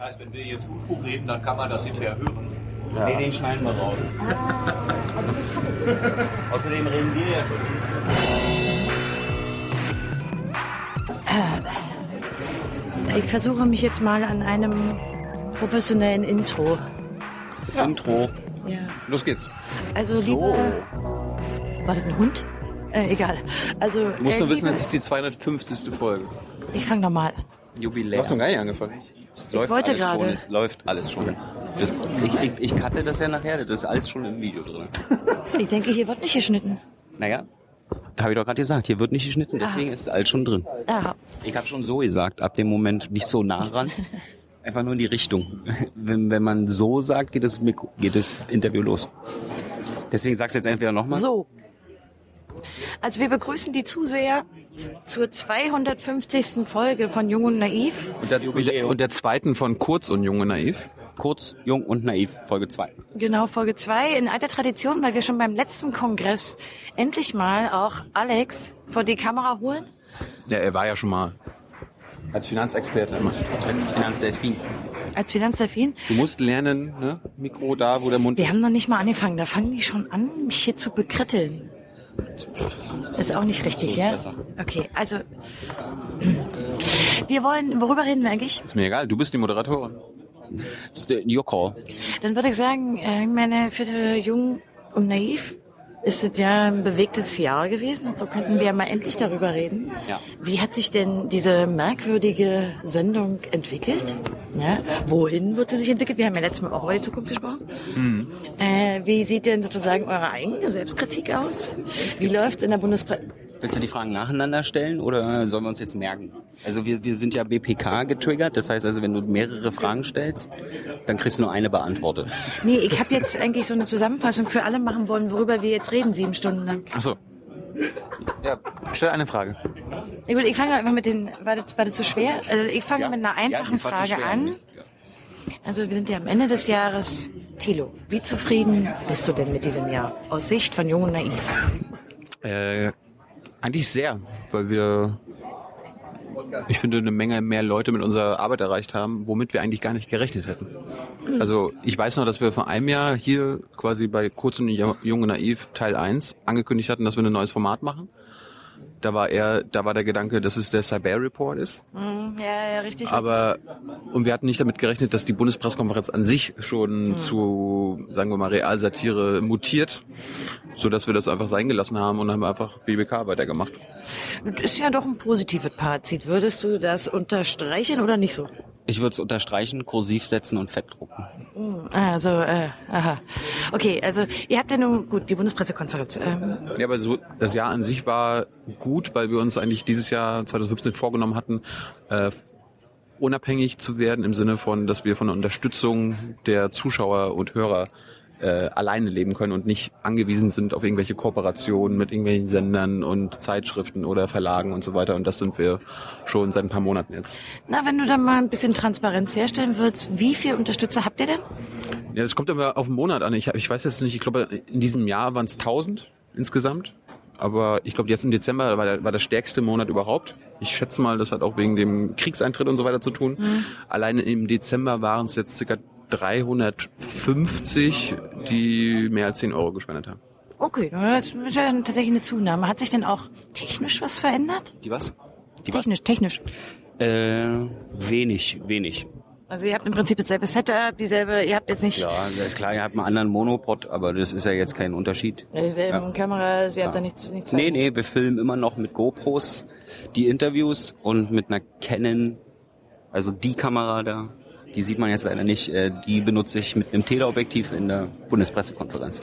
heißt, wenn wir jetzt Unfug reden, dann kann man das hinterher hören. Ja. Nee, den schneiden wir raus. Außerdem reden wir ja. Ich versuche mich jetzt mal an einem professionellen Intro. Intro. Ja. Los geht's. Also So. liebe. War das ein Hund? Äh, egal. Also Du musst äh, nur wissen, liebe, es ist die 250. Folge. ich fange nochmal an. Du hast noch Jubiläum. gar nicht angefangen. Es läuft wollte alles gerade. schon. Es läuft alles schon. Das, ich, ich, ich cutte das ja nachher. Das ist alles schon im Video drin. Ich denke, hier wird nicht geschnitten. Naja, habe ich doch gerade gesagt. Hier wird nicht geschnitten. Deswegen ist alles schon drin. Ah, Ich habe schon so gesagt, ab dem Moment nicht so nah ran. Einfach nur in die Richtung. Wenn, wenn man so sagt, geht das, Mikro, geht das Interview los. Deswegen sagst du jetzt entweder nochmal. so. Also wir begrüßen die Zuseher zur 250. Folge von Jung und Naiv. Und der, und, der, und der zweiten von Kurz und Junge Naiv. Kurz, jung und naiv, Folge 2. Genau, Folge 2 in alter Tradition, weil wir schon beim letzten Kongress endlich mal auch Alex vor die Kamera holen. Ja, er war ja schon mal als Finanzexperte immer. Als Finanzdelfin. Als Finanzdelfin. Du musst lernen, ne? Mikro da, wo der Mund Wir haben noch nicht mal angefangen. Da fangen die schon an, mich hier zu bekritteln. Ist auch nicht richtig, So ist ja? besser. Okay, also. Wir wollen, worüber reden wir eigentlich? Ist mir egal, du bist die Moderatorin. Your call. Dann würde ich sagen, äh, ich meine, für die Jung und Naiv ist es ja ein bewegtes Jahr gewesen und so könnten wir mal endlich darüber reden. Ja. Wie hat sich denn diese merkwürdige Sendung entwickelt? Ja, wohin wird sie sich entwickelt? Wir haben ja letztes Mal auch über die Zukunft gesprochen. Äh, wie sieht denn sozusagen eure eigene Selbstkritik aus? Wie läuft es in der Bundespre... Willst du die Fragen nacheinander stellen oder sollen wir uns jetzt merken? Also wir, wir sind ja BPK getriggert, das heißt also, wenn du mehrere Fragen stellst, dann kriegst du nur eine beantwortet. Nee, ich habe jetzt eigentlich so eine Zusammenfassung für alle machen wollen, worüber wir jetzt reden, sieben Stunden lang. Achso. Ja, stell eine Frage. Na gut, ich fange einfach mit den. War das, war das zu schwer? Also ich fange mit einer Ja, einfachen das war zu Frage schwer. an. Also wir sind ja am Ende des Jahres. Thilo, wie zufrieden bist du denn mit diesem Jahr? Aus Sicht von Jung und Naiv. Äh, eigentlich sehr, weil wir, ich finde, eine Menge mehr Leute mit unserer Arbeit erreicht haben, womit wir eigentlich gar nicht gerechnet hätten. Also ich weiß noch, dass wir vor einem Jahr hier quasi bei Kurz und Jung und Naiv Teil 1 angekündigt hatten, dass wir ein neues Format machen. Da war er, da war der Gedanke, dass es der Cyber Report ist. Hm, ja, ja, richtig. Aber und wir hatten nicht damit gerechnet, dass die Bundespressekonferenz an sich schon zu, sagen wir mal, Realsatire mutiert, so dass wir das einfach sein gelassen haben und haben einfach BBK weitergemacht. Das ist ja doch ein positives Fazit. Würdest du das unterstreichen oder nicht so? Ich würde es unterstreichen, kursiv setzen und fett drucken. Hm, Also, äh, aha. Okay, also ihr habt ja nun, gut, die Bundespressekonferenz. Ähm, Ja, aber so das Jahr an sich war gut, weil wir uns eigentlich dieses Jahr 2015 vorgenommen hatten, äh, unabhängig zu werden im Sinne von, dass wir von der Unterstützung der Zuschauer und Hörer äh, alleine leben können und nicht angewiesen sind auf irgendwelche Kooperationen mit irgendwelchen Sendern und Zeitschriften oder Verlagen und so weiter. Und das sind wir schon seit ein paar Monaten jetzt. na, wenn du da mal ein bisschen Transparenz herstellen würdest, wie viel Unterstützer habt ihr denn? Ja, das kommt immer auf den Monat an. Ich, hab- ich weiß jetzt nicht, ich glaube, in diesem Jahr waren es 1000 insgesamt. Aber ich glaube, jetzt im Dezember war der, war der stärkste Monat überhaupt. Ich schätze mal, das hat auch wegen dem Kriegseintritt und so weiter zu tun. Alleine im Dezember waren es jetzt circa 350, die mehr als 10 Euro gespendet haben. Okay, na, das ist ja tatsächlich eine Zunahme. Hat sich denn auch technisch was verändert? Die was? Die Technisch, technisch. was? Äh, wenig, wenig. Also ihr habt im Prinzip dasselbe Setup, dieselbe, ihr habt jetzt nicht Ja, das ist klar, ihr habt einen anderen Monopod, aber das ist ja jetzt kein Unterschied. dieselben Kameras, ihr habt da nichts, nichts Nee, nee, wir filmen immer noch mit GoPros die Interviews und mit einer Canon, also die Kamera da, die sieht man jetzt leider nicht, äh, die benutze ich mit einem Teleobjektiv in der Bundespressekonferenz.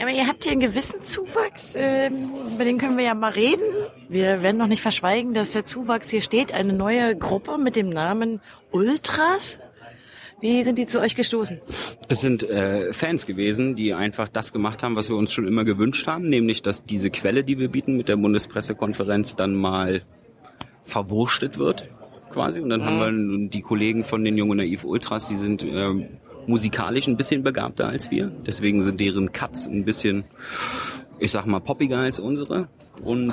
Aber ihr habt hier einen gewissen Zuwachs, ähm, über den können wir ja mal reden. Wir werden noch nicht verschweigen, dass der Zuwachs hier steht, eine neue Gruppe mit dem Namen Ultras. Wie sind die zu euch gestoßen? Es sind äh, Fans gewesen, die einfach das gemacht haben, was wir uns schon immer gewünscht haben, nämlich dass diese Quelle, die wir bieten mit der Bundespressekonferenz, dann mal verwurschtet wird, quasi. Und dann Mhm. haben wir die Kollegen von den Jungen Naiv Ultras, die sind ähm, musikalisch ein bisschen begabter als wir. Deswegen sind deren Cuts ein bisschen ich sag mal, poppiger als unsere. Und, äh,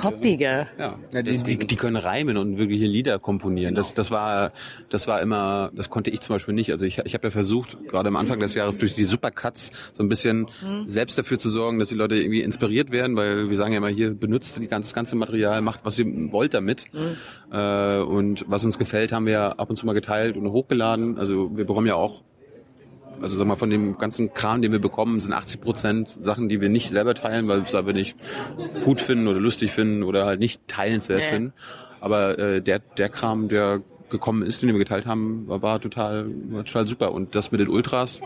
Ja, Poppiger. Ja, die, Genau. die, deswegen- die können reimen und wirkliche Lieder komponieren. Das, das war, das war immer, das konnte ich zum Beispiel nicht. Also ich, ich habe ja versucht, gerade am Anfang des Jahres durch die Supercuts so ein bisschen selbst dafür zu sorgen, dass die Leute irgendwie inspiriert werden, weil wir sagen ja immer hier benutzt die ganze, das ganze Material, macht was ihr wollt damit. Äh, und was uns gefällt, haben wir ja ab und zu mal geteilt und hochgeladen. Also wir bekommen ja auch also sag mal, von dem ganzen Kram, den wir bekommen, sind 80 Prozent Sachen, die wir nicht selber teilen, weil wir nicht gut finden oder lustig finden oder halt nicht teilenswert Nee. finden. Aber äh, der, der Kram, der gekommen ist, den wir geteilt haben, war, war, total, war total super. Und das mit den Ultras,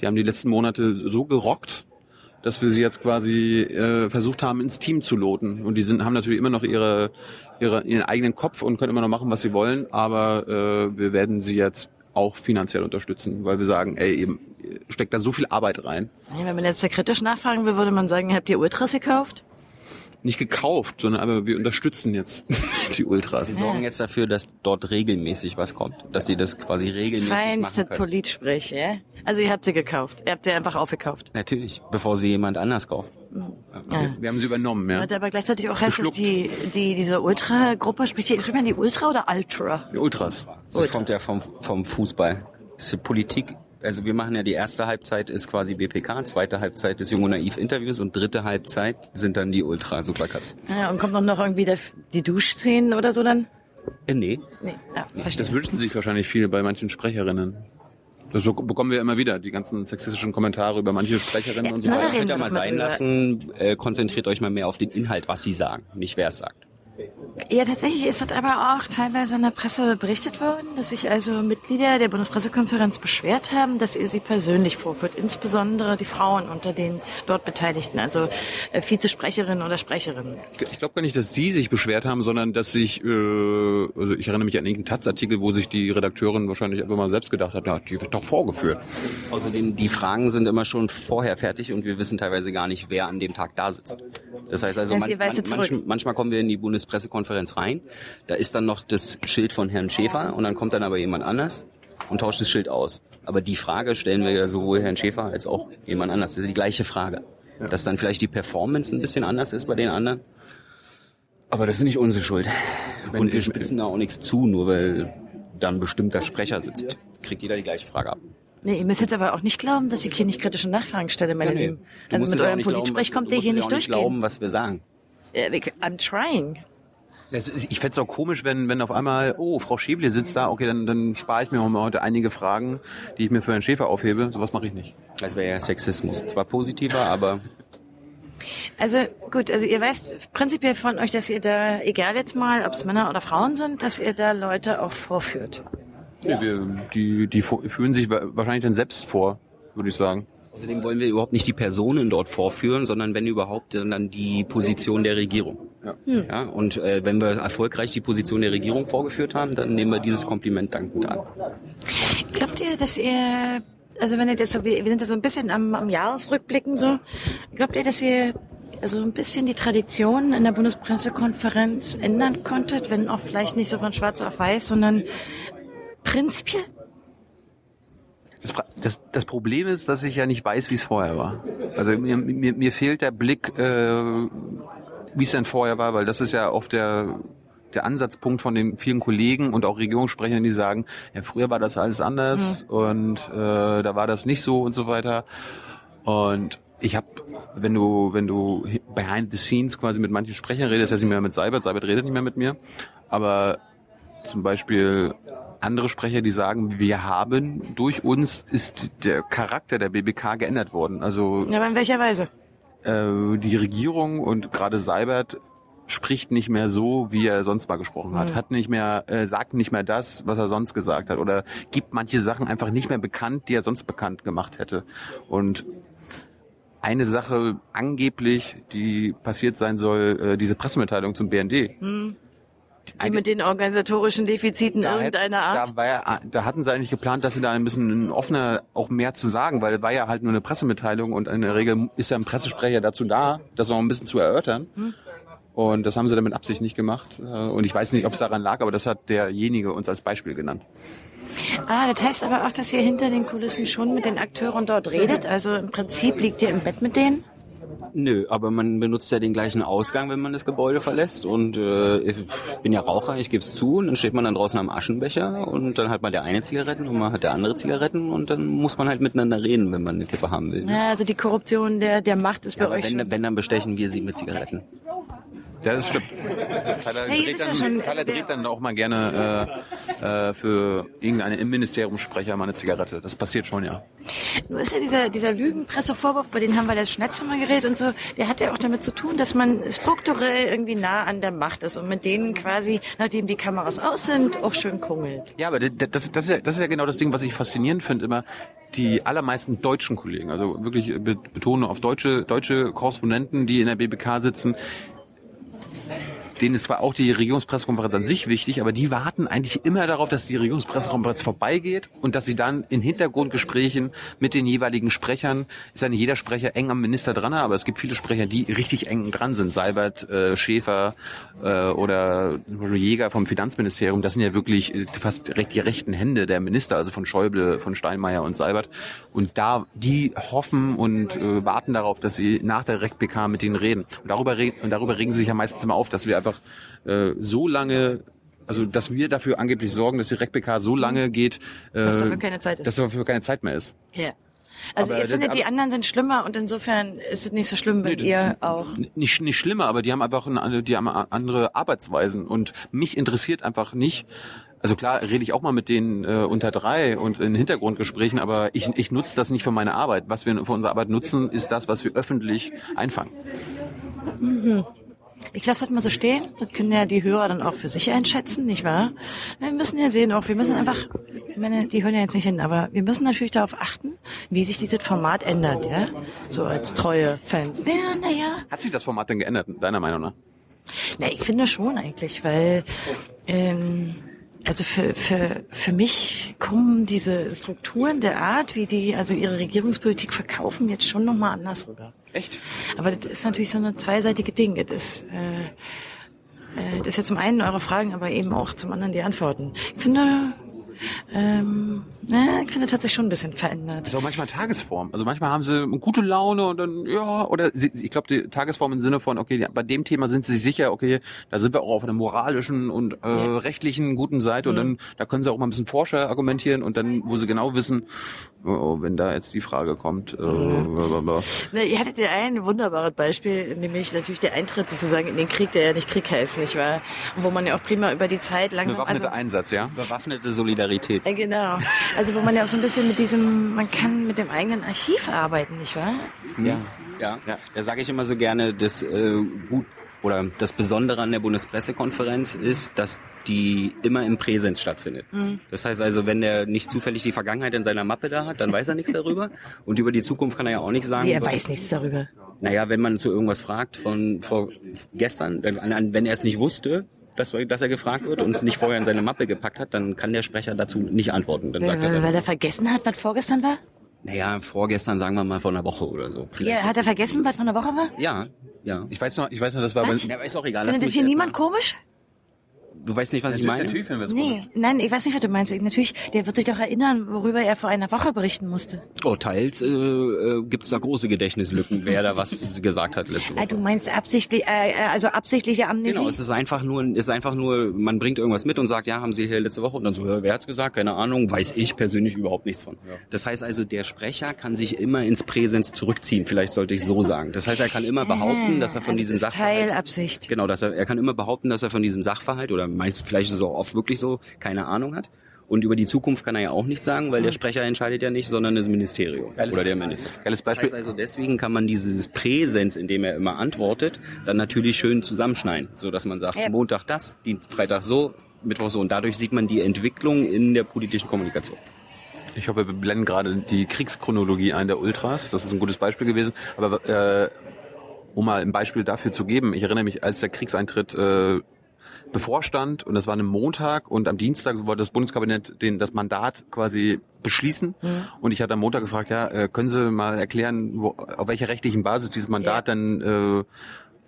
die haben die letzten Monate so gerockt, dass wir sie jetzt quasi äh, versucht haben, ins Team zu loten. Und die sind, haben natürlich immer noch ihre, ihre, ihren eigenen Kopf und können immer noch machen, was sie wollen. Aber äh, wir werden sie jetzt auch finanziell unterstützen, weil wir sagen, ey, eben, steckt da so viel Arbeit rein. Ja, Wenn man jetzt da kritisch nachfragen will, würde man sagen, habt ihr Ultras gekauft? Nicht gekauft, sondern aber wir unterstützen jetzt die Sie Ultras. sorgen jetzt dafür, dass dort regelmäßig was kommt, dass sie das quasi regelmäßig Feinstes machen können. Politsprech, ja? Also ihr habt sie gekauft. Ihr habt sie einfach aufgekauft. Natürlich, bevor sie jemand anders kauft. Ja. Wir haben sie übernommen, ja. Was aber gleichzeitig auch heißt, dass Geschluckt. die, die, diese Ultra-Gruppe, spricht die, spricht man die Ultra oder Ultra? Die Ultras. Das kommt ja vom, vom Fußball. Das ist die Politik. Also wir machen ja die erste Halbzeit ist quasi BPK, zweite Halbzeit ist Jung und Naiv Interviews und dritte Halbzeit sind dann die Ultra Supercuts. Ja, und kommt dann noch irgendwie der, die Duschszenen oder so dann? Äh, nee. Nee, ja, verstehe. Das wünschen sich wahrscheinlich viele bei manchen Sprecherinnen. Das bek- bekommen wir immer wieder, die ganzen sexistischen Kommentare über manche Sprecherinnen Ja, und so na, weiter. da Könnt ihr wir mal doch mal sein drüber. lassen, äh, konzentriert euch mal mehr auf den Inhalt, was sie sagen, nicht wer es sagt. Ja, tatsächlich ist das aber auch teilweise in der Presse berichtet worden, dass sich also Mitglieder der Bundespressekonferenz beschwert haben, dass ihr sie persönlich vorführt, insbesondere die Frauen unter den dort Beteiligten, also äh, Vizesprecherinnen oder Sprecherinnen. Ich glaube gar nicht, dass die sich beschwert haben, sondern dass sich, äh, also ich erinnere mich an irgendeinen Taz-Artikel, wo sich die Redakteurin wahrscheinlich einfach mal selbst gedacht hat, ja, die wird doch vorgeführt. Außerdem, die Fragen sind immer schon vorher fertig und wir wissen teilweise gar nicht, wer an dem Tag da sitzt. Das heißt also, Das heißt, ihr weißt jetzt manch, zurück. manchmal kommen wir in die Bundespressekonferenz rein, da ist dann noch das Schild von Herrn Schäfer und dann kommt dann aber jemand anders und tauscht das Schild aus. Aber die Frage stellen wir ja sowohl Herrn Schäfer als auch jemand anders. Das ist die gleiche Frage. Dass dann vielleicht die Performance ein bisschen anders ist bei den anderen. Aber das ist nicht unsere Schuld. Und wir spitzen da auch nichts zu, nur weil dann bestimmter Sprecher sitzt. Kriegt jeder die gleiche Frage ab. Nee, ihr müsst jetzt aber auch nicht glauben, dass ich hier nicht kritische Nachfragen stelle, meine Ja, nee. Lieben. Du Also musst mit es auch eurem nicht glauben, Politsprech was- kommt du ihr hier musst es nicht auch nicht durchgehen. glauben, was wir sagen. Äh, wir- I'm trying. Das, ich fänd's auch komisch, wenn, wenn auf einmal, oh, Frau Schäble sitzt da, okay, dann, dann spare ich mir heute einige Fragen, die ich mir für Herrn Schäfer aufhebe. Sowas mache ich nicht. Das wäre ja Sexismus. Zwar positiver, aber Also gut, also ihr weißt prinzipiell von euch, dass ihr da, egal jetzt mal, ob es Männer oder Frauen sind, dass ihr da Leute auch vorführt. Nee, wir, die, die fu- fühlen sich wa- wahrscheinlich dann selbst vor, würde ich sagen. außerdem wollen wir überhaupt nicht die Personen dort vorführen, sondern wenn überhaupt, dann, dann die Position der Regierung. Ja. Ja, und äh, wenn wir erfolgreich die Position der Regierung vorgeführt haben, dann nehmen wir dieses Kompliment dankend an. Glaubt ihr, dass ihr, also wenn ihr das so, wir wir sind ja so ein bisschen am, am Jahresrückblicken so, glaubt ihr, dass ihr so ein bisschen die Tradition in der Bundespressekonferenz ändern konntet, wenn auch vielleicht nicht so von schwarz auf weiß, sondern prinzipiell? Das, Fra- das, das Problem ist, dass ich ja nicht weiß, wie es vorher war. Also mir, mir, mir fehlt der Blick, äh, wie es denn vorher war, weil das ist ja oft der, der Ansatzpunkt von den vielen Kollegen und auch Regierungssprechern, die sagen, ja, früher war das alles anders und äh, da war das nicht so und so weiter. Und ich habe, wenn du, wenn du hi- behind the scenes quasi mit manchen Sprechern redest, das heißt nicht mehr mit Seibert, Seibert redet nicht mehr mit mir, aber zum Beispiel andere Sprecher, die sagen, wir haben durch uns ist der Charakter der BBK geändert worden. Also Ja, aber in welcher Weise? äh, die Regierung und gerade Seibert spricht nicht mehr so, wie er sonst mal gesprochen hat, hat nicht mehr, äh, sagt nicht mehr das, was er sonst gesagt hat oder gibt manche Sachen einfach nicht mehr bekannt, die er sonst bekannt gemacht hätte. Und eine Sache angeblich, die passiert sein soll, äh, diese Pressemitteilung zum BND. Die Eine- mit den organisatorischen Defiziten da hätt- irgendeiner Art? Da, war ja, ah, da hatten sie eigentlich geplant, dass sie da ein bisschen offener auch mehr zu sagen, weil war ja halt nur eine Pressemitteilung und in der Regel ist ja ein Pressesprecher dazu da, das noch ein bisschen zu erörtern. Hm. Und das haben sie dann mit Absicht nicht gemacht. Äh, Und ich weiß nicht, ob es daran lag, aber das hat derjenige uns als Beispiel genannt. Ah, das heißt aber auch, dass ihr hinter den Kulissen schon mit den Akteuren dort redet. Also im Prinzip liegt ihr im Bett mit denen. Nö, aber man benutzt ja den gleichen Ausgang, wenn man das Gebäude verlässt. Und äh, ich bin ja Raucher, ich gebe es zu. Und dann steht man dann draußen am Aschenbecher und dann hat man der eine Zigaretten und man hat der andere Zigaretten und dann muss man halt miteinander reden, wenn man eine Kippe haben will. Ja, also die Korruption der, der Macht ist bei Aber euch wenn, schon. wenn, dann bestechen wir sie mit Zigaretten. Ja, das stimmt. Tyler Hey, dreht, das dann, ist ja schon- Tyler der- dreht dann auch mal gerne äh, äh, für irgendeinen Innenministeriumssprecher mal eine Zigarette. Das passiert schon, ja. Nur ist ja dieser, dieser Lügenpressevorwurf, bei dem haben wir das Schnetzelmann geredet und so, der hat ja auch damit zu tun, dass man strukturell irgendwie nah an der Macht ist und mit denen quasi, nachdem die Kameras aus sind, auch schön kungelt. Ja, aber d- d- das, das, ist ja, das ist ja genau das Ding, was ich faszinierend finde immer. Die allermeisten deutschen Kollegen, also wirklich äh, be- betone auf deutsche, deutsche Korrespondenten, die in der BBK sitzen, denen ist zwar auch die Regierungspressekonferenz an sich wichtig, aber die warten eigentlich immer darauf, dass die Regierungspressekonferenz vorbeigeht und dass sie dann in Hintergrundgesprächen mit den jeweiligen Sprechern, ist ja nicht jeder Sprecher eng am Minister dran, aber es gibt viele Sprecher, die richtig eng dran sind. Seibert, äh, Schäfer äh, oder Jäger vom Finanzministerium, das sind ja wirklich äh, fast recht die rechten Hände der Minister, also von Schäuble, von Steinmeier und Seibert. Und da, die hoffen und äh, warten darauf, dass sie nach der RecPK mit denen reden. Und darüber, re und darüber regen sie sich ja meistens immer auf, dass wir einfach äh, so lange, also dass wir dafür angeblich sorgen, dass die RecPK so lange geht, äh, dass dafür keine Zeit ist. Dass dafür keine Zeit mehr ist. Ja. Also Aber ihr das- findet, die aber- anderen sind schlimmer und insofern ist es nicht so schlimm, wenn das- ihr auch... N- Nicht, nicht schlimmer, aber die haben einfach eine, die haben a- andere Arbeitsweisen und mich interessiert einfach nicht, also klar rede ich auch mal mit denen äh, unter drei und in Hintergrundgesprächen, aber ich, ich nutze das nicht für meine Arbeit. Was wir für unsere Arbeit nutzen, ist das, was wir öffentlich einfangen. Ich lasse das mal so stehen. Das können ja die Hörer dann auch für sich einschätzen, nicht wahr? Wir müssen ja sehen, auch wir müssen einfach, ich meine, die hören ja jetzt nicht hin, aber wir müssen natürlich darauf achten, wie sich dieses Format ändert, ja? So als treue Fans. Ja, naja. Hat sich das Format denn geändert, deiner Meinung nach? Na, ich finde schon eigentlich, weil ähm, also für, für, für mich kommen diese Strukturen der Art, wie die also ihre Regierungspolitik verkaufen, jetzt schon nochmal anders rüber. Echt? Aber das ist natürlich so eine zweiseitige Ding. Das ist, äh, äh, das ist ja zum einen eure Fragen, aber eben auch zum anderen die Antworten. Ich finde, ähm, na, ich finde, das hat sich schon ein bisschen verändert. Das ist auch manchmal Tagesform. Also manchmal haben sie eine gute Laune und dann, ja, oder sie, ich glaube, die Tagesform im Sinne von, okay, die- bei dem Thema sind sie sich sicher, okay, da sind wir auch auf einer moralischen und äh, rechtlichen guten Seite und Mhm. dann, da können sie auch mal ein bisschen forscher argumentieren und dann, wo sie genau wissen, oh, oh, wenn da jetzt die Frage kommt, äh, Mhm. blablabla. Na, ihr hattet ja ein wunderbares Beispiel, nämlich natürlich der Eintritt sozusagen in den Krieg, der ja nicht Krieg heißt, nicht wahr? Und wo man ja auch prima über die Zeit langsam... bewaffneter also, Einsatz, ja? Bewaffnete Solidarität. Äh, Genau. Also wo man ja auch so ein bisschen mit diesem, man kann mit dem eigenen Archiv arbeiten, nicht wahr? Ja. ja. Ja. Da sage ich immer so gerne, das äh, gut oder das Besondere an der Bundespressekonferenz ist, dass die immer im Präsens stattfindet. Mhm. Das heißt also, wenn der nicht zufällig die Vergangenheit in seiner Mappe da hat, dann weiß er nichts darüber. Und über die Zukunft kann er ja auch nichts sagen. Nee, er weil- weiß nichts darüber. Naja, wenn man zu irgendwas fragt von vor gestern, dann- an- an- wenn er es nicht wusste, dass, wir- dass er gefragt wird und es nicht vorher in seine Mappe gepackt hat, dann kann der Sprecher dazu nicht antworten. Dann sagt er Äh, Weil, weil dann, er vergessen hat, was vorgestern war? naja, vorgestern sagen wir mal vor einer Woche oder so. Ja, Vielleicht. hat er vergessen, was vor einer Woche war? Ja, ja. Ich weiß noch, ich weiß noch, das war Was? bei- Ja, aber ist auch egal. lass Findet mich das hier erst niemand mal- komisch? Du weißt nicht, was ich meine? finden wir das Nee, nein, ich weiß nicht, was du meinst. Ich, natürlich, der wird sich doch erinnern, worüber er vor einer Woche berichten musste. Oh, teils äh, äh, gibt es da große Gedächtnislücken, wer da was gesagt hat letzte Ah, Woche. du meinst absichtlich, äh, äh, also absichtliche Amnesie? Genau, es ist einfach nur, es ist einfach nur, man bringt irgendwas mit und sagt, ja, haben Sie hier letzte Woche und dann so, ja, wer hat's gesagt? Keine Ahnung, weiß ich persönlich überhaupt nichts von. Das heißt also, der Sprecher kann sich immer ins Präsens zurückziehen. Vielleicht sollte ich so sagen. Das heißt, er kann immer behaupten, dass er von also diesem es ist Sachverhalt Teilabsicht. Genau, dass er, er kann immer behaupten, dass er von diesem Sachverhalt oder meist, vielleicht ist es auch oft wirklich so, keine Ahnung hat. Und über die Zukunft kann er ja auch nichts sagen, weil der Mhm. Sprecher entscheidet ja nicht, sondern das Ministerium oder der Minister. Geiles Das Beispiel. heißt also, deswegen kann man dieses Präsens, in dem er immer antwortet, dann natürlich schön zusammenschneiden, so dass man sagt, Ja. Montag das, Dienst- Freitag so, Mittwoch so. Und dadurch sieht man die Entwicklung in der politischen Kommunikation. Ich hoffe, wir blenden gerade die Kriegschronologie ein der Ultras. Das ist ein gutes Beispiel gewesen. Aber äh, um mal ein Beispiel dafür zu geben, ich erinnere mich, als der Kriegseintritt äh, bevorstand und das war ein Montag und am Dienstag wollte das Bundeskabinett den, das Mandat quasi beschließen und ich hatte am Montag gefragt, ja, äh, können Sie mal erklären, wo, auf welcher rechtlichen Basis dieses Mandat dann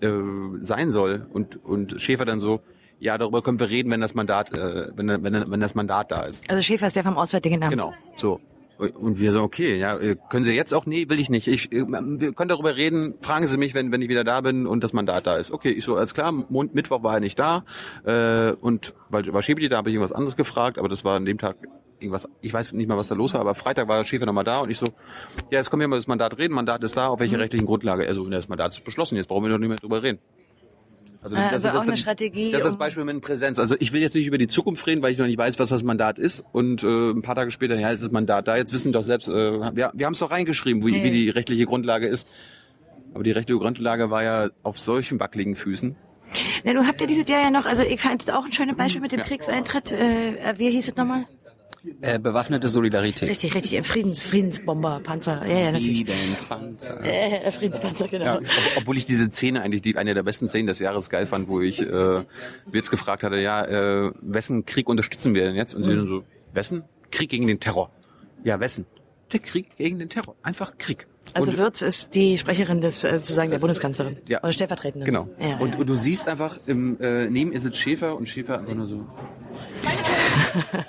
äh, äh, sein soll und, und Schäfer dann so, ja, darüber können wir reden, wenn das Mandat, äh, wenn, wenn, wenn das Mandat da ist. Also Schäfer ist der vom Auswärtigen Amt. Genau, so. Und wir so, okay, ja, äh, können Sie jetzt auch? Nee, will ich nicht. Ich, äh, wir können darüber reden. Fragen Sie mich, wenn, wenn ich wieder da bin und das Mandat da ist. Okay, ich so, alles klar, Mond, Mittwoch war er nicht da. Äh, und weil war Schäbeli da, habe ich irgendwas anderes gefragt, aber das war an dem Tag irgendwas, ich weiß nicht mal, was da los war, aber Freitag war Schäfer nochmal da und ich so, ja, jetzt können wir mal über das Mandat reden, Mandat ist da, auf welcher rechtlichen Grundlage? Er so, das Mandat ist beschlossen, jetzt brauchen wir doch nicht mehr drüber reden. Also, Ah, also auch eine Strategie, Das ist das um- Beispiel mit Präsenz. Also ich will jetzt nicht über die Zukunft reden, weil ich noch nicht weiß, was das Mandat ist. Und äh, ein paar Tage später, ja, ist das Mandat da. Jetzt wissen doch selbst, äh, wir, wir haben es doch reingeschrieben, wie, wie die rechtliche Grundlage ist. Aber die rechtliche Grundlage war ja auf solchen wackeligen Füßen. Na, du habt ja dieses Jahr ja noch, also ich fand das auch ein schönes Beispiel mit dem Kriegseintritt. Äh, wie hieß es nochmal? Äh, bewaffnete Solidarität. Richtig, richtig, ein Friedens, Friedensbomber, Panzer. Ja, ja, natürlich. Friedenspanzer. Äh, Friedenspanzer, genau. Ob, obwohl ich diese Szene eigentlich die, eine der besten Szenen des Jahres geil fand, wo ich äh, Witz gefragt hatte, ja, äh, wessen Krieg unterstützen wir denn jetzt? Mhm. Und sie sind so, wessen? Krieg gegen den Terror. Ja, wessen? Der Krieg gegen den Terror. Einfach Krieg. Also Und- Würz ist die Sprecherin des, äh, sozusagen der Bundeskanzlerin. Ja. Oder stellvertretende. Genau. Ja, und, ja. und du siehst einfach, im, äh, neben ist es Schäfer und Schäfer einfach nur so.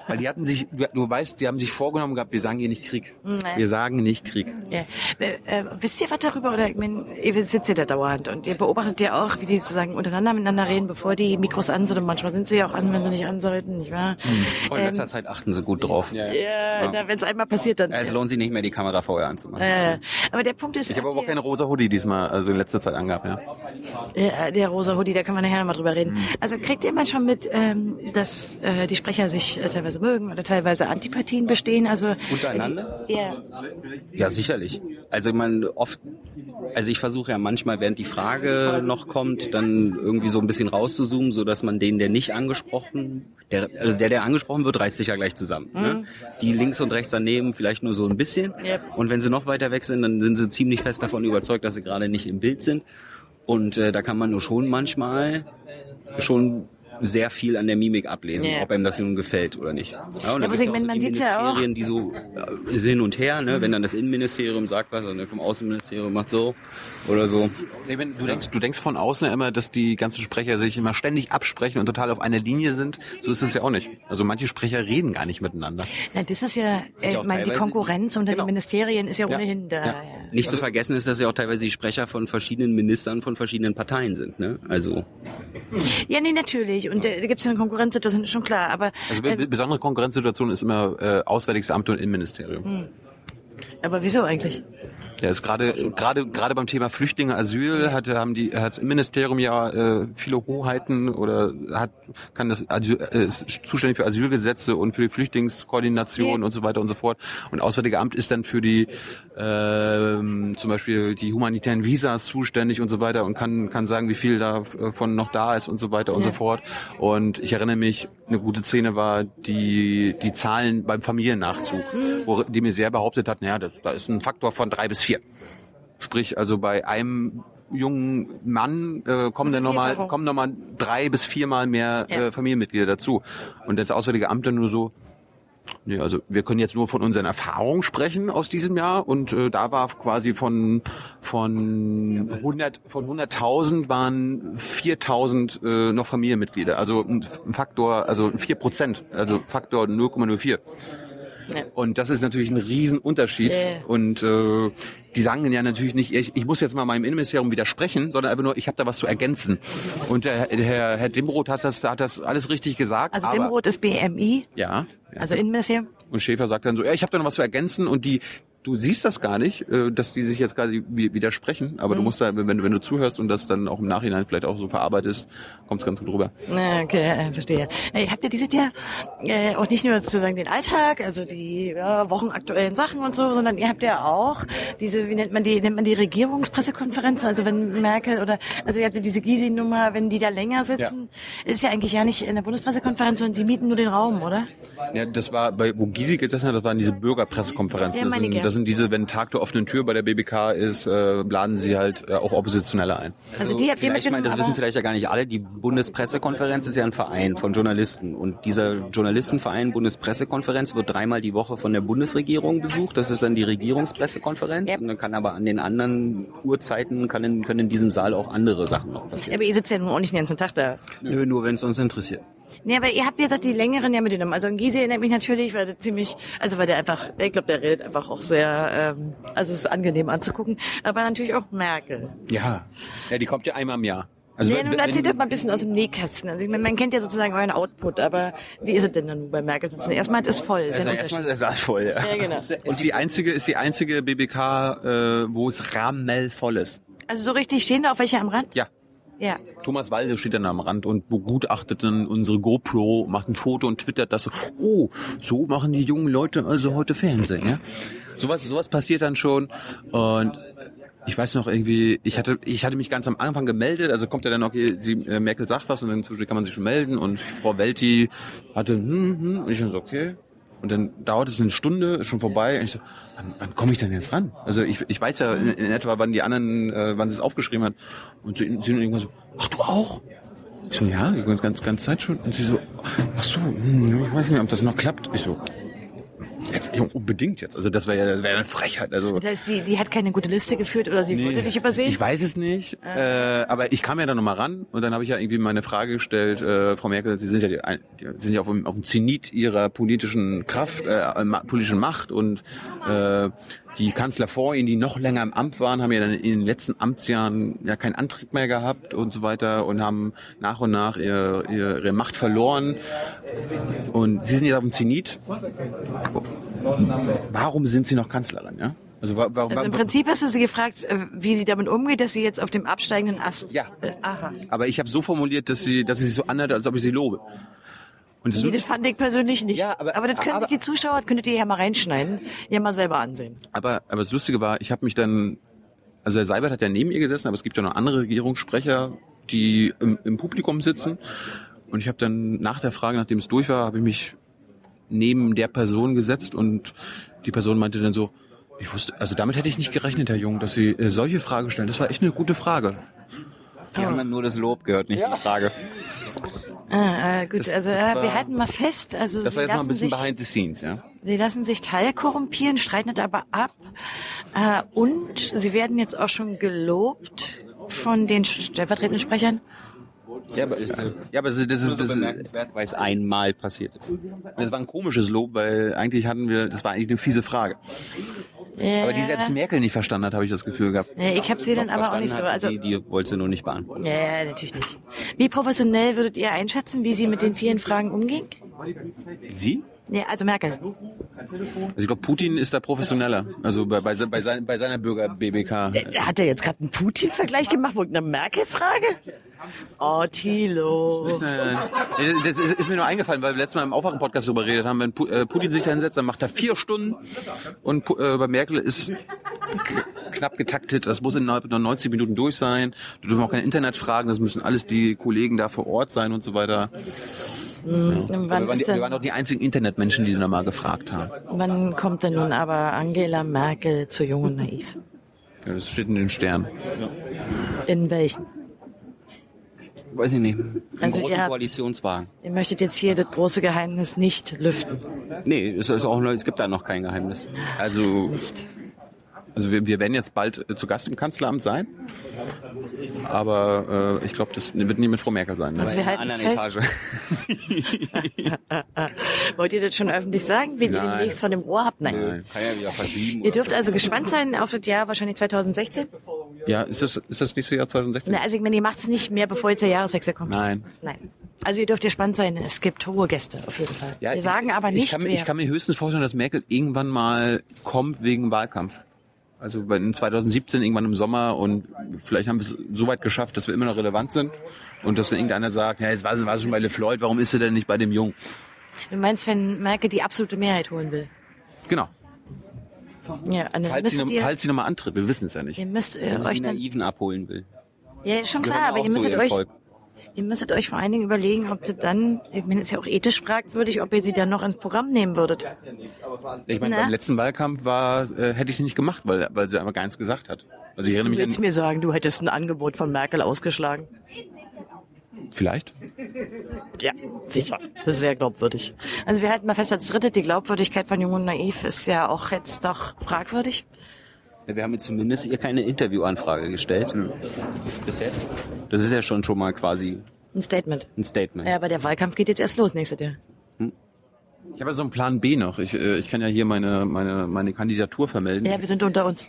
Weil die hatten sich, du, du weißt, die haben sich vorgenommen gehabt, wir sagen hier nicht Krieg. Wir sagen nicht Krieg. Ja. Äh, äh, wisst ihr was darüber? Oder ich mein, ihr sitzt ja da dauernd und ihr beobachtet ja auch, wie die sozusagen untereinander miteinander reden, bevor die Mikros an sind. Und manchmal sind sie ja auch an, wenn sie nicht an sollten, nicht wahr? Hm. Ähm, Oh, in letzter Zeit achten sie gut drauf. Ja, ja. wenn es einmal passiert, dann. Es lohnt sich nicht mehr, die Kamera vorher anzumachen. äh, aber der Punkt ist, Ich habe aber auch der, keine rosa Hoodie diesmal, also in letzter Zeit angehabt, ja. äh, der rosa Hoodie, da kann man nachher nochmal drüber reden. Also kriegt ihr manchmal mit, ähm, dass äh, die Sprecher sich äh, teilweise mögen oder teilweise Antipathien bestehen? Also Untereinander? Äh, die, ja. Ja, sicherlich. Also ich meine, oft, also ich versuche ja manchmal, während die Frage noch kommt, dann irgendwie so ein bisschen rauszuzoomen, so dass man den, der nicht angesprochen, der, also der, der angesprochen wird, reißt sich ja gleich zusammen. Ne? Die links und rechts daneben vielleicht nur so ein bisschen. Mhm. Yep. Und wenn sie noch weiter weg sind, dann sind sie ziemlich fest davon überzeugt, dass sie gerade nicht im Bild sind. Und äh, da kann man nur schon manchmal schon sehr viel an der Mimik ablesen, Ja. ob einem das nun gefällt oder nicht. Ja, und dann aber gibt's ich ja auch meine, so man die sieht's ja auch. Ministerien, die so äh, hin und her, ne? wenn dann das Innenministerium sagt was und dann vom Außenministerium macht so oder so. Nee, wenn du, denkst, du denkst von außen ja immer, dass die ganzen Sprecher sich immer ständig absprechen und total auf einer Linie sind. So ist es ja auch nicht. Also manche Sprecher reden gar nicht miteinander. Na, das ist ja, äh, ja auch ich meine, die teilweise- Konkurrenz unter Genau. den Ministerien ist ja Ja. ohnehin da. Ja. ja. Nicht zu vergessen ist, dass ja auch teilweise die Sprecher von verschiedenen Ministern von verschiedenen Parteien sind. Ne? Also Ja, nee, natürlich. Und äh, da gibt es ja eine Konkurrenzsituation, ist schon klar. Aber, Also be- be- ähm, besondere Konkurrenzsituation ist immer äh, Auswärtiges Amt und Innenministerium. aber wieso eigentlich? Ja, ist gerade gerade gerade beim Thema Flüchtlinge, Asyl hat haben die hat im Ministerium ja äh, viele Hoheiten oder hat kann das Asyl, äh, ist zuständig für Asylgesetze und für die Flüchtlingskoordination Ja. und so weiter und so fort. Und Auswärtige Amt ist dann für die ähm, zum Beispiel die humanitären Visas zuständig und so weiter und kann kann sagen, wie viel davon noch da ist und so weiter und so Ja. fort. Und ich erinnere mich, eine gute Szene war die die Zahlen beim Familiennachzug, wo die mir sehr behauptet hat, naja, das, da ist ein Faktor von drei bis vier. Sprich, also bei einem jungen Mann äh, kommen dann nochmal Vierfachung. kommen noch mal drei bis viermal mehr Ja. äh, Familienmitglieder dazu. Und das Auswärtige Amt dann nur so, nee, also wir können jetzt nur von unseren Erfahrungen sprechen aus diesem Jahr. Und äh, da war quasi von von 100 von 100.000 waren 4.000 äh, noch Familienmitglieder. Also ein F- ein Faktor, also 4 Prozent, also Faktor 0,04. Und das ist natürlich ein Riesenunterschied. Äh. Und äh, die sagen ja natürlich nicht, ich, ich muss jetzt mal meinem Innenministerium widersprechen, sondern einfach nur, ich habe da was zu ergänzen. Und der, der Herr Dimroth hat das, hat das alles richtig gesagt. Also aber, Dimroth ist BMI, Ja. ja. also Innenministerium. Und Schäfer sagt dann so, ja, ich habe da noch was zu ergänzen. Und die, du siehst das gar nicht, äh, dass die sich jetzt quasi wi- widersprechen. Aber du Mhm. musst da, wenn, wenn du zuhörst und das dann auch im Nachhinein vielleicht auch so verarbeitest, kommt's ganz gut rüber. Na, Okay, äh, verstehe. Äh, habt ihr dieses Jahr äh, auch nicht nur sozusagen den Alltag, also die ja, wochenaktuellen Sachen und so, sondern ihr habt ja auch diese, wie nennt man die, nennt man die Regierungspressekonferenzen, also wenn Merkel oder, also ihr habt ja diese Gysi-Nummer, wenn die da länger sitzen, ist ja eigentlich ja nicht in der Bundespressekonferenz, sondern sie mieten nur den Raum, oder? Ja, das war bei, wo Gysi gesessen hat, das waren diese Bürgerpressekonferenzen. Ja, Das meine ich, sind, ja. das sind diese, wenn Tag der offenen Tür bei der BBK ist, äh, laden sie halt äh, auch Oppositionelle ein. Also, die habt ihr vielleicht, ich meine, mitgenommen, das aber- wissen vielleicht ja gar nicht alle. Die Bundespressekonferenz ist ja ein Verein von Journalisten. Und dieser Journalistenverein Bundespressekonferenz wird dreimal die Woche von der Bundesregierung besucht. Das ist dann die Regierungspressekonferenz. Yep. Und dann kann aber an den anderen Uhrzeiten, kann in, können in diesem Saal auch andere Sachen noch Ja, passieren. aber ihr sitzt ja nun auch nicht den ganzen Tag da. Nö, nur wenn es uns interessiert. Nee, aber ihr habt jetzt auch die längeren ja mitgenommen. Also an Gysi erinnert mich natürlich, weil der ziemlich, also weil der einfach, ich glaube, der redet einfach auch sehr, ähm, also es ist angenehm anzugucken. Aber natürlich auch Merkel. Ja. Ja, die kommt ja einmal im Jahr. Also Nee, nun erzählt doch mal ein bisschen aus dem Nähkästen. Also ich meine, man kennt ja sozusagen euren Output, aber wie ist es denn dann bei Merkel sitzen? Erstmal das ist voll. Ist ja Also ein Unterschied. der Saal voll, ja, genau. ist die einzige, ist die einzige BBK, äh, wo es rammelvoll ist. Also so richtig stehen da auf welche am Rand? Ja. Ja. Thomas Walde steht dann am Rand und begutachtet dann unsere GoPro, macht ein Foto und twittert das so, oh, so machen die jungen Leute also heute Fernsehen, ja? Sowas, sowas passiert dann schon und ich weiß noch irgendwie, ich hatte, ich hatte mich ganz am Anfang gemeldet, also kommt ja dann, okay, sie, äh, Merkel sagt was und dann inzwischen kann man sich schon melden und Frau Welti hatte, hm, hm, und ich dann so, okay. Und dann dauert es eine Stunde, ist schon vorbei. Und ich so, wann, wann komme ich denn jetzt ran? Also ich, ich weiß ja in, in etwa, wann die anderen, äh, wann sie es aufgeschrieben hat. Und sie, sie irgendwann so, ach du auch? Ich so, ja, die ganz, ganz, ganz Zeit schon. Und sie so, ach so, hm, ich weiß nicht, ob das noch klappt. Ich so, jetzt, ja, unbedingt jetzt. Also das wäre ja, das wäre eine Frechheit. Also Das heißt, die, die hat keine gute Liste geführt oder sie wollte dich übersehen? Ah. ich weiß es nicht, äh, aber ich kam ja dann nochmal ran und dann habe ich ja irgendwie meine Frage gestellt, äh, Frau Merkel, Sie sind ja, die, ein- die sind ja auf, dem, auf dem Zenit Ihrer politischen Kraft, äh, ma, politischen Macht und äh, die Kanzler vor Ihnen, die noch länger im Amt waren, haben ja dann in den letzten Amtsjahren ja keinen Antrieb mehr gehabt und so weiter und haben nach und nach ihr, ihr, ihre Macht verloren und Sie sind jetzt auf dem Zenit. Warum sind Sie noch Kanzlerin, ja? Also, wa- wa- also im wa- Prinzip hast du sie gefragt, äh, wie sie damit umgeht, dass sie jetzt auf dem absteigenden Ast. Ja. Äh, aha. Aber ich habe so formuliert, dass sie, dass ich sie so anhört, als ob ich sie lobe. Und das Nee, das fand ich persönlich nicht. Ja, aber- das können aber- sich die Zuschauer, könntet ihr ja mal reinschneiden, ja mal selber ansehen. aber, aber das Lustige war, ich habe mich dann, also Herr Seibert hat ja neben ihr gesessen, aber es gibt ja noch andere Regierungssprecher, die im, im Publikum sitzen. Und ich habe dann nach der Frage, nachdem es durch war, habe ich mich neben der Person gesetzt und die Person meinte dann so, ich wusste, also damit hätte ich nicht gerechnet, Herr Jung, dass Sie äh, solche Fragen stellen. Das war echt eine gute Frage. Die haben dann nur das Lob gehört, nicht die Frage. Ah, äh, gut, Das- also das äh, wir war- halten mal fest, also Das sie war jetzt mal ein lassen, bisschen sich, behind the scenes, ja. sie lassen sich teilkorrumpieren, streiten das aber ab äh, und sie werden jetzt auch schon gelobt von den stellvertretenden Sprechern. Ja, aber, ja, aber das ist, das ist, das ist bemerkenswert, weil es einmal passiert ist. Das war ein komisches Lob, weil eigentlich hatten wir, das war eigentlich eine fiese Frage. Aber die selbst Merkel nicht verstanden hat, habe ich das Gefühl gehabt. Äh, ich habe sie dann aber auch Verstanden nicht so. hat sie Also die, die wollte sie nur nicht beantworten. Ja, ja, natürlich nicht. Wie professionell würdet ihr einschätzen, wie sie mit den vielen Fragen umging? Sie? Ja, also Merkel. Also ich glaube, Putin ist da professioneller. Also bei, bei, se- bei, sein, bei seiner Bürger-BBK. Hat er jetzt gerade einen Putin-Vergleich gemacht mit einer Merkel-Frage? Oh, Thilo. Äh, Nee, Das ist, ist mir nur eingefallen, weil wir letztes Mal im Aufwachen-Podcast darüber geredet haben, wenn Pu- äh, Putin sich da hinsetzt, dann macht er vier Stunden und Pu- äh, bei Merkel ist k- knapp getaktet, das muss innerhalb von 90 Minuten durch sein, da dürfen auch kein Internet fragen, das müssen alles die Kollegen da vor Ort sein und so weiter. Mhm. Wann, wir, waren ist die, wir waren denn, auch die einzigen Internetmenschen, die da mal gefragt haben. wann kommt denn nun aber Angela Merkel zu Jung und Naiv? Ja, das steht in den Sternen. In welchen? Weiß ich nicht. Im Also ihr großen habt- Koalitionswagen. Ihr möchtet jetzt hier das große Geheimnis nicht lüften. Nee, es, ist auch, noch- es gibt da noch kein Geheimnis. Also, Mist. also wir, wir werden jetzt bald äh, zu Gast im Kanzleramt sein. Aber äh, ich glaube, das wird nie mit Frau Merkel sein. Ne? Also wir In einer halten anderen fest. Etage. Wollt ihr das schon öffentlich sagen, wenn ihr Nein. demnächst von dem Ohr habt? Nein. Nein. Kann ja wieder verschieben. Ihr dürft also gespannt sein auf das Jahr wahrscheinlich 2016. Ja, ist das, ist das nächste Jahr 2016? Na, also ich meine, ihr macht es nicht mehr, bevor jetzt der Jahreswechsel kommt. Nein. Nein. Also ihr dürft ja spannend sein, es gibt hohe Gäste auf jeden Fall. Ja, Wir sagen aber nicht, Ich kann, mir- wer. ich kann mir höchstens vorstellen, dass Merkel irgendwann mal kommt wegen Wahlkampf. Also bei- in 2017 irgendwann im Sommer und vielleicht haben wir es so weit geschafft, dass wir immer noch relevant sind und dass dann irgendeiner sagt, ja, jetzt war sie war sie schon bei LeFloid, warum ist sie denn nicht bei dem Jungen? du meinst, wenn Merkel die absolute Mehrheit holen will. Genau. Ja, und dann Falls sie, müsstet noch- ihr, falls sie nochmal antritt, wir wissen es ja nicht. ihr müsst äh, Wenn sie euch die dann, Naiven abholen will. ja schon Gehören klar, auch aber ihr zu müsstet ihrem euch, Volk. ihr müsstet euch vor allen Dingen überlegen, ob das dann, ich meine, ist ja auch ethisch fragwürdig, ob ihr sie dann noch ins Programm nehmen würdet. Ich meine, Na? beim letzten Wahlkampf war, äh, hätte ich sie nicht gemacht, weil, weil sie einfach gar nichts gesagt hat. Also ich Du erinnere mich willst an, mir sagen, du hättest ein Angebot von Merkel ausgeschlagen? vielleicht. Ja, sicher. Das ist sehr glaubwürdig. Also wir halten mal fest, als dritte, die Glaubwürdigkeit von Jung und Naiv ist ja auch jetzt doch fragwürdig. Wir haben jetzt zumindest ihr keine Interviewanfrage gestellt. Bis jetzt. Das ist ja schon schon mal quasi Ein Statement. Ein Statement. Ja, aber der Wahlkampf geht jetzt erst los, nächstes Jahr. Ich habe ja so einen Plan B noch. Ich, äh, ich kann ja hier meine, meine, meine Kandidatur vermelden. Ja, wir sind unter uns.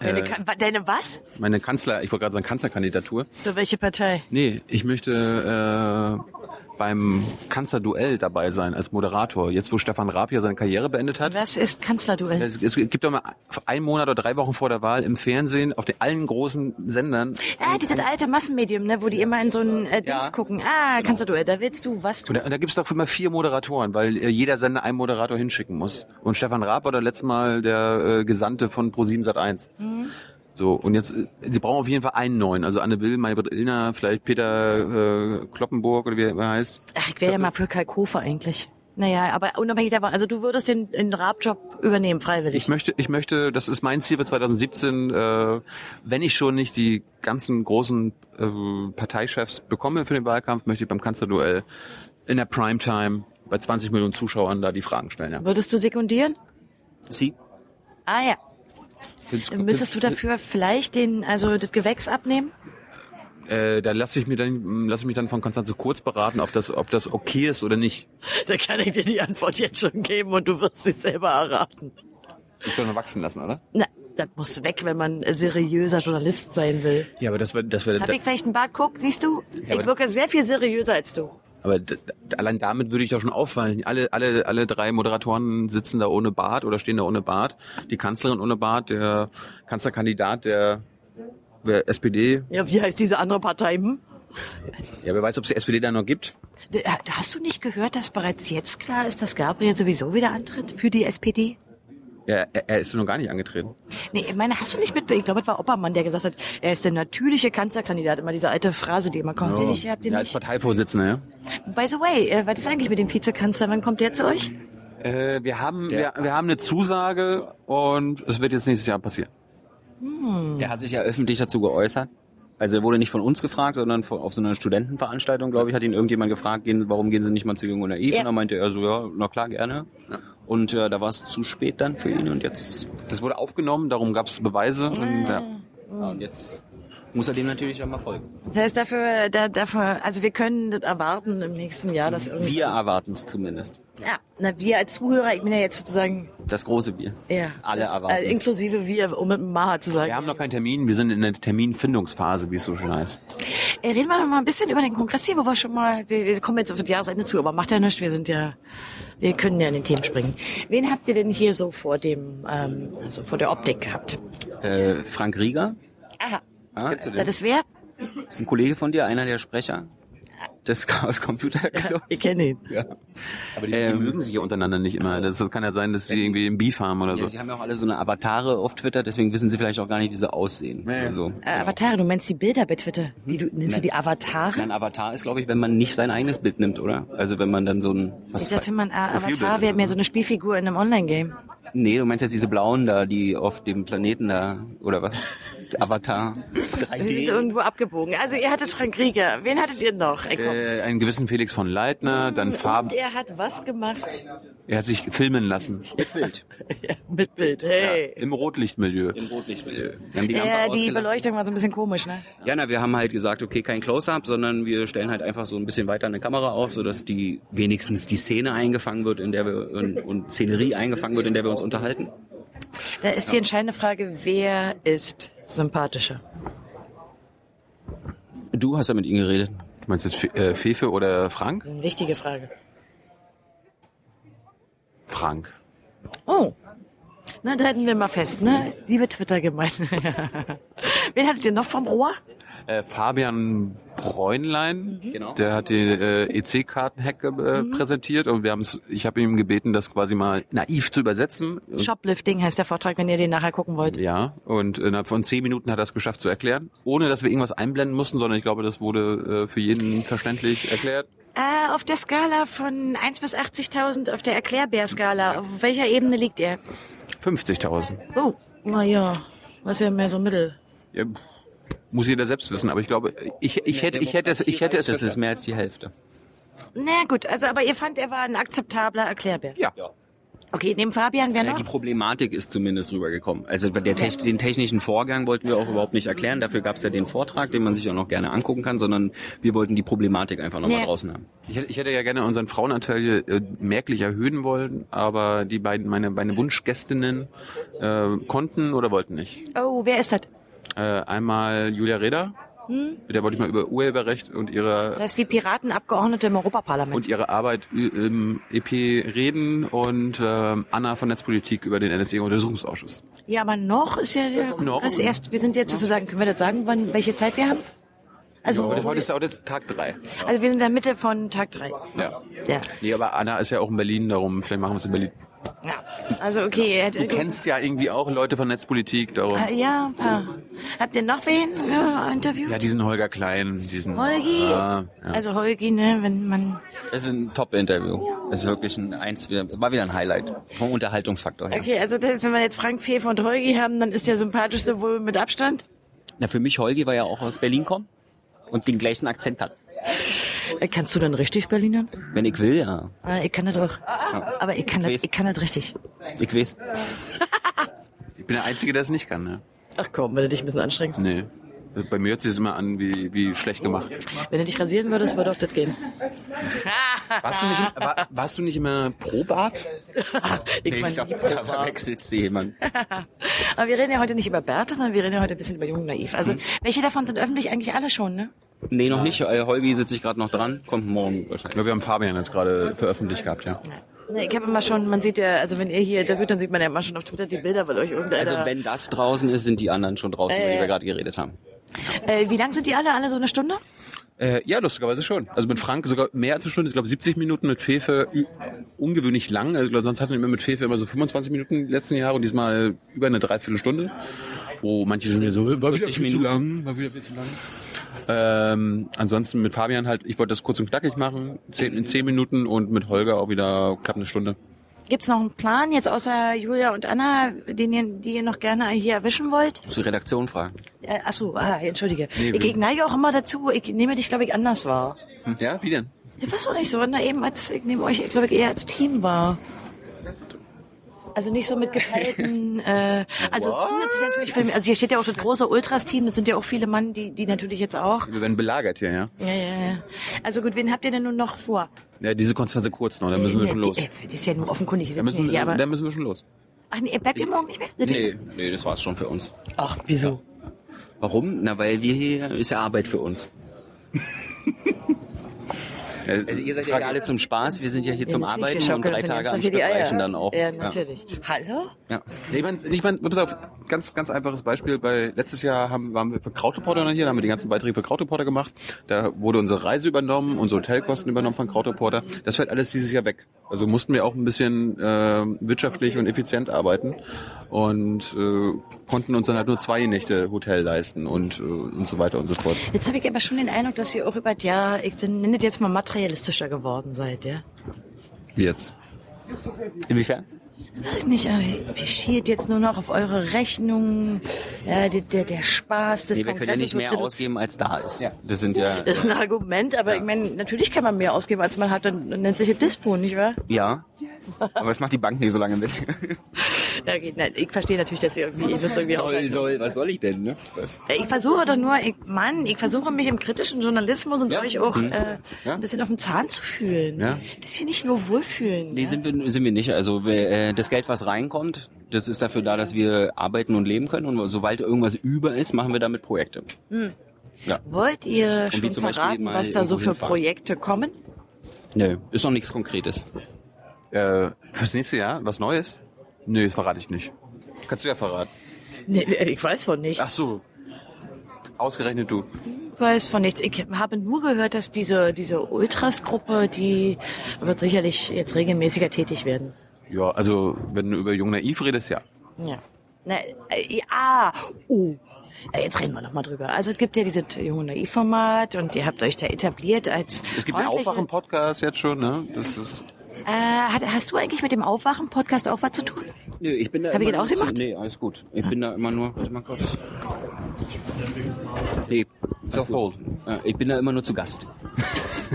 Deine, Äh. Ka- wa- deine was? Meine Kanzler, ich wollte gerade sagen Kanzlerkandidatur. Für welche Partei? Nee, ich möchte äh, beim Kanzlerduell dabei sein als Moderator. Jetzt, wo Stefan Raab ja seine Karriere beendet hat. Das ist Kanzlerduell. Es, es gibt doch mal einen Monat oder drei Wochen vor der Wahl im Fernsehen auf den allen großen Sendern. Ah, dieses alte Massenmedium, ne, wo die immer in so ein äh, Dings Ja. gucken. Ah, Kanzlerduell, da willst du was Und da, und da gibt es doch immer vier Moderatoren, weil äh, jeder Sender einen Moderator hinschicken muss. Und Stefan Raab war der letzte Mal der äh, Gesandte von Pro7 1. Mhm. So, und jetzt, äh, sie brauchen auf jeden Fall einen neuen. Also Anne Will, Maybrit Illner, vielleicht Peter äh, Kloppenburg oder wie er immer heißt. Ach, ich wäre ja mal für Kalkofe eigentlich. Naja, aber unabhängig davon, also du würdest den, den Rabjob übernehmen, freiwillig. Ich möchte, ich möchte, das ist mein Ziel für 2017, äh, wenn ich schon nicht die ganzen großen äh, Parteichefs bekomme für den Wahlkampf, möchte ich beim Kanzlerduell in der Primetime bei 20 Millionen Zuschauern da die Fragen stellen. Ja. Würdest du sekundieren? Sie? Ah ja. Find's- Müsstest du dafür vielleicht den, also das Gewächs abnehmen? Äh, da lasse ich mir dann lasse ich mich dann von Konstanze Kurz beraten, ob das ob das okay ist oder nicht. Da kann ich dir die Antwort jetzt schon geben und du wirst sie selber erraten. Ich soll noch wachsen lassen, oder? Na, das muss weg, wenn man seriöser Journalist sein will. Ja, aber das wäre das wäre Hab ich vielleicht einen Bart guckt, siehst du? aber- ich wirke sehr viel seriöser als du. aber d- d- allein damit würde ich doch schon auffallen. Alle alle alle drei Moderatoren sitzen da ohne Bart oder stehen da ohne Bart. Die Kanzlerin ohne Bart, der Kanzlerkandidat der der SPD. Ja, wie heißt diese andere Partei? Hm? Ja, wer weiß, ob es die SPD da noch gibt. D- Hast du nicht gehört, dass bereits jetzt klar ist, dass Gabriel sowieso wieder antritt für die SPD? Ja, er, er ist noch gar nicht angetreten. Nee, ich meine, hast du nicht mitbekommen? Ich glaube, es war Oppermann, der gesagt hat, er ist der natürliche Kanzlerkandidat. Immer diese alte Phrase, die immer kommt. Den ich, den ja, als ich. Parteivorsitzender, ja. By the way, äh, was ist eigentlich mit dem Vizekanzler? Wann kommt der zu euch? Äh, wir haben wir, wir haben eine Zusage und es wird jetzt nächstes Jahr passieren. Der hat sich ja öffentlich dazu geäußert. Also er wurde nicht von uns gefragt, sondern von, auf so einer Studentenveranstaltung, glaube ich, hat ihn irgendjemand gefragt, gehen, warum gehen Sie nicht mal zu Jung und Naiv? Ja. Und da meinte er so, ja, na klar, gerne. Und äh, da war es zu spät dann für ihn und jetzt, Ah. Das wurde aufgenommen, darum gab es Beweise und ja. ja, und jetzt muss er dem natürlich dann mal folgen. Das heißt, dafür, da, dafür, also wir können das erwarten im nächsten Jahr, dass irgendwie. Wir erwarten es zumindest. Ja, na, wir als Zuhörer, ich bin ja jetzt sozusagen, Das große Wir. ja. Alle erwarten Äh, inklusive wir, um mit dem Maha zu sagen. Wir haben noch keinen Termin, wir sind in der Terminfindungsphase, wie es so schön heißt. Äh, reden wir doch mal ein bisschen über den Kongress hier, wo wir schon mal, wir, wir kommen jetzt auf das Jahresende zu, aber macht ja nichts, wir sind ja, wir können ja in den Themen springen. Wen habt ihr denn hier so vor dem, ähm, also vor der Optik gehabt? Äh, Frank Rieger, Aha, ja, das ist wer? ist ein Kollege von dir, einer der Sprecher des Chaos Computer Clubs. Ich kenne ihn. Aber die, Ähm, mögen sich ja untereinander nicht immer. Das, das kann ja sein, dass die irgendwie im Beef haben oder Ja, so. sie Also, haben ja auch alle so eine Avatare auf Twitter, deswegen wissen sie vielleicht auch gar nicht, wie sie aussehen. Also, Äh, Avatare, du meinst die Bilder bei Twitter. Die, du, nennst du die Avatare? Ein Avatar ist, glaube ich, wenn man nicht sein eigenes Bild nimmt, oder? Also wenn man dann so ein... Ich Was dachte, man, äh, Avatar Profilbild wäre ist mehr so eine Spielfigur in einem Online-Game. nee, du meinst jetzt diese Blauen da, die auf dem Planeten da, oder was? Avatar Wir sind 3D. irgendwo abgebogen. Also ihr hattet Frank Rieger. Wen hattet ihr noch? Ey, komm. Äh, einen gewissen Felix von Leitner, dann Farben. Und er hat was gemacht? Er hat sich filmen lassen. Bild. Ja, mit Bild, hey. Im Rotlichtmilieu. Im Rotlichtmilieu. Wir haben die Ja, Lampe die ausgelassen. Beleuchtung war so ein bisschen komisch, ne? Ja, na, wir haben halt gesagt, okay, kein Close-Up, sondern wir stellen halt einfach so ein bisschen weiter eine Kamera auf, sodass die wenigstens die Szene eingefangen wird, in der wir und, und Szenerie eingefangen wird, in der wir uns unterhalten. Da ist die entscheidende Frage, wer ist sympathischer? Du hast ja mit ihm geredet. Du meinst jetzt Fe- äh, Fefe oder Frank? Eine wichtige Frage. Frank. Oh. Na, da hätten wir mal fest, ne? Liebe Twitter-Gemeinde. Wen hattet ihr noch vom Rohr? Äh, Fabian Bräunlein, Genau. der hat den äh, EC-Karten-Hack äh, präsentiert und wir haben's, ich habe ihm gebeten, das quasi mal naiv zu übersetzen. Und Shoplifting heißt der Vortrag, wenn ihr den nachher gucken wollt. Ja, und innerhalb von zehn Minuten hat er es geschafft zu erklären, ohne dass wir irgendwas einblenden mussten, sondern ich glaube, das wurde äh, für jeden verständlich erklärt. Äh, auf der Skala von 1 bis 80.000, auf der Erklärbär-Skala, auf welcher Ebene liegt er? 50.000. Oh, naja, was ja mehr so mittel. Ja, pff, muss jeder selbst wissen, aber ich glaube, ich, ich hätte, ich hätte es, ich hätte es, Das ist mehr als die Hälfte. Na gut, also aber ihr fand, er war ein akzeptabler Erklärbär. ja. Okay, neben Fabian, wer Ja, die noch? Problematik ist zumindest rübergekommen. Also der Techn- den technischen Vorgang wollten wir auch überhaupt nicht erklären. Dafür gab es ja den Vortrag, den man sich auch noch gerne angucken kann, sondern wir wollten die Problematik einfach nochmal Ja. draußen haben. Ich hätte, ich hätte ja gerne unseren Frauenanteil äh, merklich erhöhen wollen, aber die beiden, meine, meine Wunschgästinnen äh, konnten oder wollten nicht. Oh, wer ist das? Äh, einmal Julia Reda, mit der wollte ich mal über Urheberrecht und ihre Das ist die Piratenabgeordnete im Europaparlament. und ihre Arbeit ü- im EP reden und ähm, Anna von Netzpolitik über den NSE-Untersuchungsausschuss. Ja, aber noch ist ja der Kongress Noch. erst, wir sind jetzt sozusagen, können wir das sagen, wann, welche Zeit wir haben? Also, Heute heute ist ja auch jetzt Tag drei. also wir sind in der Mitte von Tag drei. Ja. Ja. Nee, aber Anna ist ja auch in Berlin, darum vielleicht machen wir es in Berlin. ja. Also okay. Du kennst ja irgendwie auch Leute von Netzpolitik, darum. Ah, Ja, ein paar. Habt ihr noch wen äh, interviewt? Ja, diesen Holger Klein, diesen. Holgi. Ja, ja. Also Holgi, ne, wenn man... Es ist ein Top-Interview. Es ist wirklich ein eins, war wieder ein Highlight vom Unterhaltungsfaktor her. Okay, also das ist, wenn wir jetzt Frank Fefe und Holgi haben, dann ist der sympathischste wohl mit Abstand. Na, für mich Holgi war ja auch aus Berlin kommen und den gleichen Akzent hat. Äh, Kannst du dann richtig Berliner? Wenn ich will, ja. Äh, Ich kann das auch. Aber ich kann das, ich kann das richtig. Ich weiß. Ich bin der Einzige, der es nicht kann, ne? Ach komm, wenn du dich ein bisschen anstrengst. Nee. Bei mir hört sich das immer an, wie, wie schlecht gemacht. Wenn du dich rasieren würdest, würde auch das gehen. Warst du nicht, war, warst du nicht immer Probat? Ah, Ich Nee, mein, ich glaube, da verwechselt sie jemand. aber wir reden ja heute nicht über Berthe, sondern wir reden ja heute ein bisschen über Jung und Naiv. Also, Hm. welche davon sind öffentlich eigentlich alle schon, ne? Nee, noch nicht. Äh, Holgi sitzt sich gerade noch dran. Kommt morgen wahrscheinlich. Ich glaube, wir haben Fabian jetzt gerade veröffentlicht gehabt, ja. Ne, Ich habe immer schon, man sieht ja, also wenn ihr hier interviewt, dann sieht man ja immer schon auf Twitter die Bilder, weil euch irgendeiner... Also wenn das draußen ist, sind die anderen schon draußen, über die wir gerade geredet haben. äh, wie lang sind die alle? Alle so eine Stunde? Äh, ja, lustigerweise schon. Also mit Frank sogar mehr als eine Stunde, ich glaube 70 Minuten, mit Fefe ü- ungewöhnlich lang. Also ich glaube, sonst hatten wir immer mit Fefe immer so 25 Minuten die letzten Jahre und diesmal über eine Dreiviertelstunde. Oh, manche sind mir so, war wieder viel zu lang, war wieder viel zu lang. Ähm, ansonsten mit Fabian halt, ich wollte das kurz und knackig machen, zehn, in 10 Minuten und mit Holger auch wieder knapp eine Stunde. Gibt's noch einen Plan jetzt außer Julia und Anna, den ihr, die ihr noch gerne hier erwischen wollt? Zur Redaktion fragen. Äh, ach so, ah, entschuldige. Nee, ich, wir- ich neige auch immer dazu, ich nehme dich, glaube ich, anders wahr. Hm. Ja, wie denn? Ich weiß auch nicht so, na eben als, ich nehme euch, glaube ich, eher als Team wahr. Also nicht so mit geteilten, äh, also zusätzlich natürlich, für, also hier steht ja auch das große Ultras-Team, das sind ja auch viele Mann, die, die natürlich jetzt auch. Wir werden belagert hier, ja. Ja, ja, ja. Also gut, wen habt ihr denn nun noch vor? Ja, diese Konstanze kurz noch, da müssen wir schon los. Die, äh, das ist ja nur offenkundig, ich Da sitze müssen, nicht hier, da aber, müssen wir schon los. ach nee, ihr bleibt ihr morgen nicht mehr? äh, Nee, nee, das war's schon für uns. Ach, wieso? Warum? Na, weil wir hier ist ja Arbeit für uns. Also ihr seid ja Frage- hier alle zum Spaß, wir sind ja hier zum Ja, natürlich, wir Arbeiten und schaukeln drei uns jetzt Tage doch am hier Stück die Eier reichen ab. dann auch. Ja, natürlich. Hallo? Ja. Nee, ich mein, ich mein, pass auf, ganz, ganz einfaches Beispiel. Bei letztes Jahr haben, waren wir für Krautreporter dann hier, da haben wir die ganzen Beiträge für Krautreporter gemacht. Da wurde unsere Reise übernommen, unsere Hotelkosten übernommen von Krautreporter. Das fällt alles dieses Jahr weg. Also mussten wir auch ein bisschen äh, wirtschaftlich und effizient arbeiten und äh, konnten uns dann halt nur zwei Nächte Hotel leisten und, äh, und so weiter und so fort. Jetzt habe ich aber schon den Eindruck, dass ihr auch über das Jahr, ich nenne das jetzt mal materialistischer geworden seid, ja? Wie jetzt? Inwiefern? Weiß ich nicht, äh, ihr schielt jetzt nur noch auf eure Rechnungen, äh, der, der, der Spaß des Nee, wir können ja Kongresses nicht wird mehr genutzt. ausgeben, als da ist. Das sind ja. Das ist ein Argument, aber ich meine, natürlich kann man mehr ausgeben, als man hat, dann dann nennt sich ein Dispo, nicht wahr? Ja. Aber das macht die Bank nicht so lange mit. Ja, geht, nein, ich verstehe natürlich, dass ihr irgendwie, ihr wisst irgendwie aufhalten. soll, was soll ich denn, ne? Ja, Ich versuche doch nur, ich, Mann, ich versuche mich im kritischen Journalismus und Ja. euch auch Mhm. äh, Ja. ein bisschen auf den Zahn zu fühlen. Ja. Das ist hier nicht nur Wohlfühlen. Nee, ja? sind wir, sind wir nicht. Also wir, äh, das Geld, was reinkommt, das ist dafür da, dass wir arbeiten und leben können. Und sobald irgendwas über ist, machen wir damit Projekte. Wollt ihr wie schon zum Beispiel verraten, mal was da so irgendwo für hinfahren. Projekte kommen? Nö, ist noch nichts Konkretes. Äh, fürs nächste Jahr? Was Neues? Nö, das verrate ich nicht. Kannst du ja verraten. Nee, äh, ich weiß von nichts. Ach so. Ausgerechnet du. Ich weiß von nichts. Ich habe nur gehört, dass diese, diese Ultras-Gruppe, die wird sicherlich jetzt regelmäßiger tätig werden. Ja, also wenn du über Jung Naiv redest, ja. Ja. Na, äh, ah, oh. Äh, Jetzt reden wir noch mal drüber. Also es gibt ja dieses junge Naiv-Format und ihr habt euch da etabliert als Es gibt einen freundliche- Aufwachen-Podcast jetzt schon, ne? Das ist, Äh, hat, hast du eigentlich mit dem Aufwachen-Podcast auch was zu tun? Nö, ich bin da Hab ich immer den nur zu- ausgemacht? Nee, alles gut. Ich bin da immer nur... Warte mal kurz. Nee, alles auf gut. hold. Ja, Ich bin Äh, da immer nur zu Gast.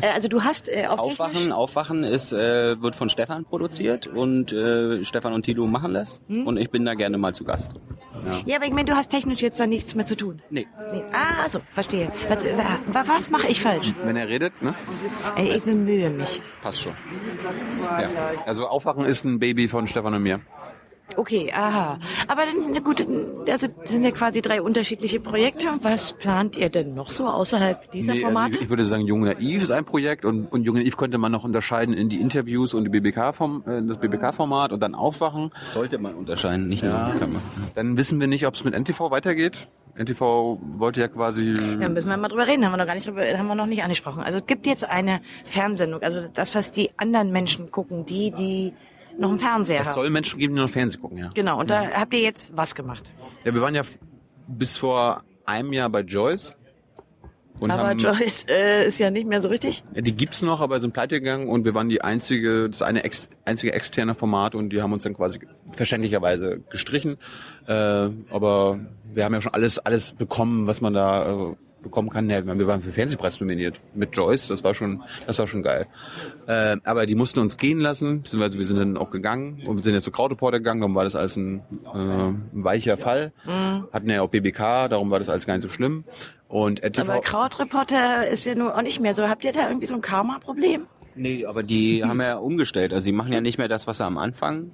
Äh, also du hast äh, auch Aufwachen, technisch... Aufwachen ist, äh, wird von Stefan produziert und äh, Stefan und Tilo machen das Hm? und ich bin da gerne mal zu Gast. Ja, aber ich meine, du hast technisch jetzt da nichts mehr zu tun. Nee. Nee. Ah, also, verstehe. Was, wa- was mache ich falsch? Wenn er redet, ne? Ey, ich bemühe mich. Passt schon. Ja. Also Aufwachen ist ein Baby von Stefan und mir. Okay, aha. Aber dann, na gut, also das sind ja quasi drei unterschiedliche Projekte. Und was plant ihr denn noch so außerhalb dieser Nee, Formate? Also ich, ich würde sagen, Jung Naiv ist ein Projekt und, und Jung Naiv könnte man noch unterscheiden in die Interviews und die BBK vom, äh, das BBK-Format und dann Aufwachen. Sollte man unterscheiden, nicht nur die Kamera. Dann wissen wir nicht, ob es mit NTV weitergeht. NTV wollte ja quasi... Da müssen wir mal drüber reden, haben wir noch gar nicht drüber, haben wir noch nicht angesprochen. Also es gibt jetzt eine Fernsehsendung, also das, was die anderen Menschen gucken, die, die noch einen Fernseher Es haben. soll Hm. Menschen geben, die noch Fernsehen gucken, ja. Genau, und da habt ihr jetzt was gemacht. Ja, wir waren ja f- bis vor einem Jahr bei Joyce. Und Aber haben, Joyce äh, ist ja nicht mehr so richtig. Ja, die gibt's noch, aber sind pleite gegangen und wir waren die einzige, das eine ex, einzige externe Format und die haben uns dann quasi verständlicherweise gestrichen. Äh, aber wir haben ja schon alles, alles bekommen, was man da äh, bekommen kann. Ja, ich meine, wir waren für Fernsehpreis nominiert mit Joyce, das war schon, das war schon geil. Äh, aber die mussten uns gehen lassen, beziehungsweise wir sind dann auch gegangen und wir sind jetzt zu Krauteporter gegangen, darum war das alles ein, äh, ein weicher Fall. Hatten ja auch BBK, darum war das alles gar nicht so schlimm. Und RTV Aber Krautreporter ist ja nun auch nicht mehr so. Habt ihr da irgendwie so ein Karma-Problem? Nee, aber die haben ja umgestellt. Also sie machen ja nicht mehr das, was sie am Anfang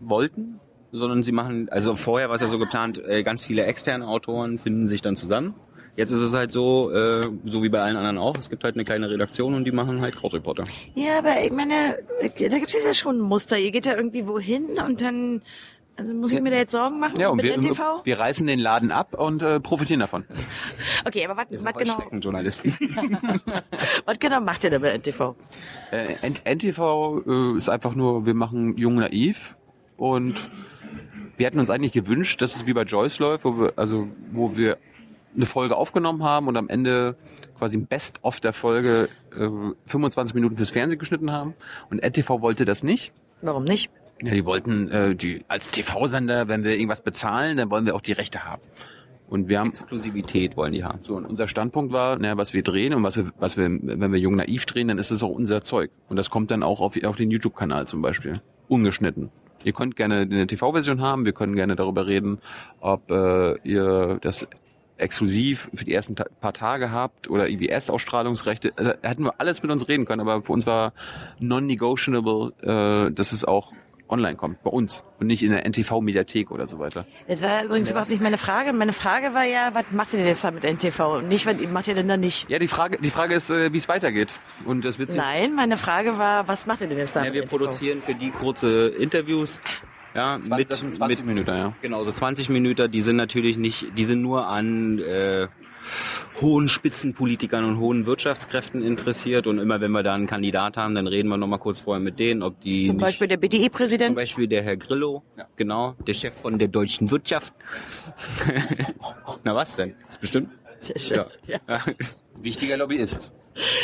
wollten, sondern sie machen, also vorher war es ja so geplant, äh, ganz viele externe Autoren finden sich dann zusammen. Jetzt ist es halt so, äh, so wie bei allen anderen auch, es gibt halt eine kleine Redaktion und die machen halt Krautreporter. Ja, aber ich meine, da gibt es ja schon ein Muster. Ihr geht ja irgendwie wohin und dann also muss ich mir da jetzt Sorgen machen Ja, und mit wir, NTV? wir reißen den Laden ab und äh, profitieren davon. okay, aber was, was, genau, Journalisten. was genau macht ihr da bei NTV? Äh, N- NTV äh, ist einfach nur, wir machen jung naiv und wir hatten uns eigentlich gewünscht, dass es wie bei Joyce läuft, wo wir, also, wo wir eine Folge aufgenommen haben und am Ende quasi ein Best-of der Folge äh, 25 Minuten fürs Fernsehen geschnitten haben. Und NTV wollte das nicht. Warum nicht? Ja, die wollten, äh, die als TV-Sender, wenn wir irgendwas bezahlen, dann wollen wir auch die Rechte haben. Und wir haben Exklusivität wollen die haben. So, und unser Standpunkt war, naja, was wir drehen und was wir, was wir, wenn wir jung naiv drehen, dann ist das auch unser Zeug. Und das kommt dann auch auf, auf den YouTube-Kanal zum Beispiel. Ungeschnitten. Ihr könnt gerne eine TV-Version haben, wir können gerne darüber reden, ob äh, ihr das exklusiv für die ersten ta paar Tage habt oder irgendwie Erstausstrahlungsrechte. Also, hätten wir alles mit uns reden können, aber für uns war non-negotiable, äh, dass es auch online kommt, bei uns und nicht in der NTV-Mediathek oder so weiter. Das war übrigens überhaupt nicht meine Frage. Meine Frage war ja, was macht ihr denn jetzt da mit NTV? Und nicht, was macht ihr denn da nicht? Ja, die Frage, die Frage ist, äh, wie es weitergeht. Und das wird sich Nein, meine Frage war, was macht ihr denn jetzt da Ja, mit wir NTV? produzieren für die kurze Interviews. Ja, mit, das sind 20 mit Minuten, ja. Genau, so 20 Minuten, die sind natürlich nicht, die sind nur an äh, hohen Spitzenpolitikern und hohen Wirtschaftskräften interessiert. Und immer wenn wir da einen Kandidat haben, dann reden wir nochmal kurz vorher mit denen, ob die Zum nicht- Beispiel der zum BDE-Präsident. Beispiel der Herr Grillo, genau, der Chef von der deutschen Wirtschaft. Na was denn? Ist bestimmt. Sehr schön. Ja. Wichtiger Lobbyist.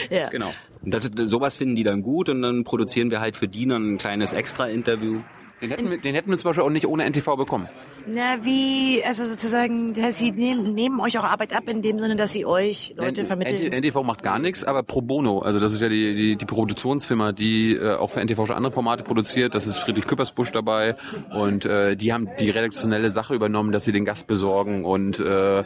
Ja. Genau. Und das, sowas finden die dann gut und dann produzieren wir halt für die dann ein kleines Extra-Interview. Den hätten, wir, den hätten wir zum Beispiel auch nicht ohne NTV bekommen. Na, wie, also sozusagen, das heißt, sie nehmen, nehmen euch auch Arbeit ab in dem Sinne, dass sie euch Leute vermitteln. NTV macht gar nichts, aber pro bono, also das ist ja die, die, die Produktionsfirma, die äh, auch für NTV schon andere Formate produziert, das ist Friedrich Küppersbusch dabei und äh, die haben die redaktionelle Sache übernommen, dass sie den Gast besorgen und äh,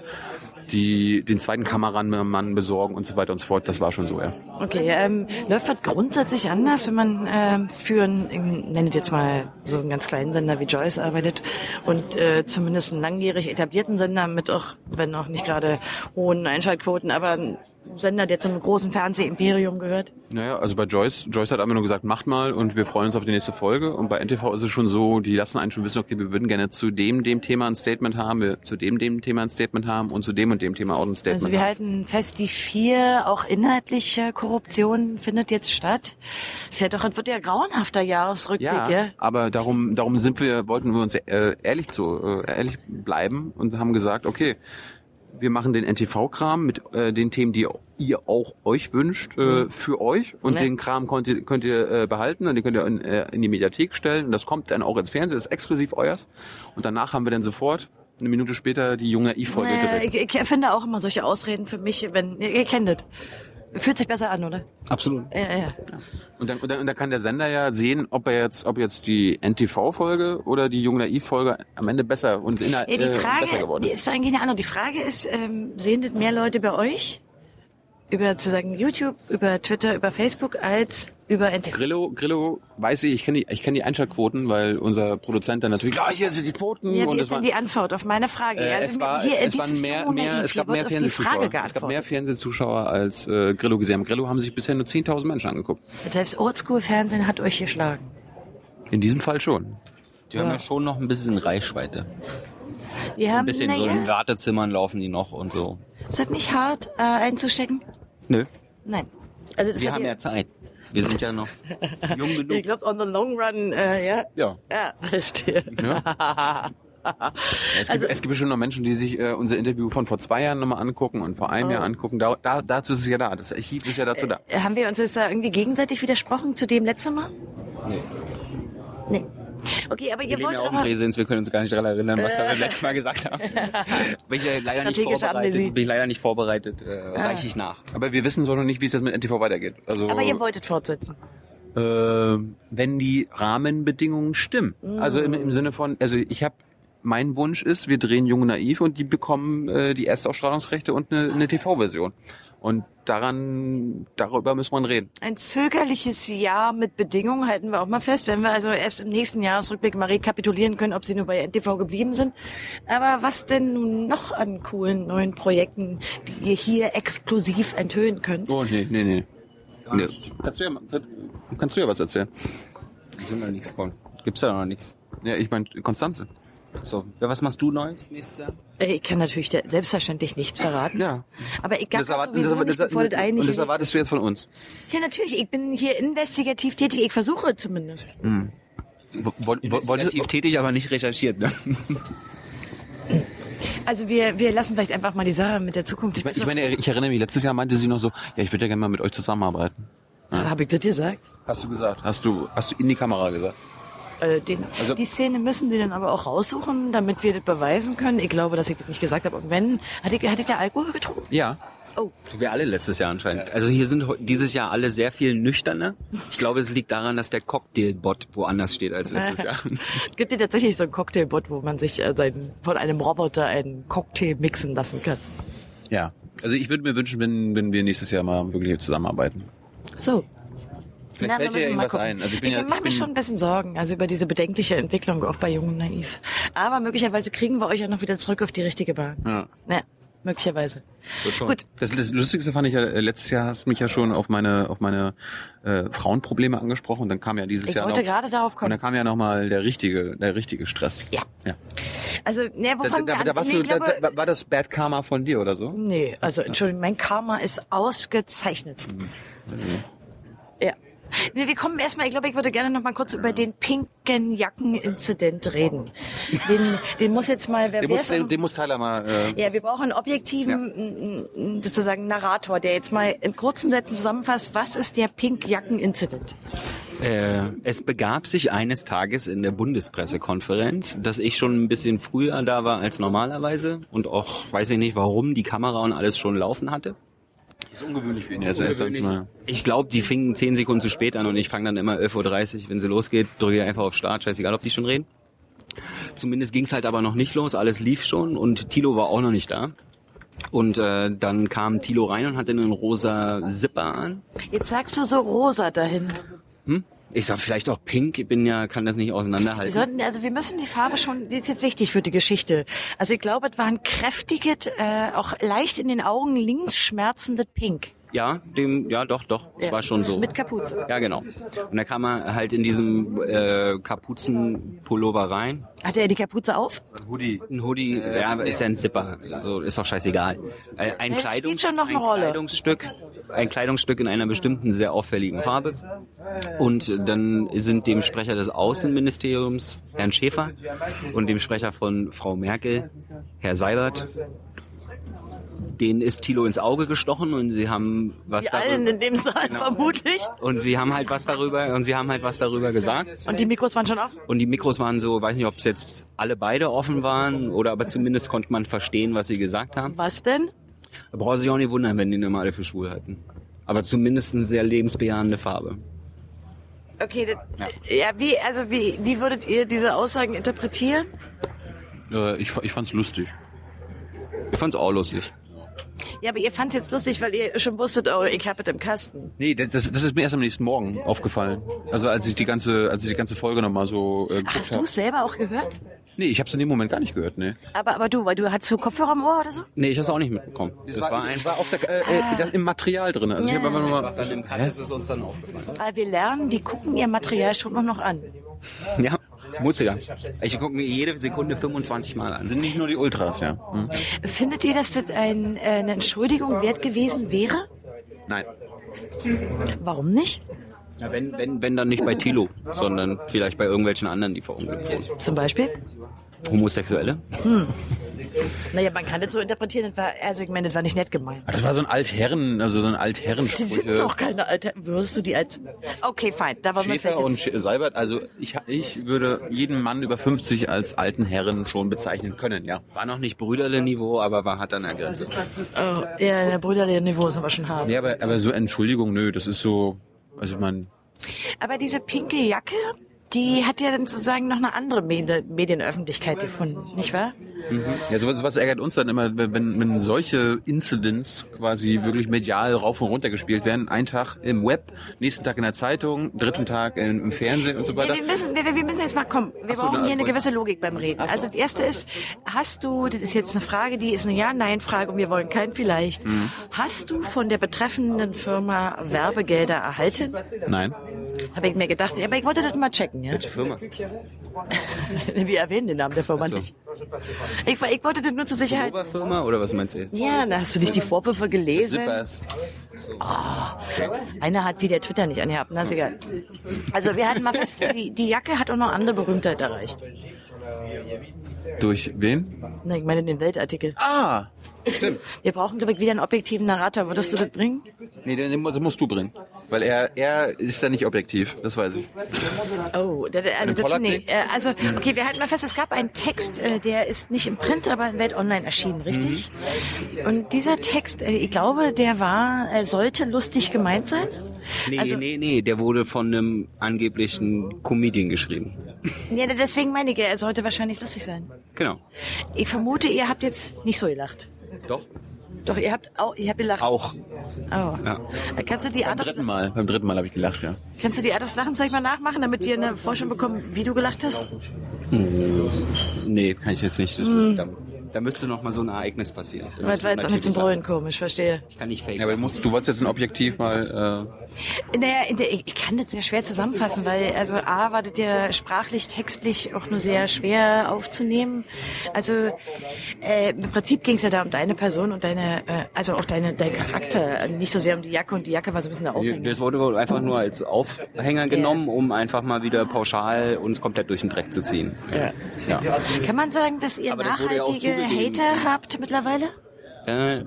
die, den zweiten Kameramann besorgen und so weiter und so fort, das war schon so, ja. Okay, ähm, läuft das grundsätzlich anders, wenn man ähm, für einen, nennet jetzt mal so einen ganz kleinen Sender wie Joyce arbeitet und äh, zumindest einen langjährig etablierten Sender mit auch, wenn auch nicht gerade hohen Einschaltquoten, aber ein Sender, der zum großen Fernsehimperium gehört. Naja, also bei Joyce, Joyce hat einfach nur gesagt, macht mal und wir freuen uns auf die nächste Folge. Und bei NTV ist es schon so, die lassen einen schon wissen, okay, wir würden gerne zu dem, dem Thema ein Statement haben, wir zu dem, dem Thema ein Statement haben und zu dem und dem Thema auch ein Statement Also wir haben. halten fest, die vier, auch inhaltliche Korruption findet jetzt statt. Ist ja doch, das wird ja grauenhafter Jahresrückblick, ja, gell? aber darum, darum sind wir, wollten wir uns äh, ehrlich zu, äh, ehrlich bleiben und haben gesagt, okay, wir machen den NTV-Kram mit äh, den Themen, die ihr auch euch wünscht, Mhm. äh, für euch. Und Ne. den Kram könnt ihr, könnt ihr äh, behalten und den könnt ihr in, äh, in die Mediathek stellen. Und das kommt dann auch ins Fernsehen, das ist exklusiv euers. Und danach haben wir dann sofort, eine Minute später, die junge I-Folge Äh, direkt. ich, ich finde auch immer solche Ausreden für mich, wenn ihr, ihr kennt das. Fühlt sich besser an, oder? Absolut. Ja, ja, ja. Und dann, und, dann, und dann kann der Sender ja sehen, ob er jetzt, ob jetzt die NTV-Folge oder die Jung Naiv-Folge am Ende besser und inner, Ja, die äh, besser Frage geworden die ist. ist eigentlich eine andere. Die Frage ist, ähm, sehen das mehr Leute bei euch? Über zu sagen YouTube, über Twitter, über Facebook als über NTV. Grillo, Grillo, weiß ich, ich kenne die, ich kenn die Einschaltquoten, weil unser Produzent dann natürlich, ja, hier sind die Quoten. Ja, wie und es ist denn war- die Antwort auf meine Frage? Äh, ja, es also war, hier in es waren dieses mehr, Jung mehr, Naiv, es gab hier mehr wird auf die Frage Fernsehzuschauer. Es gab mehr geantwortet. Fernsehzuschauer als äh, Grillo gesehen haben. Grillo haben sich bisher nur 10.000 Menschen angeguckt. Das heißt, Oldschool-Fernsehen hat euch geschlagen. In diesem Fall schon. Die haben ja schon noch ein bisschen Reichweite. Wir Ein haben, bisschen so in naja, Wartezimmern laufen die noch und so. ist das nicht hart äh, einzustecken? Nö. Nein. Also das Wir hat haben ihr- ja Zeit. Wir sind ja noch jung Ich genug. glaube, on the long run, äh, ja. Ja. Ja, verstehe. Also Es gibt, es gibt bestimmt noch Menschen, die sich äh, unser Interview von vor zwei Jahren nochmal angucken und vor Oh. einem Jahr angucken. Da, da, dazu ist es ja da. Das Archiv ist ja dazu da. Haben wir uns jetzt da irgendwie gegenseitig widersprochen zu dem letzten Mal? Nee. Nee. Okay, aber Wir ihr leben wollt ja auch im aber... Äh. Präsens, wir können uns gar nicht daran erinnern, was wir beim letzten Mal gesagt haben. Bin ich ja leider nicht Strategische Amnesie. Ah. vorbereitet. Bin ich leider nicht vorbereitet. Äh, Reiche ich nach. Aber wir wissen so noch nicht, wie es jetzt mit NTV weitergeht. Also, Aber ihr wolltet fortsetzen. äh, wenn die Rahmenbedingungen stimmen. Mhm. Also im, im Sinne von, also ich habe mein Wunsch ist, wir drehen Junge Naiv und die bekommen äh, die Erstausstrahlungsrechte und eine, eine TV-Version. Und daran, darüber muss man reden. Ein zögerliches Jahr mit Bedingungen halten wir auch mal fest, wenn wir also erst im nächsten Jahresrückblick mal rekapitulieren können, ob sie nur bei NTV geblieben sind. Aber was denn nun noch an coolen neuen Projekten, die ihr hier exklusiv enthüllen könnt? Oh, nee, nee, nee. nee. Kannst, du ja, mal- kannst du ja was erzählen. Wir sind noch nichts gekommen. Gibt's da noch nichts? Ja, ich meine, Konstanze. So, ja, was machst du Neues nächstes Jahr? Äh, Ich kann natürlich da- selbstverständlich nichts verraten. Ja. Aber ich gab das erwart- sowieso nicht, das, bevor das und das eigentlich... erwartest du jetzt von uns. Ja, natürlich. Ich bin hier investigativ tätig. Ich versuche zumindest. Woll, woll, Relativ wolltest, tätig, aber nicht recherchiert. Ne? Also wir, wir lassen vielleicht einfach mal die Sache mit der Zukunft. ich meine, ich, meine, ich erinnere mich, letztes Jahr meinte sie noch so, ja, ich würde ja gerne mal mit euch zusammenarbeiten. habe ich das gesagt? Hast du gesagt? Hast du, hast du in die Kamera gesagt? Äh, den, Also- die Szene müssen die dann aber auch raussuchen, damit wir das beweisen können. Ich glaube, dass ich das nicht gesagt habe. Und wenn, hatte ich, hatte ich da Alkohol getrunken? Ja. Oh, Wir alle letztes Jahr anscheinend. Also hier sind heu- dieses Jahr alle sehr viel nüchterner. Ich glaube, es liegt daran, dass der Cocktailbot woanders steht als letztes Jahr. es gibt ja tatsächlich so einen Cocktailbot, wo man sich äh, seinen, von einem Roboter einen Cocktail mixen lassen kann. Ja. Also ich würde mir wünschen, wenn, wenn wir nächstes Jahr mal wirklich zusammenarbeiten. So. Vielleicht Na, fällt wir müssen dir mal irgendwas gucken. ein. Also ich bin ja- ich mache mir bin- schon ein bisschen Sorgen, also über diese bedenkliche Entwicklung auch bei Jungen Naiv. Aber möglicherweise kriegen wir euch ja noch wieder zurück auf die richtige Bahn. Ja. Ja, möglicherweise. Gut. Das, das Lustigste fand ich ja, äh, letztes Jahr hast du mich ja schon auf meine, auf meine äh, Frauenprobleme angesprochen und dann kam ja dieses Ich Jahr wollte noch, gerade darauf kommen. Und dann kam ja nochmal der richtige, der richtige Stress. Ja. ja. Also, ne, Da, da, wovon da, da, warst du, nee, da, glaube, da, war das Bad Karma von dir oder so? nee, also Entschuldigung, mein Karma ist ausgezeichnet. Hm. Ja. Nee, wir kommen erstmal, ich glaube, ich würde gerne noch mal kurz über den pinken Jacken-Inzident reden. Den, den muss jetzt mal, wer Den wer muss, ist auch den, noch- den muss Tyler mal... Äh, Ja, wir brauchen einen objektiven n- n- sozusagen Narrator, der jetzt mal in kurzen Sätzen zusammenfasst, was ist der Pink-Jacken-Incident? Äh, es begab sich eines Tages in der Bundespressekonferenz, dass ich schon ein bisschen früher da war als normalerweise und auch weiß ich nicht warum die Kamera und alles schon laufen hatte. Also ist ungewöhnlich für ihn. Ja, ist ungewöhnlich. Mal. Ich glaube, die fingen 10 Sekunden zu spät an und ich fange dann immer 11.30 Uhr, wenn sie losgeht, drücke ich einfach auf Start, scheißegal, ob die schon reden. Zumindest ging's halt aber noch nicht los, alles lief schon und Tilo war auch noch nicht da. Und äh, dann kam Tilo rein und hatte einen rosa Zipper an. Jetzt sagst du so rosa dahin. Ich sag vielleicht auch pink, ich bin ja, kann das nicht Wir auseinanderhalten. sollten, also wir müssen die Farbe schon, die ist jetzt wichtig für die Geschichte. Also ich glaube, es war ein kräftiges, äh, auch leicht in den Augen links schmerzendes Pink. Ja, dem, ja, doch, doch. Es Ja. war schon so. Mit Kapuze. Ja, genau. Und da kam er halt in diesem äh, Kapuzenpullover rein. Hatte er die Kapuze auf? Hoodie. Ein Hoodie, ja, aber ist ja ein Zipper. Also ist doch scheißegal. Äh, Ein, das Kleidungs spielt schon noch ein eine Rolle. Kleidungsstück, ein Kleidungsstück in einer bestimmten sehr auffälligen Farbe. Und dann sind dem Sprecher des Außenministeriums, Herrn Schäfer, und dem Sprecher von Frau Merkel, Herr Seibert, denen ist Thilo ins Auge gestochen und sie haben was Die darüber- allen in dem Saal Genau. vermutlich. und sie haben halt was darüber und sie haben halt was darüber gesagt Und die Mikros waren schon offen. und die Mikros waren so, weiß nicht, ob es jetzt alle beide offen waren oder aber zumindest konnte man verstehen, was sie gesagt haben. Was denn? Da braucht sich auch nicht wundern, wenn die nur mal alle für schwul halten. Aber zumindest eine sehr lebensbejahende Farbe. Okay, das, ja. wie, also wie, wie würdet ihr diese Aussagen interpretieren? Äh, ich, fa- ich fand's lustig. Ich fand's auch lustig. Ja, aber ihr fand's jetzt lustig, weil ihr schon wusstet, oh, ich hab es im Kasten. Nee, das, das, das ist mir erst am nächsten Morgen aufgefallen. Also als ich die ganze, als ich die ganze Folge nochmal so äh, geguckt Hast hab. du es selber auch gehört? Nee, ich hab's in dem Moment gar nicht gehört, ne? Aber, aber du, weil du hattest so Kopfhörer im Ohr oder so? Nee, ich hab's auch nicht mitbekommen. Das war einfach. auf der, äh, Ah. äh, das im Material drin. Also ich hab einfach nur mal, Dann im Cut ist es uns dann aufgefallen. Weil wir lernen, die gucken ihr Material schon auch noch an. Ja, muss ja. Ich gucke mir jede Sekunde 25 Mal an. sind nicht nur die Ultras, ja. Hm. Findet ihr, dass das ein, äh, eine Entschuldigung wert gewesen wäre? Nein. Warum nicht? Ja, wenn, wenn, wenn dann nicht bei Tilo, sondern vielleicht bei irgendwelchen anderen, die verunglückt sind. Zum Beispiel? Homosexuelle? Naja, man kann das so interpretieren, das war, also ich meine, das war nicht nett gemeint. Ah, Das war so ein Altherren, also so ein altherren Die sind doch keine alte. Würdest du die als. Okay, fein. Da war man Schäfer vielleicht und jetzt, Sch- Seibert, also ich, ich würde jeden Mann über 50 als alten Herren schon bezeichnen können, ja. War noch nicht Brüderle-Niveau, aber war hart an der Grenze. oh, Ja, der Brüderle-Niveau ist aber schon hart. Nee, aber, aber so Entschuldigung, nö, das ist so, also man, Aber diese pinke Jacke, die hat ja dann sozusagen noch eine andere Medi- Medienöffentlichkeit gefunden, nicht wahr? ja, sowas, sowas ärgert uns dann immer, wenn- wenn, wenn solche Incidents quasi wirklich medial rauf und runter gespielt werden. Ein Tag im Web, nächsten Tag in der Zeitung, dritten Tag im, im Fernsehen und so Nee, weiter. wir, müssen, wir, wir müssen jetzt mal kommen. Wir so, brauchen da- hier eine wollt- gewisse Logik beim Reden. Ach so. Also das erste ist, hast du, das ist jetzt eine Frage, die ist eine Ja-Nein-Frage und wir wollen kein Vielleicht. Hast du von der betreffenden Firma Werbegelder erhalten? Nein. Habe ich mir gedacht, ja, aber ich wollte das mal checken. Ja? Firma. Wir erwähnen den Namen der Firma Ach so. nicht. Ich, ich wollte das nur zur Sicherheit. Oberfirma oder was meinst du jetzt? Ja, da hast du dich die Vorwürfe gelesen. Zippers. Einer hat wieder Twitter nicht angehabt, na ist egal. Also wir hatten mal fest, die, die Jacke hat auch noch andere Berühmtheit erreicht. Durch wen? Na, ich meine den Weltartikel. Ah! Wir brauchen, glaube ich, wieder einen objektiven Narrator. Würdest du das bringen? Nee, den, den musst- musst du bringen. Weil er, er ist da nicht objektiv, das weiß ich. Oh, da, da, also, das, Pollack nee, nicht? äh, also okay, wir halten mal fest, es gab einen Text, äh, der ist nicht im Print, aber in Welt Online erschienen, richtig? Mhm. Und dieser Text, äh, ich glaube, der war, äh, sollte lustig gemeint sein. Nee, Also- nee, nee, der wurde von einem angeblichen Comedian geschrieben. Ja, deswegen meine ich, er sollte wahrscheinlich lustig sein. Genau. Ich vermute, ihr habt jetzt nicht so gelacht. Doch. Doch, ihr habt auch, ihr habt gelacht. Auch. Oh. Ja. Kannst du die Beim anders, dritten Mal, beim dritten Mal habe ich gelacht, ja. kannst du die anders lachen, soll ich mal nachmachen, damit wir eine Forschung bekommen, wie du gelacht hast? Genau. Nee, kann ich jetzt nicht. Das ist, da, da müsste noch mal so ein Ereignis passieren. Da Das müsste Hm. war jetzt auch nicht natürlich zum lachen. Brüllen komisch, verstehe. Ich kann nicht fake. Ja, aber du, musst, du wolltest jetzt ein Objektiv mal. äh, Naja, in der, ich ich kann das sehr schwer zusammenfassen, weil also A war das ja sprachlich, textlich auch nur sehr schwer aufzunehmen. Also äh, im Prinzip ging es ja da um deine Person und deine, äh, also auch deine, dein Charakter, nicht so sehr um die Jacke und die Jacke war so ein bisschen der Aufhänger. das wurde wohl einfach nur als Aufhänger genommen, um einfach mal wieder pauschal uns komplett durch den Dreck zu ziehen. Ja. Ja. Kann man sagen, dass ihr Aber das wurde ja auch nachhaltige zugegeben. Hater habt mittlerweile? Äh,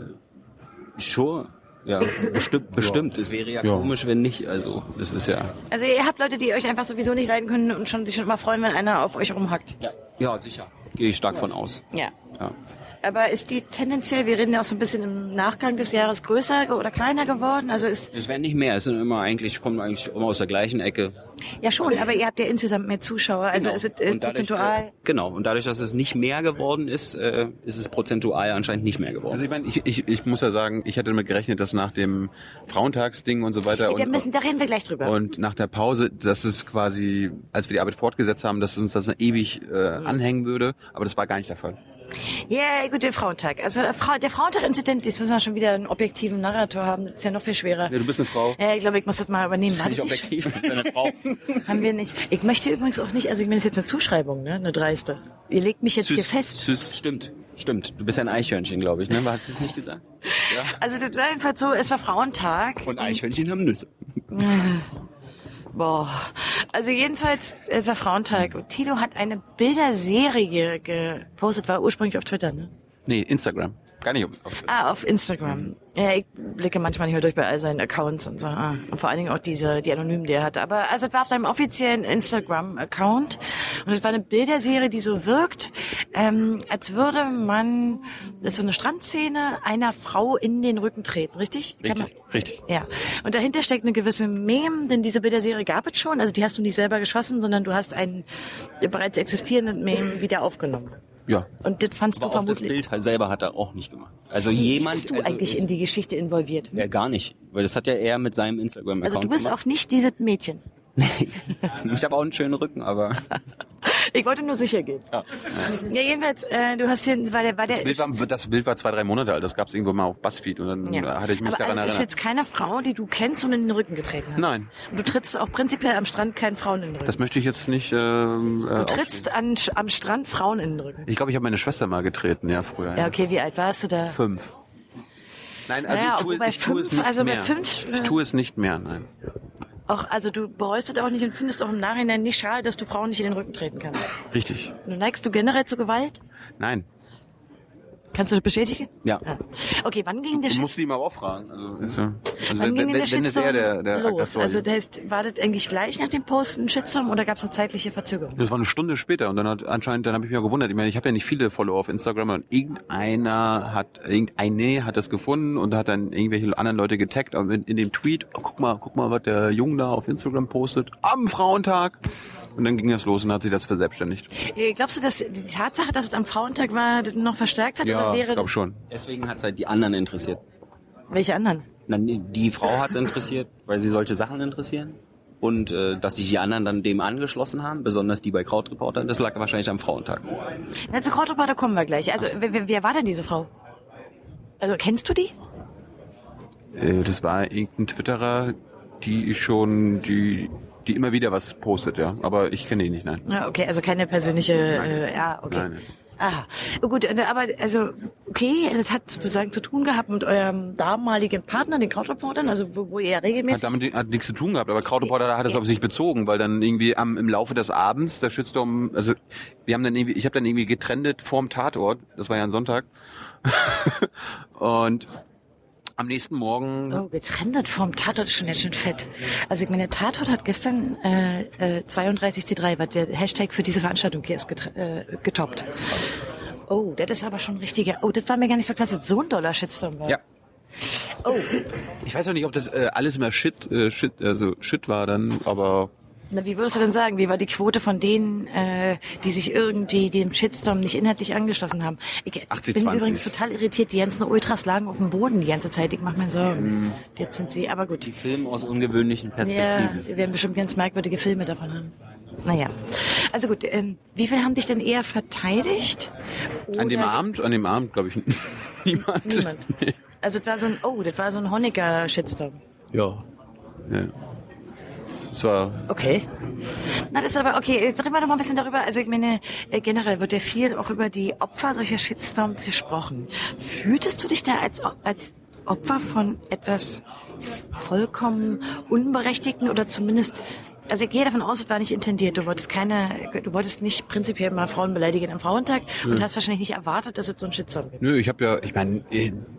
sure. Ja, bestimmt, bestimmt. Es wäre ja, Ja. komisch, wenn nicht. Also, das ist ja. Also ihr habt Leute, die euch einfach sowieso nicht leiden können und schon, sich schon immer freuen, wenn einer auf euch rumhackt. Ja, sicher. Gehe ich stark von aus. Ja. Ja. Aber ist die tendenziell, wir reden ja auch so ein bisschen im Nachgang des Jahres größer ge- oder kleiner geworden? Also ist, Es werden nicht mehr. Es sind immer eigentlich, kommen eigentlich immer aus der gleichen Ecke. Genau. ja schon, aber ihr habt ja insgesamt mehr Zuschauer. Also ist es äh, Und dadurch, prozentual. Genau. Und dadurch, dass es nicht mehr geworden ist, äh, ist es prozentual anscheinend nicht mehr geworden. Also ich meine, ich, ich, ich muss ja sagen, ich hätte damit gerechnet, dass nach dem Frauentagsding und so weiter Da, müssen, und, da reden wir gleich drüber. und nach der Pause, dass es quasi, als wir die Arbeit fortgesetzt haben, dass uns das ewig äh, Hm. anhängen würde, aber das war gar nicht der Fall. Ja, gut, der Frauentag. Also äh, Frau- der Frauentag-Inzident, jetzt müssen wir schon wieder einen objektiven Narrator haben. Das ist ja noch viel schwerer. Ja, du bist eine Frau. Ja, ich glaube, ich muss das mal übernehmen. War das nicht? deine Frau. Haben wir nicht. Ich möchte übrigens auch nicht, also ich meine, das ist jetzt eine Zuschreibung, ne? eine dreiste. Ihr legt mich jetzt hier fest. Süß. Stimmt, stimmt. Du bist ein Eichhörnchen, glaube ich. Ne? Hast du es nicht gesagt? Also das war einfach so, es war Frauentag. Und Eichhörnchen haben Nüsse. Boah. Also jedenfalls, es war Frauentag. Und Tilo hat eine Bilderserie gepostet, war ursprünglich auf Twitter, ne? Nee, Instagram. Gar nicht. um- ob- ob- Ah, auf Mhm. Instagram. Ja, ich blicke manchmal nicht mehr durch bei all seinen Accounts und so. Ah, und vor allen Dingen auch diese, die Anonymen, die er hatte. Aber also es war auf seinem offiziellen Instagram-Account. Und es war eine Bilderserie, die so wirkt, ähm, als würde man, das ist so eine Strandszene, einer Frau in den Rücken treten, richtig? Kann Richtig, man- richtig. Ja. Und dahinter steckt eine gewisse Meme, denn diese Bilderserie gab es schon. Also die hast du nicht selber geschossen, sondern du hast einen bereits existierenden Meme wieder aufgenommen. Ja. Und das fandst Aber du auch das vermutlich. Bild halt selber hat er auch nicht gemacht. Also Wie jemand. bist du also eigentlich ist- in die Geschichte involviert? Ja, gar nicht. Weil das hat ja er mit seinem Instagram-Account Also du bist gemacht. auch nicht dieses Mädchen. auch... Ich habe auch einen schönen Rücken, aber... Ich wollte nur sicher gehen. Ja, jedenfalls, äh, du hast hier, war der, war der, Das Bild, war, das Bild war zwei, drei Monate alt. Das gab es irgendwo mal auf Buzzfeed und dann Ja. hatte ich mich Aber daran also ist erinnert. jetzt keine Frau, die du kennst und in den Rücken getreten hast. Nein. Und du trittst auch prinzipiell am Strand keinen Frauen in den Rücken. Das möchte ich jetzt nicht. ähm, Äh, du trittst an, am Strand Frauen in den Rücken. Ich glaube, ich habe meine Schwester mal getreten, ja, früher. Ja, okay, wie alt warst du da? Fünf. Nein, also Naja, ich tue, es, obwohl bei ich tue es fünf- nicht also bei mehr. fünf, äh, ich tue es nicht mehr, nein. Auch, also du bereust es auch nicht und findest auch im Nachhinein nicht schade, dass du Frauen nicht in den Rücken treten kannst. Richtig. Und neigst du generell zu Gewalt? Nein. Kannst du das bestätigen? Ja. Ah. Okay, wann ging der Du Shit- musst die mal auch fragen. Also, also Wann ging denn wenn, wenn, der wenn es Shitstorm er der, der los? Aggressor Also ist. das heißt, war das eigentlich gleich nach dem Post ein Shitstorm oder gab es eine zeitliche Verzögerung? das war eine Stunde später und dann hat anscheinend, dann habe ich mich ja gewundert. Ich meine, ich habe ja nicht viele Follower auf Instagram und irgendeiner hat, irgendeine hat das gefunden und hat dann irgendwelche anderen Leute getaggt aber in, in dem Tweet. Oh, guck mal, guck mal, was der Junge da auf Instagram postet am Frauentag. Und dann ging das los und hat sich das verselbstständigt. Äh, Glaubst du, dass die Tatsache, dass es am Frauentag war, das noch verstärkt hat? oder ich wäre glaube schon. Deswegen hat's halt die anderen interessiert. Welche anderen? Na, nee, die Frau hat's interessiert, weil sie solche Sachen interessieren. Und äh, dass sich die anderen dann dem angeschlossen haben, besonders die bei Krautreportern, das lag wahrscheinlich am Frauentag. Na, zu Krautopper, da kommen wir gleich. Also, wer, wer- wer war denn diese Frau? Also, kennst du die? Äh, Das war irgendein Twitterer, die ich schon, die, die immer wieder was postet, ja. Aber ich kenne ihn nicht, nein. Ja, okay, also keine persönliche, äh, ja, okay. Nein, nein. Aha. Gut, äh, aber, also, okay, das hat sozusagen zu tun gehabt mit eurem damaligen Partner, den Krautreportern, also, wo, wo ihr ja Hat regelmäßig... damit hat nichts zu tun gehabt, aber Krautreporter hat es auf sich bezogen, weil dann irgendwie am, im Laufe des Abends der Shitstorm, also wir haben dann irgendwie, ich habe dann irgendwie getrendet vorm Tatort, das war ja ein Sonntag, und am nächsten Morgen Oh, getrennt vom Tatort ist schon ganz schön fett. Also ich meine, der Tatort hat gestern äh, äh, 32C3, was der Hashtag für diese Veranstaltung hier ist, getre- äh, getoppt. Oh, das ist aber schon richtiger. Oh, das war mir gar nicht so klar, dass das so ein Dollar-Shitstorm war. Ja. Oh, ich weiß auch nicht, ob das äh, alles immer Shit, äh, Shit, also Shit war dann, aber na wie würdest du denn sagen, wie war die Quote von denen, äh, die sich irgendwie dem Shitstorm nicht inhaltlich angeschlossen haben? Ich 80, bin 20. übrigens total irritiert, die ganzen Ultras lagen auf dem Boden die ganze Zeit, ich mache mir Sorgen. Jetzt sind sie, aber gut. Die Filme aus ungewöhnlichen Ja, Perspektiven. wir werden bestimmt ganz merkwürdige Filme davon haben. Naja, also gut, ähm, wie viele haben dich denn eher verteidigt? an dem Oder- Abend, an dem Abend glaube ich niemand. Niemand. Also das war so ein, oh, das war so ein Honecker-Shitstorm. Ja. ja. Es war Okay. Na, das ist aber, okay, jetzt reden wir noch mal ein bisschen darüber. Also ich meine, äh, generell wird ja viel auch über die Opfer solcher Shitstorms gesprochen. Fühltest du dich da als, O- als Opfer von etwas vollkommen Unberechtigten oder zumindest, also ich gehe davon aus, es war nicht intendiert. Du wolltest keine, du wolltest nicht prinzipiell mal Frauen beleidigen am Frauentag und hast wahrscheinlich nicht erwartet, dass es so einen Shitstorm gibt. Nö, ich habe ja, ich meine,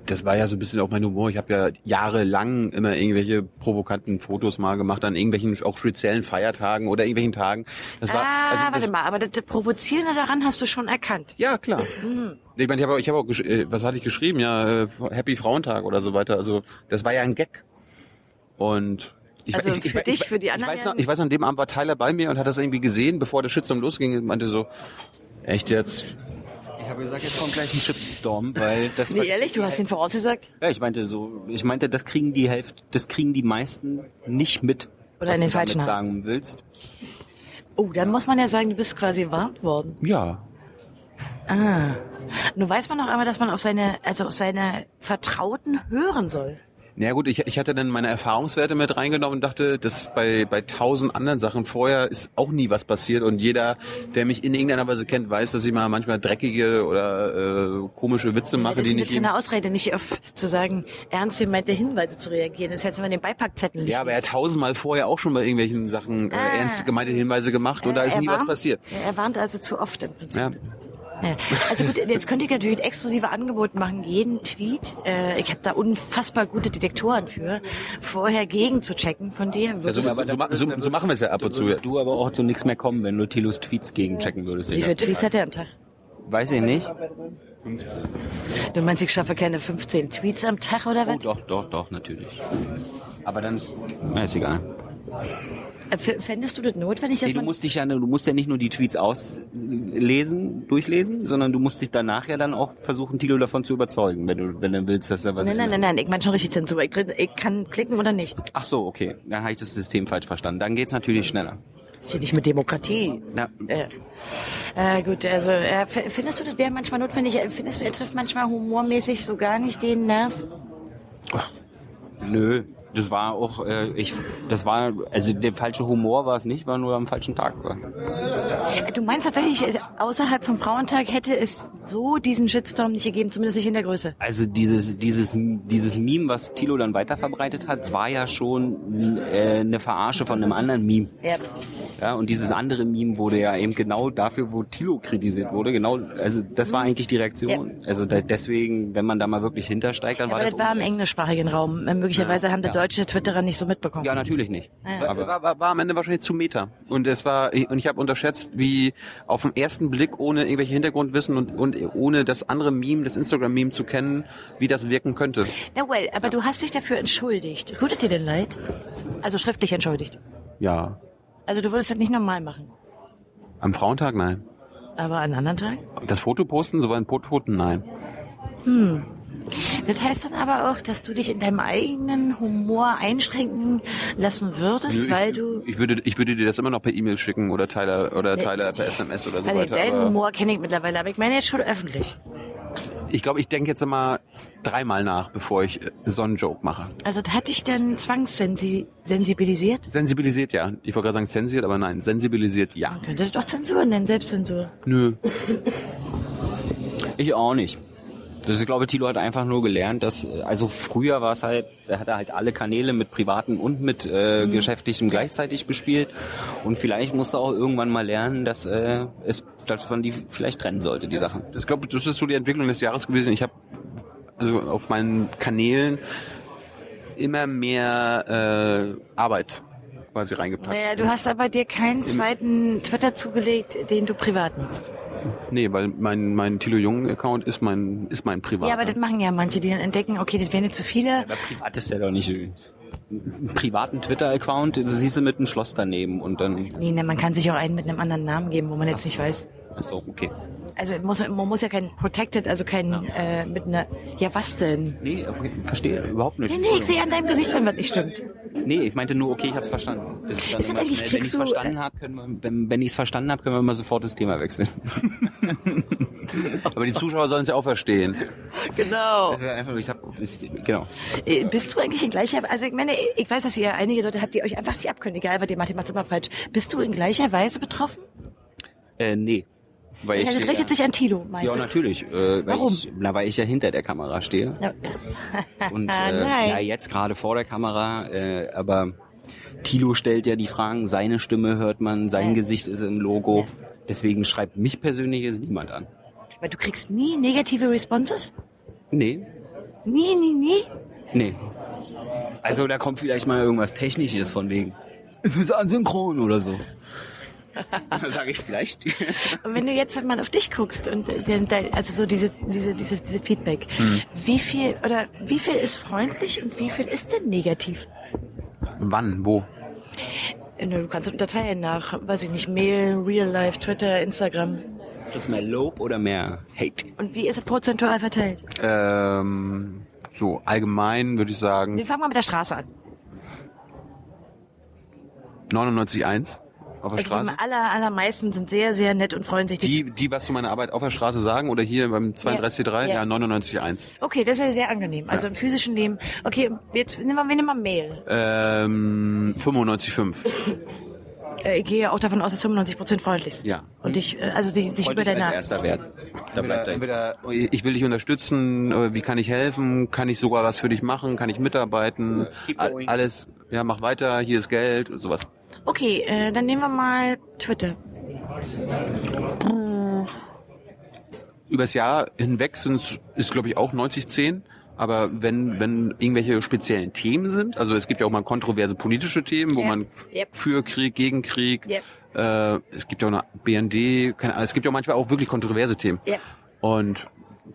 das war ja so ein bisschen auch mein Humor. Ich habe ja jahrelang immer irgendwelche provokanten Fotos mal gemacht an irgendwelchen auch speziellen Feiertagen oder irgendwelchen Tagen. Das war, ah, also das, warte mal, aber das Provozierende daran hast du schon erkannt. Ja, klar. Mhm. Ich meine, ich habe auch, ich hab auch gesch- äh, was hatte ich geschrieben? Ja, äh, Happy Frauentag oder so weiter. Also das war ja ein Gag. Und ich, Also für dich, für die anderen Ich weiß, noch, werden- ich weiß noch, an dem Abend war Tyler bei mir und hat das irgendwie gesehen, bevor der Shitstorm losging und meinte so, echt jetzt? Ich habe gesagt, jetzt kommt gleich ein Chipstorm, weil das Wie ehrlich, du hast ihn vorausgesagt? Ja, ich meinte so, ich meinte, das kriegen die Hälfte, das kriegen die meisten nicht mit. Oder was du in den damit falschen Hals. sagen willst. Oh, dann muss man ja sagen, du bist quasi warnt worden. Ja. Ah. Nur weiß man noch einmal, dass man auf seine, also auf seine Vertrauten hören soll. Na ja, gut, ich, ich hatte dann meine Erfahrungswerte mit reingenommen und dachte, dass bei bei tausend anderen Sachen vorher ist auch nie was passiert und jeder, der mich in irgendeiner Weise kennt, weiß, dass ich mal manchmal dreckige oder äh, komische Witze mache, das genau die ist nicht eine ihm. kleine Ausrede, nicht auf zu sagen, ernst gemeinte Hinweise zu reagieren. Das ist, als wenn man den Beipackzettel nicht Ja, aber er hat liest. tausendmal vorher auch schon bei irgendwelchen Sachen äh, Ah, ernst gemeinte Hinweise gemacht und da Äh, ist er nie was warnt- passiert. Er warnt also zu oft im Prinzip. Ja. Ja. Also gut, jetzt könnte ich natürlich exklusive Angebote machen, jeden Tweet, äh, ich habe da unfassbar gute Detektoren für, vorher gegen zu checken von dir. Also, Wirklich. so, so, ma- so, so machen wir es ja ab und zu. Würdest du aber auch zu nichts mehr kommen, wenn du Tilos Tweets gegenchecken würdest. den Wie viele ganzen Tweets Tag. hat er am Tag? Weiß ich nicht. Du meinst, ich schaffe keine 15 Tweets am Tag oder Oh, was? doch, doch, doch, natürlich. Aber dann, na, ist egal. Äh, f- Fändest du das notwendig, dass Nee, du man... musst dich ja, du musst ja nicht nur die Tweets auslesen, durchlesen, sondern du musst dich danach ja dann auch versuchen, Tilo davon zu überzeugen, wenn du, wenn du willst, dass er was. Nein, nein, nein, ändert. nein, ich meine schon richtig Zensur. Ich, drin- ich kann klicken oder nicht. Ach so, okay. Dann habe ich das System falsch verstanden. Dann geht's natürlich schneller. Ist hier nicht mit Demokratie. Na, Äh, äh, gut, also äh, f- findest du, das wäre manchmal notwendig? Äh, Findest du, er trifft manchmal humormäßig so gar nicht den Nerv? nö. Das war auch, äh, ich, das war, also der falsche Humor war es nicht, war nur am falschen Tag. War. Äh, Du meinst tatsächlich, äh, außerhalb vom Frauentag hätte es so diesen Shitstorm nicht gegeben, zumindest nicht in der Größe. Also dieses, dieses, dieses Meme, was Tilo dann weiterverbreitet hat, war ja schon äh, eine Verarsche von einem anderen Meme. Ja. Ja, und dieses andere Meme wurde ja eben genau dafür, wo Tilo kritisiert wurde, genau, also das war eigentlich die Reaktion. Also da, deswegen, wenn man da mal wirklich hintersteigt, dann war Aber das, das war im ungerecht. englischsprachigen Raum. Äh, Möglicherweise Ja, haben der ja. deutsche Twitterer nicht so mitbekommen. Ja, natürlich nicht. Ah, Aber war, war, war am Ende wahrscheinlich zu Meter. Und es war, und ich habe unterschätzt, wie auf den ersten Blick ohne irgendwelche Hintergrundwissen und, und ohne das andere Meme, das Instagram-Meme zu kennen, wie das wirken könnte. Na well, aber du hast dich dafür entschuldigt. Tut es dir denn leid? Also schriftlich entschuldigt. Ja. Also du würdest das nicht normal machen. Am Frauentag nein. Aber an anderen Tagen? Das Foto posten, so ein Foto nein. Das heißt dann aber auch, dass du dich in deinem eigenen Humor einschränken lassen würdest, weil ich, du... ich würde, ich würde dir das immer noch per E-Mail schicken oder Teiler oder Teiler per SMS oder so Also weiter. deinen aber- Humor kenne ich mittlerweile, aber ich meine jetzt schon öffentlich. Ich glaube, ich denke jetzt immer dreimal nach, bevor ich äh, so einen Joke mache. Also das hat dich dann zwangssensibilisiert? Sensibilisiert, ja. Ich wollte gerade sagen zensiert, aber nein, sensibilisiert, ja. Man könnte das doch Zensur nennen, Selbstzensur. Nö. ich auch nicht. Das ist, glaube ich, Tilo hat einfach nur gelernt, dass, äh, also früher war es halt, da hat er halt alle Kanäle mit privaten und mit äh, Mhm. geschäftlichem gleichzeitig bespielt. Und vielleicht musste er auch irgendwann mal lernen, dass, äh, es, dass man die vielleicht trennen sollte, die Sachen. Ich glaube, das ist so die Entwicklung des Jahres gewesen. Ich habe also auf meinen Kanälen immer mehr äh, Arbeit quasi reingepackt. Naja, du hast aber dir keinen zweiten Twitter zugelegt, den du privat nutzt. Nee, weil mein, mein Thilo Jung-Account ist mein, ist mein privat. Ja, aber das machen ja manche, die dann entdecken, okay, das wären jetzt zu viele. Aber privat ist der doch nicht. Einen privaten Twitter-Account, das siehst du mit einem Schloss daneben und dann. Nee, ne, man kann sich auch einen mit einem anderen Namen geben, wo man jetzt nicht weiß. Achso, okay. Also muss, man muss ja kein Protected, also kein äh, mit einer. Ja, was denn? Nee, okay, verstehe überhaupt nicht. Nee, nee, ich sehe an deinem Gesicht, wenn was nicht stimmt. Nee, ich meinte nur, okay, ich hab's verstanden. Das dann Ist das immer eigentlich- schnell, wenn kriegst ich's du, äh, verstanden hab, können wir, wenn, wenn ich's verstanden hab, können wir mal sofort das Thema wechseln. Aber die Zuschauer sollen es ja auch verstehen. Genau. Das ist einfach, nur, ich hab, ist, genau. Äh, Bist du eigentlich in gleicher Also ich meine, ich weiß, dass ihr einige Leute habt, die euch einfach nicht abkönnen, egal was ihr macht, ihr macht es immer falsch. Bist du in gleicher Weise betroffen? Äh, nee. Weil Ja, das stehe richtet ja, sich an Tilo, meinst ja, du? natürlich. Äh, weil Warum? Ich, na, weil ich ja hinter der Kamera stehe. Ja. Und äh, Ah, nein. ja, jetzt gerade vor der Kamera, äh, aber Tilo stellt ja die Fragen, seine Stimme hört man, sein Ja. Gesicht ist im Logo. Ja. Deswegen schreibt mich persönlich jetzt niemand an. Weil du kriegst nie negative Responses? Nee, Nie, nie, nie? nee. Also da kommt vielleicht mal irgendwas Technisches von wegen. Es ist asynchron oder so. Dann sage ich vielleicht. Und wenn du jetzt mal auf dich guckst und äh, den- dein- also so diese diese diese, diese Feedback, wie viel oder wie viel ist freundlich und wie viel ist denn negativ? Wann? Wo? Äh, na, Du kannst es unterteilen nach, weiß ich nicht, Mail, Real Life, Twitter, Instagram. Ist das mehr Lob oder mehr Hate? Und wie ist es prozentual verteilt? Ähm, so allgemein würde ich sagen Wir fangen mal mit der Straße an. 99,1 auf Also der Straße. die aller, allermeisten sind sehr, sehr nett und freuen sich. dich Die, die was zu meiner Arbeit auf der Straße sagen oder hier beim 32.3, Ja. ja, 99.1. zu- okay, das ist ja sehr angenehm. Also im physischen Leben. Okay, jetzt nehmen wir, wir nehmen mal Mail. Äh. Ähm, 95.5. Äh, ich gehe auch davon aus, dass 95% freundlich sind. Ja. Und dich, äh, also sich, sich Wollte über ich als deine... erster werden. Da bleibt er jetzt. Entweder, entweder, ich will dich unterstützen, äh, wie kann ich helfen, kann ich sogar was für dich machen, kann ich mitarbeiten, Keep A- going. alles, ja, mach weiter, hier ist Geld und sowas. Okay, äh, dann nehmen wir mal Twitter. Übers Jahr hinweg sind ist glaube ich auch 90.10, Aber wenn, wenn irgendwelche speziellen Themen sind, also es gibt ja auch mal kontroverse politische Themen, wo Ja. man Yep. für Krieg, gegen Krieg, Yep. äh, es gibt ja auch eine BND, keine, Ahnung, es gibt ja auch manchmal auch wirklich kontroverse Themen. Yep. Und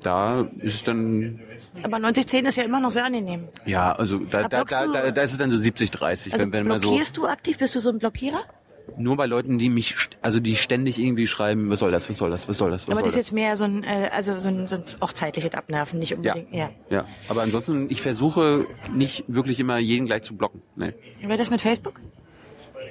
da ist es dann, Aber 9010 ist ja immer noch sehr angenehm. ja, also da, da, blockst da, du- da, da ist es dann so 70, 30, Also wenn, wenn man so, blockierst du aktiv? Bist du so ein Blockierer? nur bei Leuten, die mich, st- also die ständig irgendwie schreiben, was soll das, was soll das, was soll das, was Aber soll das ist das. jetzt mehr so ein, äh, also so ein, so ein auch zeitliches Abnerven, nicht Ja. unbedingt. Ja. ja, aber ansonsten, ich versuche nicht wirklich immer jeden gleich zu blocken. Nee. Über das mit Facebook?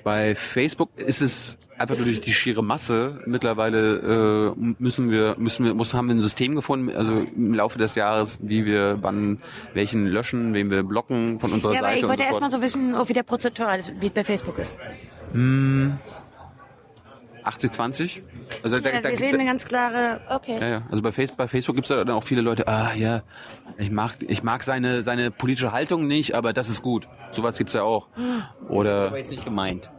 Bei Facebook ist es einfach nur durch die schiere Masse. Mittlerweile äh, müssen wir, müssen wir, muss, haben wir ein System gefunden, also im Laufe des Jahres, wie wir wann welchen löschen, wen wir blocken von unserer Ja, aber Seite. ich und wollte so fort. erstmal so wissen, oh, wie der prozentual ist, wie es bei Facebook ist. 80, 20. Also da, Ja, da, wir sehen eine da, ganz klare, okay. ja, ja. Also bei Facebook, bei Facebook gibt es dann auch viele Leute, ah ja, ich mag, ich mag seine, seine politische Haltung nicht, aber das ist gut. Sowas gibt's ja auch. Ah. Das ist aber Oder jetzt nicht gemeint.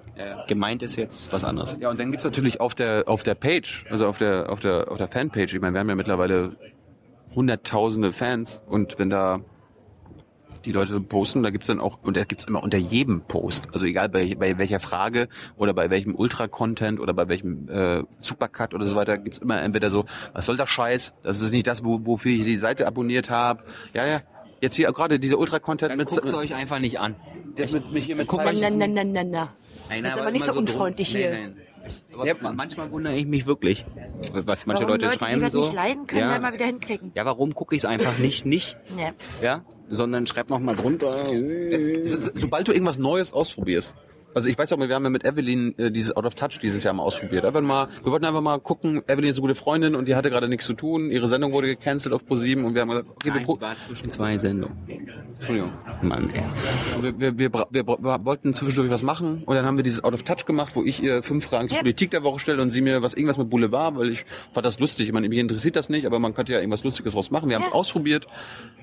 Gemeint ist jetzt was anderes. Ja, und dann gibt's natürlich auf der, auf der Page, also auf der, auf der, auf der Fanpage, ich meine, wir haben ja mittlerweile hunderttausende Fans und wenn da die Leute posten, da gibt's dann auch, und da gibt's immer unter jedem Post, also egal bei, bei welcher Frage oder bei welchem Ultra-Content oder bei welchem äh, Supercut oder so weiter, gibt's immer entweder so, was soll der Scheiß, das ist nicht das, wo, wofür ich die Seite abonniert habe. Ja, ja, jetzt hier gerade dieser Ultra-Content Dann mit, guckt euch einfach nicht an. das mit, mit, hier mit Guck Na, mal, Zeichen- na, na, na, na, na. Nein, Jetzt nein, aber nicht immer so unfreundlich drum- hier. Nein, nein. Aber ma- manchmal wundere ich mich wirklich, was manche Warum Leute, schreiben die das so. nicht leiden können, ja, da mal wieder hinklicken. ja, warum gucke ich es einfach nicht nicht? Ja. Ja, sondern schreib noch mal drunter. So- so- Sobald du irgendwas Neues ausprobierst. Also ich weiß auch, wir haben ja mit Evelyn äh, dieses Out of Touch dieses Jahr mal ausprobiert. Einfach mal, wir wollten einfach mal gucken, Evelyn ist eine gute Freundin und die hatte gerade nichts zu tun. Ihre Sendung wurde gecancelt auf ProSieben und wir haben gesagt, okay, wir, Nein, pro sie war zwischen zwei Sendungen. Entschuldigung. Mann, ey. Also wir, wir, wir, bra- wir, bra- wir wollten zwischendurch was machen und dann haben wir dieses Out of Touch gemacht, wo ich ihr fünf Fragen zur Ja. Politik der Woche stelle und sie mir was irgendwas mit Boulevard, weil ich fand das lustig. Ich meine, mich interessiert das nicht, aber man könnte ja irgendwas Lustiges draus machen. Wir haben es Ja. ausprobiert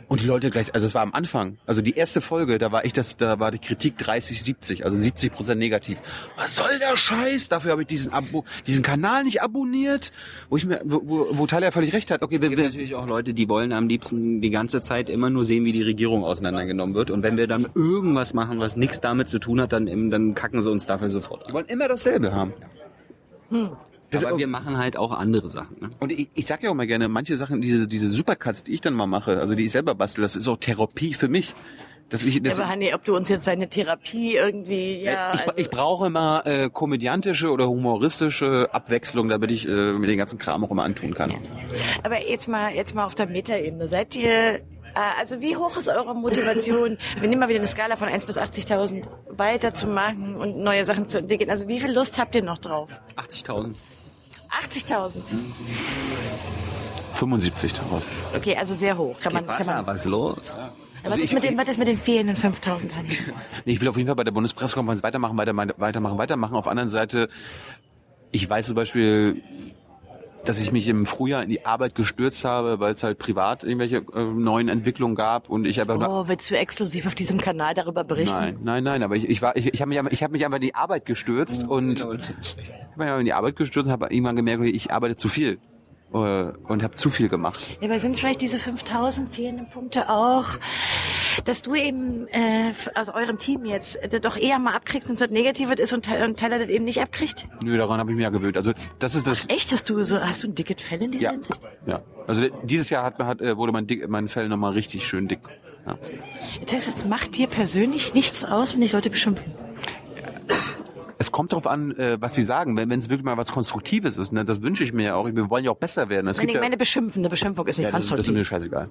und die Leute gleich, also es war am Anfang, also die erste Folge, da war ich das, da war die Kritik 30, 70, also 70 Prozent negativ. Was soll der Scheiß? Dafür habe ich diesen Abo, diesen Kanal nicht abonniert, wo ich mir, wo, wo, wo Talia völlig recht hat. Okay, wir, Es gibt wir, natürlich auch Leute, die wollen am liebsten die ganze Zeit immer nur sehen, wie die Regierung auseinandergenommen wird. Und wenn wir dann irgendwas machen, was nichts damit zu tun hat, dann, eben- dann kacken sie uns dafür sofort wir an. wollen immer dasselbe haben. Das- Aber wir machen halt auch andere Sachen. Ne? Und ich, ich sage ja auch mal gerne, manche Sachen, diese, diese Supercuts, die ich dann mal mache, also die ich selber bastel, das ist auch Therapie für mich. Dass ich, Ja, dass aber Hanni, ob du uns jetzt deine Therapie irgendwie, ja, ich, also, ich brauche immer äh, komödiantische oder humoristische Abwechslung, damit ich äh, mir den ganzen Kram auch immer antun kann. aber jetzt mal, jetzt mal auf der Metaebene. Seid ihr, äh, also wie hoch ist eure Motivation? Wir nehmen mal wieder eine Skala von 1 bis 80.000 weiterzumachen und neue Sachen zu entwickeln. Also wie viel Lust habt ihr noch drauf? 80.000. 80.000. 75.000. Okay, also sehr hoch. Kann man, kann man. Wasser, was ist los? Aber Also was, ist mit den, was ist mit den fehlenden 5000, Hanni? Nee, ich will auf jeden Fall bei der Bundespressekonferenz weitermachen, weitermachen, weitermachen, weitermachen. Auf der anderen Seite, ich weiß zum Beispiel, dass ich mich im Frühjahr in die Arbeit gestürzt habe, weil es halt privat irgendwelche äh, neuen Entwicklungen gab und ich einfach nur Oh, willst du exklusiv auf diesem Kanal darüber berichten? Nein, nein, nein, aber ich, ich war, ich, ich habe mich, einfach- ich hab mich einfach in die Arbeit gestürzt und ich habe mich einfach in die Arbeit gestürzt und habe irgendwann gemerkt, ich arbeite zu viel äh, und habe zu viel gemacht. Ja, aber sind vielleicht diese 5000 fehlenden Punkte auch, dass du eben äh, f- aus eurem Team jetzt äh, doch eher mal abkriegst, wenn es was Negatives ist und, Te- und Tyler das eben nicht abkriegt? Nö, daran habe ich mich ja gewöhnt. Also das ist das. Echt? Hast du so, hast du ein dickes Fell in dieser Ja, Hinsicht? ja. Also dieses Jahr hat, hat äh, wurde mein, dick, mein Fell nochmal richtig schön dick. Ja. Das heißt, es macht dir persönlich nichts aus, wenn dich Leute beschimpfen. Es kommt darauf an, äh, was sie sagen. Wenn wenn es wirklich mal was Konstruktives ist, ne, das wünsche ich mir ja auch. Wir wollen ja auch besser werden. Es Nein, ich gibt ja, meine Beschimpfen. Eine Beschimpfung ist nicht ja, das, das ist konstruktiv. mir scheißegal.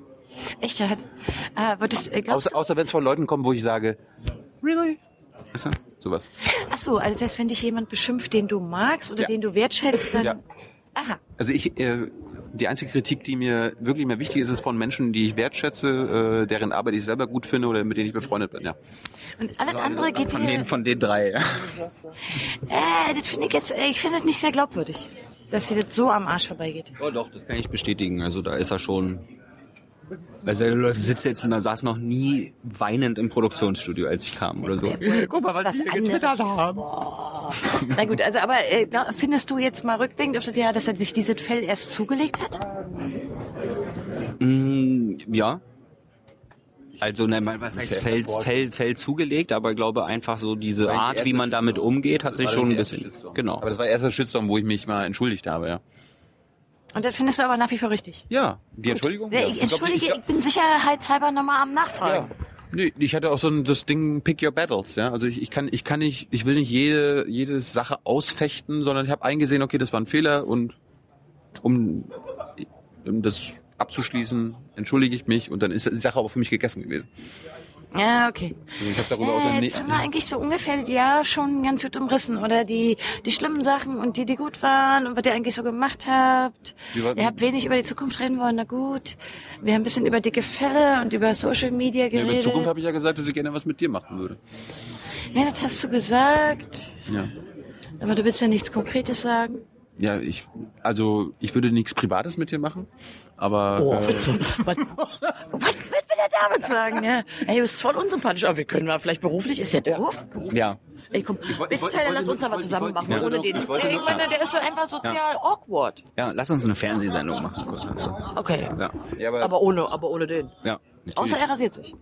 Echt? Er hat, ah, würdest, äh, glaubst Außer, außer wenn es von Leuten kommt, wo ich sage, really? Weißt du? Sowas. Ach so, also das heißt, wenn dich jemand beschimpft, den du magst oder Ja. den du wertschätzt, dann. Ja. Aha. Also ich, äh, die einzige Kritik, die mir wirklich mehr wichtig ist, ist von Menschen, die ich wertschätze, äh, deren Arbeit ich selber gut finde oder mit denen ich befreundet bin. Ja. Und alles andere geht Also Von den, dir. von den drei. Äh, das finde ich jetzt, äh, ich finde das nicht sehr glaubwürdig, dass dir das so am Arsch vorbeigeht. Oh doch, das kann ich bestätigen. Also da ist er schon. Also er läuft- sitzt jetzt und da saß noch nie weinend im Produktionsstudio, als ich kam oder so. Guck mal, was, was anderes. Na gut, also aber äh, glaub- findest du jetzt mal rückblickend auf das Jahr, dass er sich dieses Fell erst zugelegt hat? Ja. Also ne, man- was heißt Fell, Fell, Fell zugelegt, aber glaube einfach so diese Weil die Art, wie erste man damit Shitstorm. umgeht, hat Das sich war schon der ein erste bisschen. Shitstorm. Genau. Aber das war der erste Shitstorm, wo ich mich mal entschuldigt habe, ja. Und das findest du aber nach wie vor richtig. Ja, die Entschuldigung? Ja, ja. ich glaub, entschuldige, ich, glaub- bin sicherheitshalber nochmal am Nachfragen. Ja. Nee, ich hatte auch so ein, das Ding Pick Your Battles, ja. Also ich, ich kann, ich kann nicht, ich will nicht jede, jede Sache ausfechten, sondern ich habe eingesehen, okay, das war ein Fehler und um, um das abzuschließen, entschuldige ich mich und dann ist die Sache aber für mich gegessen gewesen. Ja, okay. Also ich habe darüber auch Äh, dann jetzt haben wir eigentlich so ungefähr das Jahr schon ganz gut umrissen, oder? Die, die schlimmen Sachen und die, die gut waren und was ihr eigentlich so gemacht habt. Wir wollten- Ihr habt wenig über die Zukunft reden wollen, na gut. Wir haben ein bisschen über dicke Fälle und über Social Media nee, geredet. in Zukunft habe ich ja gesagt, dass ich gerne was mit dir machen würde. ja, das hast du gesagt. Ja. Aber du willst ja nichts Konkretes sagen. Ja, ich, also ich würde nichts Privates mit dir machen, aber äh, Was, was will er damit sagen? Ja? Ey, du bist voll unsympathisch, aber wir können mal vielleicht beruflich. Ist ja doof. Ja. Ey, komm, wollt- bist du ich wollte- Teil, lass uns ich aber wollte- zusammen ich wollte- machen, ich wollte ohne noch- den. ich wollte Ich noch- meine, der ist so einfach sozial awkward. Ja, lass uns eine Fernsehsendung machen kurz dazu. Okay. Ja. ja, aber, Aber ohne, aber ohne den. Ja. Außer er rasiert sich.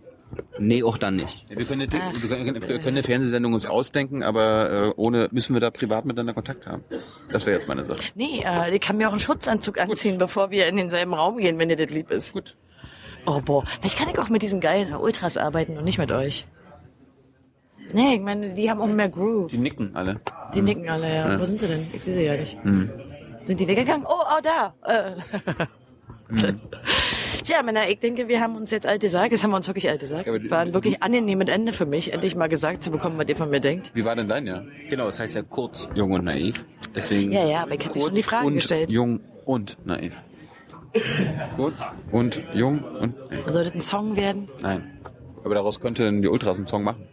Nee, auch dann nicht. Ja, wir, können eine, wir, können, wir können eine Fernsehsendung uns ausdenken, aber äh, ohne müssen wir da privat miteinander Kontakt haben. Das wäre jetzt meine Sache. Nee, äh, ich kann mir auch einen Schutzanzug anziehen, bevor wir in denselben Raum gehen, wenn dir das lieb ist. Gut. Oh boah, vielleicht kann ich auch mit diesen geilen Ultras arbeiten und nicht mit euch. Nee, ich meine, die haben auch mehr Groove. Die nicken alle. Die nicken alle, ja. Wo sind sie denn? Ich sehe sie ja nicht. Mhm. Sind die weggegangen? Oh, oh, da. Äh. Mhm. Tja, Männer, ich denke, wir haben uns jetzt alt gesagt. Jetzt haben wir uns wirklich alt gesagt. Ja, aber die- War ein wirklich angenehmes Ende für mich, endlich mal gesagt zu bekommen, was ihr von mir denkt. Wie war denn dein Jahr? Genau, das heißt ja kurz, jung und naiv. Deswegen. Ja, ja, aber ich habe mir schon die Fragen und gestellt. jung und naiv. Kurz und jung und naiv. Sollte ein Song werden? Nein. Aber daraus könnten die Ultras einen Song machen.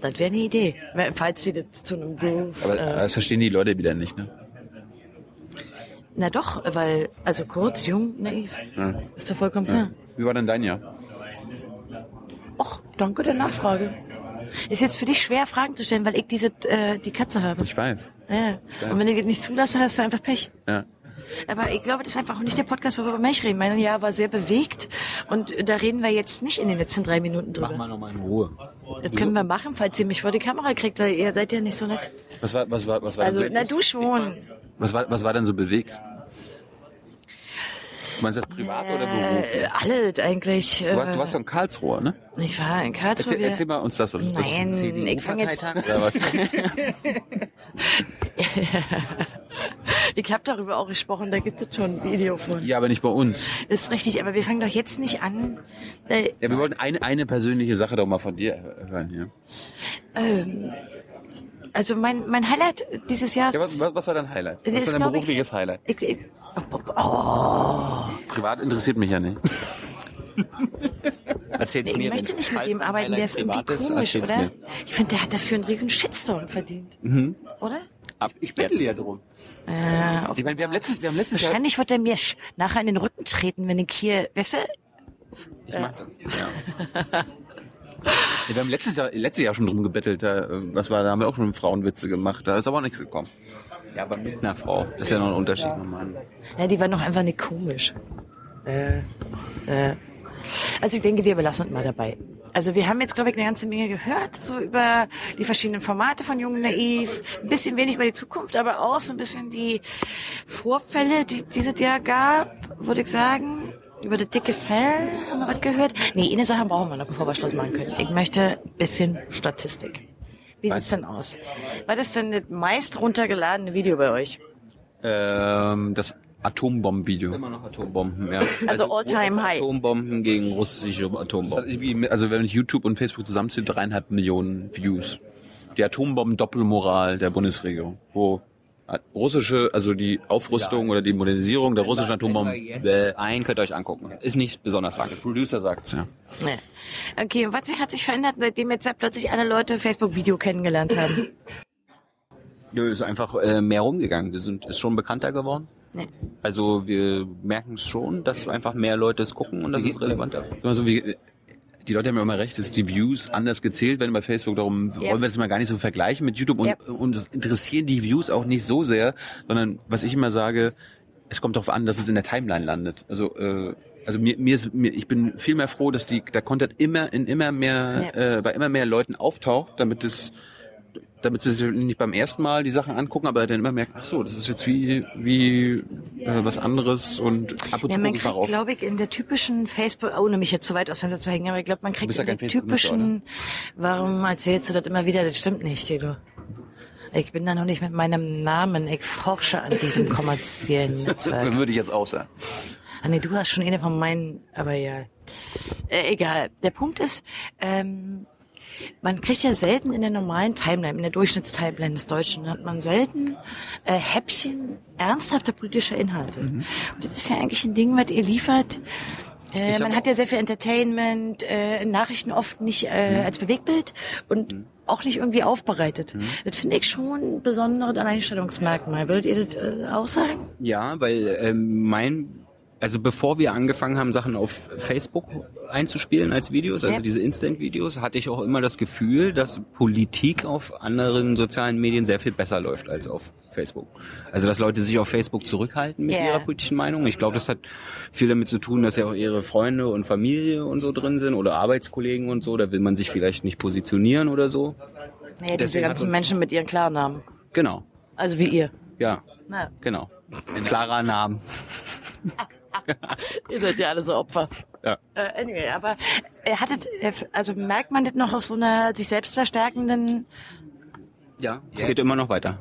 Das wäre eine Idee. Falls sie das zu einem Groove... Aber äh, das verstehen die Leute wieder nicht, ne? Na doch, weil, also kurz, jung, naiv. Ist doch vollkommen klar. Wie war denn dein Jahr? Och, danke der Nachfrage. Ist jetzt für dich schwer, Fragen zu stellen, weil ich diese, äh, die Katze habe. Ich weiß. Ja. Und wenn ich das nicht zulasse, hast du einfach Pech. Ja. Aber ich glaube, das ist einfach auch nicht der Podcast, wo wir über Milch reden. Mein Jahr war sehr bewegt und da reden wir jetzt nicht in den letzten drei Minuten Mach drüber. mal nochmal in Ruhe. Das können wir machen, falls ihr mich vor die Kamera kriegt, weil ihr seid ja nicht so nett. Was war, was war, was war, Also, ne- denn, so, na du schon. was war, was war denn so bewegt? Du meinst das privat oder beruflich? Äh, alles eigentlich. Du warst, du warst doch in Karlsruhe, ne? Ich war in Karlsruhe. Erzähl, erzähl mal uns das. was- Nein, ich fange jetzt. CDU-Parteitag Oder was? Ich habe darüber auch gesprochen, da gibt es schon ein Video von. Ja, aber nicht bei uns. Ist richtig, aber wir fangen doch jetzt nicht an. Äh, Ja, wir wollten eine, eine persönliche Sache doch mal von dir hören. Ja. also mein, mein Highlight dieses Jahr Ja, was, ist... was, was war dein Highlight? Das Was war dein glaub ich- berufliches Highlight? Ich, ich, oh, Privat interessiert mich ja nicht. Erzähl's ich mir. möchte wenn's- nicht mit falls dem ein arbeiten, der Highlight ist irgendwie privat ist, komisch, erzähl's oder? mir. Ich finde, der hat dafür einen riesen Shitstorm verdient. Mhm. Oder? Ab ich jetzt. drum. Äh, auf- Ich meine, wir haben letztes, wir haben letztes Jahr... wahrscheinlich wird er mir sch- nachher in den Rücken treten, wenn ich hier... Weißt du, Ich mach das. Ja. Ja, Wir haben letztes Jahr, letztes Jahr schon drum gebettelt. Da, äh, was war, da haben wir auch schon Frauenwitze gemacht. Da ist aber auch nichts gekommen. Ja, aber mit einer Frau. Das ist ja noch ein Unterschied. Mann. Ja, die waren doch einfach nicht komisch. Äh, äh. Also ich denke, wir belassen uns mal dabei. Also wir haben jetzt, glaube ich, eine ganze Menge gehört, so über die verschiedenen Formate von Jung und Naiv, ein bisschen wenig über die Zukunft, aber auch so ein bisschen die Vorfälle, die dieses Jahr gab, würde ich sagen. Über das dicke Fell haben wir was gehört. Nee, eine Sache brauchen wir noch, bevor wir Schluss machen können. Ich möchte ein bisschen Statistik. Wie sieht's denn aus? Was ist denn das meist runtergeladene Video bei euch? Ähm, das Atombomben-Video. Immer noch Atombomben, ja. Also all-time high. Atombomben gegen russische Atombomben. Also wenn ich YouTube und Facebook zusammenziehe, dreieinhalb Millionen Views. Die Atombomben-Doppelmoral der Bundesregierung. Wo russische, also die Aufrüstung oder die Modernisierung der russischen Atombomben... Bäh. äh, Ein könnt ihr euch angucken. Ist nicht besonders wackelig. Producer sagt's, ja. Ja. Okay, und was hat sich verändert, seitdem jetzt plötzlich alle Leute Facebook-Video kennengelernt haben? Ja, ist einfach äh, mehr rumgegangen. Wir sind, ist schon bekannter geworden. Nee. Also wir merken es schon, dass einfach mehr Leute es gucken und das ist relevanter. Sag mal so, wie, die Leute haben ja immer recht, dass die Views anders gezählt werden bei Facebook. Darum Ja. wollen wir das mal gar nicht so vergleichen mit YouTube. Und, Ja. und es interessieren die Views auch nicht so sehr, sondern was ich immer sage, es kommt darauf an, dass es in der Timeline landet. Also äh, Also mir, mir, ist, mir ich bin viel mehr froh, dass die, der Content immer in immer mehr äh, bei immer mehr Leuten auftaucht, damit es damit sie sich nicht beim ersten Mal die Sachen angucken, aber dann immer merken, ach so, das ist jetzt wie wie äh, was anderes und ab und Ja, man zu gucke ich mal kriegt, rauf. glaube ich, in der typischen Facebook, ohne mich jetzt zu weit aus Fenster zu hängen, aber ich glaube, man kriegt bist ja in kein der Facebook-Nutzer, typischen, warum erzählst du das immer wieder, das stimmt nicht, Tilo. Ich bin da noch nicht mit meinem Namen, ich forsche an diesem kommerziellen Netzwerk. Würde ich jetzt außer. Ah, nee, du hast schon eine von meinen, aber ja. Äh, egal. Der Punkt ist, ähm, man kriegt ja selten in der normalen Timeline, in der Durchschnittstimeline des Deutschen, hat man selten äh, Häppchen ernsthafter politischer Inhalte. Mhm. Und das ist ja eigentlich ein Ding, was ihr liefert. Äh, man hat ja sehr viel Entertainment, äh, Nachrichten oft nicht äh, Mhm. als Bewegtbild und auch nicht irgendwie aufbereitet. Mhm. Das finde ich schon ein besonderes Alleinstellungsmerkmal. Würdet ihr das äh, auch sagen? Ja, weil ähm, mein, also bevor wir angefangen haben, Sachen auf Facebook einzuspielen als Videos, also Ja. diese Instant-Videos, hatte ich auch immer das Gefühl, dass Politik auf anderen sozialen Medien sehr viel besser läuft als auf Facebook. Also dass Leute sich auf Facebook zurückhalten mit Ja. ihrer politischen Meinung. Ich glaube, das hat viel damit zu tun, dass ja auch ihre Freunde und Familie und so drin sind oder Arbeitskollegen und so. Da will man sich vielleicht nicht positionieren oder so. Naja, diese Deswegen hat ganzen uns- Menschen mit ihren Klarnamen. Genau, Also wie ihr. ja, Na, genau. Klarer Name. ihr seid ja alle so Opfer. Ja. Äh, anyway, aber er hattet, äh, also merkt man das noch auf so einer sich selbst verstärkenden, Ja, es geht immer noch weiter.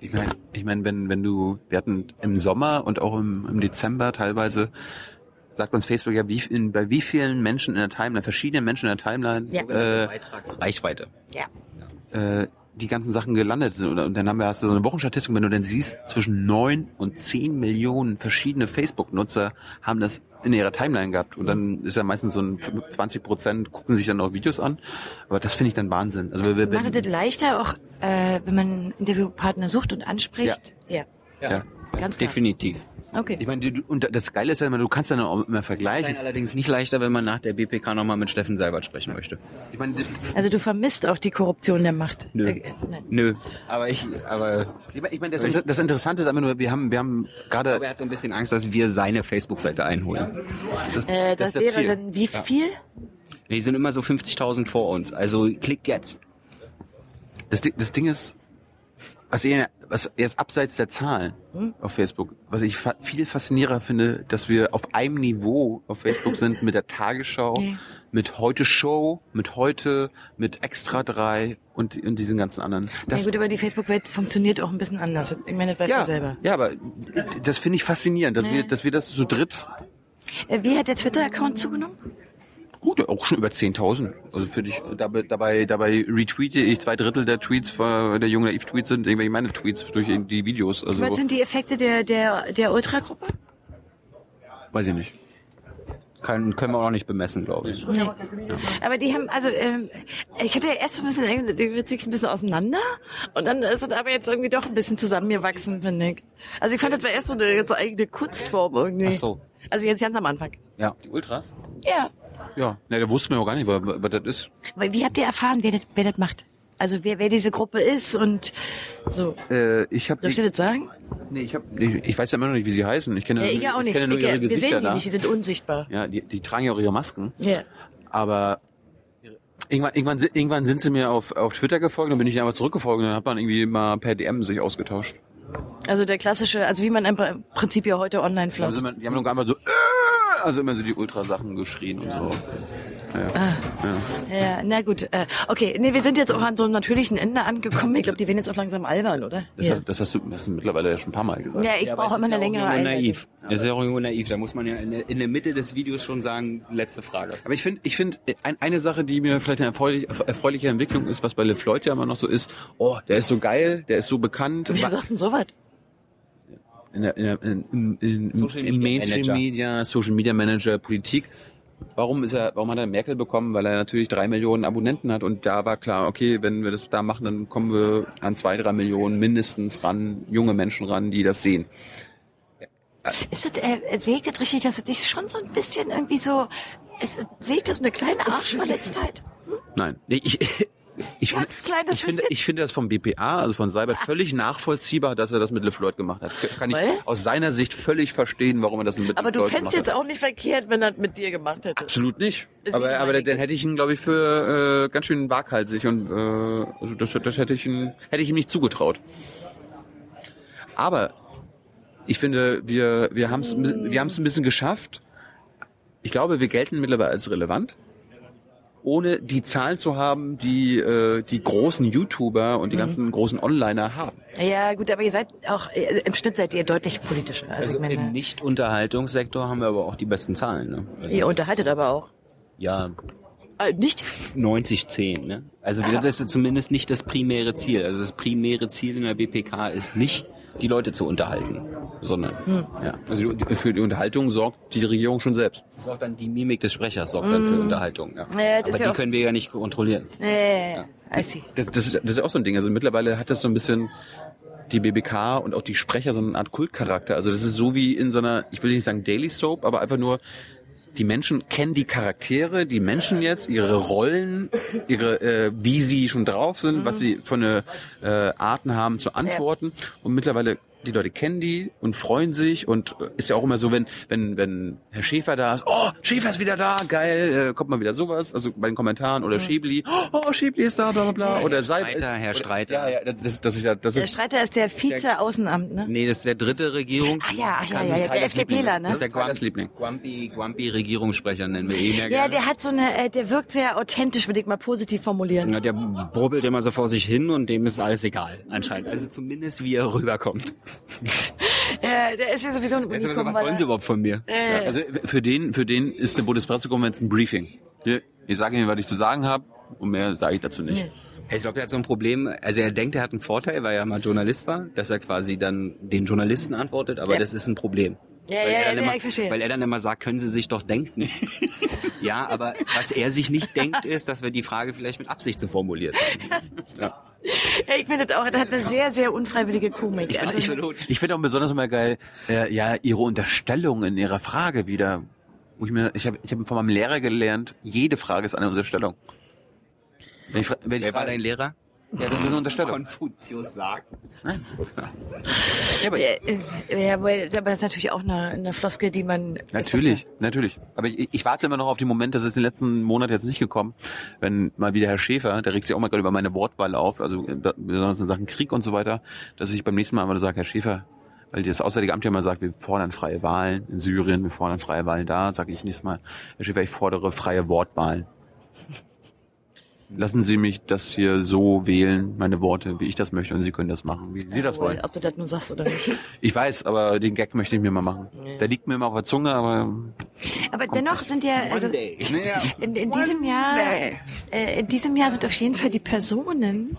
Ich meine, ich mein, wenn, wenn du, wir hatten im Sommer und auch im, im Dezember teilweise, sagt uns Facebook ja, wie, in, bei wie vielen Menschen in der Timeline, verschiedenen Menschen in der Timeline, Ja. äh, Beitragsreichweite. ja, äh, die ganzen Sachen gelandet sind. Oder- Und dann haben wir, hast du so eine Wochenstatistik, wenn du dann siehst, zwischen neun und zehn Millionen verschiedene Facebook-Nutzer haben das in ihrer Timeline gehabt. Und dann ist ja meistens so ein 20 Prozent gucken sich dann auch Videos an. Aber das finde ich dann Wahnsinn. Also wir, wir, macht das leichter auch, äh, wenn man Interviewpartner sucht und anspricht? Ja. ja. Ganz klar. Definitiv. Ich Okay. meine, du- du- und das Geile ist ja immer, du kannst dann auch immer vergleichen. Sein allerdings nicht leichter, wenn man nach der BPK nochmal mit Steffen Seibert sprechen möchte. Ich meine, das- Also du vermisst auch die Korruption der Macht. Äh, äh, nein. Nö. Aber ich, aber, ich meine, ich meine, das, Inter- das Interessante ist einfach nur, wir haben, wir haben aber er gerade hat so ein bisschen Angst, dass wir seine Facebook-Seite einholen. Äh, das, das ist das wäre Ziel. dann wie viel? Die sind immer so 50.000 vor uns. Also klick jetzt. das, Ding- das Ding ist, was eher, was jetzt abseits der Zahlen Hm? auf Facebook, was ich fa viel faszinierender finde, dass wir auf einem Niveau auf Facebook sind mit der Tagesschau, Nee. mit heute Show, mit heute, mit Extra 3 und, und diesen ganzen anderen. Na Das gut, aber die Facebook-Welt funktioniert auch ein bisschen anders. Ich meine, das weißt ja, du selber. ja, aber das finde ich faszinierend, dass wir, dass wir das zu dritt Äh, wie hat der Twitter-Account zugenommen? Gut, auch schon über 10.000. Also für dich, dabei, dabei, dabei retweete ich zwei Drittel der Tweets, von- der jungen Naiv-Tweets sind irgendwelche meine Tweets durch die Videos. Also, Was sind die Effekte der, der, der Ultra-Gruppe? weiß ich nicht. Können, können wir auch nicht bemessen, glaube ich. Nee. Aber die haben, also ähm, ich hatte ja erst so ein bisschen, eigentlich, die wird sich ein bisschen auseinander und dann ist es aber jetzt irgendwie doch ein bisschen zusammengewachsen, finde ich. Also ich fand, das war erst so eine ganz eigene Kunstform irgendwie. Ach so. Also jetzt ganz am Anfang. Ja. Die Ultras? Ja. Ja, ne, da wussten wir auch gar nicht, was was das ist. Aber wie habt ihr erfahren, wer das, wer das macht? Also wer, wer diese Gruppe ist und so. Äh, ich habe, Darf ich dir das sagen? nee, ich habe, ich, ich weiß ja immer noch nicht, wie sie heißen. Ich kenne, Ja, Äh, ich auch ich nicht. kenne nur Ich- ihre wir Gesichter sehen die da. nicht, die sind unsichtbar. Ja, die, die tragen ja auch ihre Masken. Ja. aber irgendwann, irgendwann, si- irgendwann sind sie mir auf, auf Twitter gefolgt, dann bin ich ihnen einfach zurückgefolgt und dann hat man irgendwie mal per DM sich ausgetauscht. Also der klassische, also wie man im Prinzip ja heute online Die haben, flirtet. sie immer, die haben einfach so, äh, also immer so die Ultrasachen geschrien und so. Ja, na gut. Äh, okay, nee, wir sind jetzt auch an so einem natürlichen Ende angekommen. Ich glaube, die werden jetzt auch langsam albern, oder? Das, Ja. hast, das hast du das hast du mittlerweile ja schon ein paar Mal gesagt. Ja, ich brauche immer eine längere naiv. Einleitung. Das ist ja auch irgendwo naiv. Da muss man ja in der, in der Mitte des Videos schon sagen, letzte Frage. Aber ich finde, ich finde ein, eine Sache, die mir vielleicht eine erfreulich, erfreuliche Entwicklung ist, was bei LeFloid ja immer noch so ist, oh, der ist so geil, der ist so bekannt. Wir Wa- sagten sowas. in der, in der, in, in, in, Social im Media Manager. Mainstream Media, Social Media Manager, Politik. Warum ist er, warum hat er Merkel bekommen? Weil er natürlich drei Millionen Abonnenten hat und da war klar, okay, wenn wir das da machen, dann kommen wir an zwei, drei Millionen mindestens ran, junge Menschen ran, die das sehen. Ist das, äh, sehe ich das richtig, dass du dich schon so ein bisschen irgendwie so, ist- sehe ich das so eine kleine Arschverletztheit? Nein. Ich, ich, Ich, Ganz find- kleines ich, finde, bisschen. ich finde das vom BPA, also von Seibert, völlig nachvollziehbar, dass er das mit LeFloid gemacht hat. Kann ich Weil? aus seiner Sicht völlig verstehen, warum er das mit Aber LeFloid du gemacht fändst jetzt hat. auch nicht verkehrt, wenn er mit dir gemacht hätte. Absolut nicht. Ist Aber, nicht aber meine dann hätte ich ihn, glaube ich, für äh, ganz schön waghalsig und äh, also das, das hätte, ich ihn, hätte ich ihm nicht zugetraut. Aber ich finde, wir, wir haben es wir haben's ein bisschen geschafft. Ich glaube, wir gelten mittlerweile als relevant. Ohne die Zahlen zu haben, die äh, die großen YouTuber Mhm. und die ganzen großen Onliner haben. Ja, gut, aber ihr seid auch, äh, im Schnitt seid ihr deutlich politischer. Also, Also ich meine, im Nicht-Unterhaltungssektor haben wir aber auch die besten Zahlen. Ne? Also, ihr unterhaltet aber auch. ja, Äh, nicht 90-10. Ne? Also wir- das ist zumindest nicht das primäre Ziel. Also das primäre Ziel in der BPK ist nicht, die Leute zu unterhalten, sondern Hm. ja, Also die- für die Unterhaltung sorgt die Regierung schon selbst. das sorgt dann die Mimik des Sprechers sorgt dann für Unterhaltung. Ja. Hm. Ja, das aber ist ja die auch- können wir ja nicht kontrollieren. Äh, I see. Das, das, ist- das ist auch so ein Ding. Also mittlerweile hat das so ein bisschen die BBK und auch die Sprecher so eine Art Kultcharakter. Also das ist so wie in so einer, ich will nicht sagen Daily Soap, aber einfach nur, die Menschen kennen die Charaktere, die Menschen jetzt, ihre Rollen, ihre, äh, wie sie schon drauf sind, was sie für eine äh, Arten haben zu antworten. Und mittlerweile die Leute kennen die und freuen sich und äh, ist ja auch immer so, wenn wenn wenn Herr Schäfer da ist, oh Schäfer ist wieder da, geil, äh, kommt mal wieder sowas, also bei den Kommentaren oder Schäbli, oh Schäbli ist da, bla bla bla oder Seib, Streiter, Herr oder- Streiter. ja ja, das, das ist ja das Der ist Streiter ist der Vize-Außenamt, ne? Nee, das ist der dritte Regierung. Ah ja, Das ach ja, ja, ist ja, der Teilers FDPler, Liebling. ne? Das ist der Teilers Liebling. Guampi, Guampi, Guampi Regierungssprecher nennen wir ihn ja Ja, gerne. der hat so eine, äh, der wirkt sehr authentisch, würde ich mal positiv formulieren. Ja, der brubbelt immer so vor sich hin und dem ist alles egal, anscheinend. Also zumindest wie er rüberkommt. Äh, der ist ja sowieso ein Jetzt, Unikum. was weil wollen Sie er- überhaupt von mir? Äh. Ja, also für den, für den ist eine Bundespressekonferenz ein Briefing. Hier, Ich sage Ihnen, was ich zu sagen habe und mehr sage ich dazu nicht. Ich glaube, er hat so ein Problem, also er denkt, er hat einen Vorteil, weil er mal Journalist war, dass er quasi dann den Journalisten antwortet, aber Ja. das ist ein Problem. Ja, Weil ja, er dann ja, immer, ich verstehe. Weil er dann immer sagt, können Sie sich doch denken. ja, aber was er sich nicht denkt, ist, dass wir die Frage vielleicht mit Absicht so formuliert haben. Ja. Ja, ich finde das auch, der hat eine sehr, sehr unfreiwillige Komik. Ich Also, ich würde- Ich finde auch besonders immer geil, äh, ja, Ihre Unterstellung in Ihrer Frage wieder. Wo ich mir, ich habe ich hab von meinem Lehrer gelernt, jede Frage ist eine Unterstellung. Wenn ich, fra- wenn ich Wer war frage- dein Lehrer? Ja, das ist eine Unterstellung. Konfuzius sagt. Ja, aber, ja, äh, ja, aber aber das ist natürlich auch eine, eine Floske, die man... natürlich, natürlich. Aber ich, ich warte immer noch auf den Moment, das ist den letzten Monat jetzt nicht gekommen, wenn mal wieder Herr Schäfer, der regt sich auch mal gerade über meine Wortwahl auf, also äh, besonders in Sachen Krieg und so weiter, dass ich beim nächsten Mal einfach sage, Herr Schäfer, weil das Auswärtige Amt ja immer sagt, wir fordern freie Wahlen in Syrien, wir fordern freie Wahlen da, sage ich nächstes Mal, Herr Schäfer, ich fordere freie Wortwahlen. Lassen Sie mich das hier so wählen, meine Worte, wie ich das möchte, und Sie können das machen, wie Sie das wollen. Ob du das nun sagst oder nicht. Ich weiß, aber den Gag möchte ich mir mal machen. Der liegt mir immer auf der Zunge, aber Aber dennoch sind ja... Also, In, in diesem Jahr, äh, in diesem Jahr sind auf jeden Fall die Personen,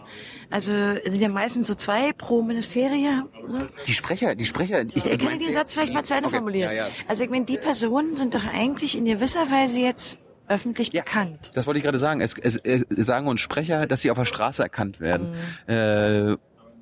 also es sind ja meistens so zwei pro Ministerie. So. Die Sprecher, die Sprecher. Ich, Ich kann den Satz vielleicht mal zu Ende formulieren. ja, ja. Also ich meine, die Personen sind doch eigentlich in gewisser Weise jetzt öffentlich bekannt. das wollte ich gerade sagen. Es, es, es sagen uns Sprecher, dass sie auf der Straße erkannt werden. Mhm. Äh,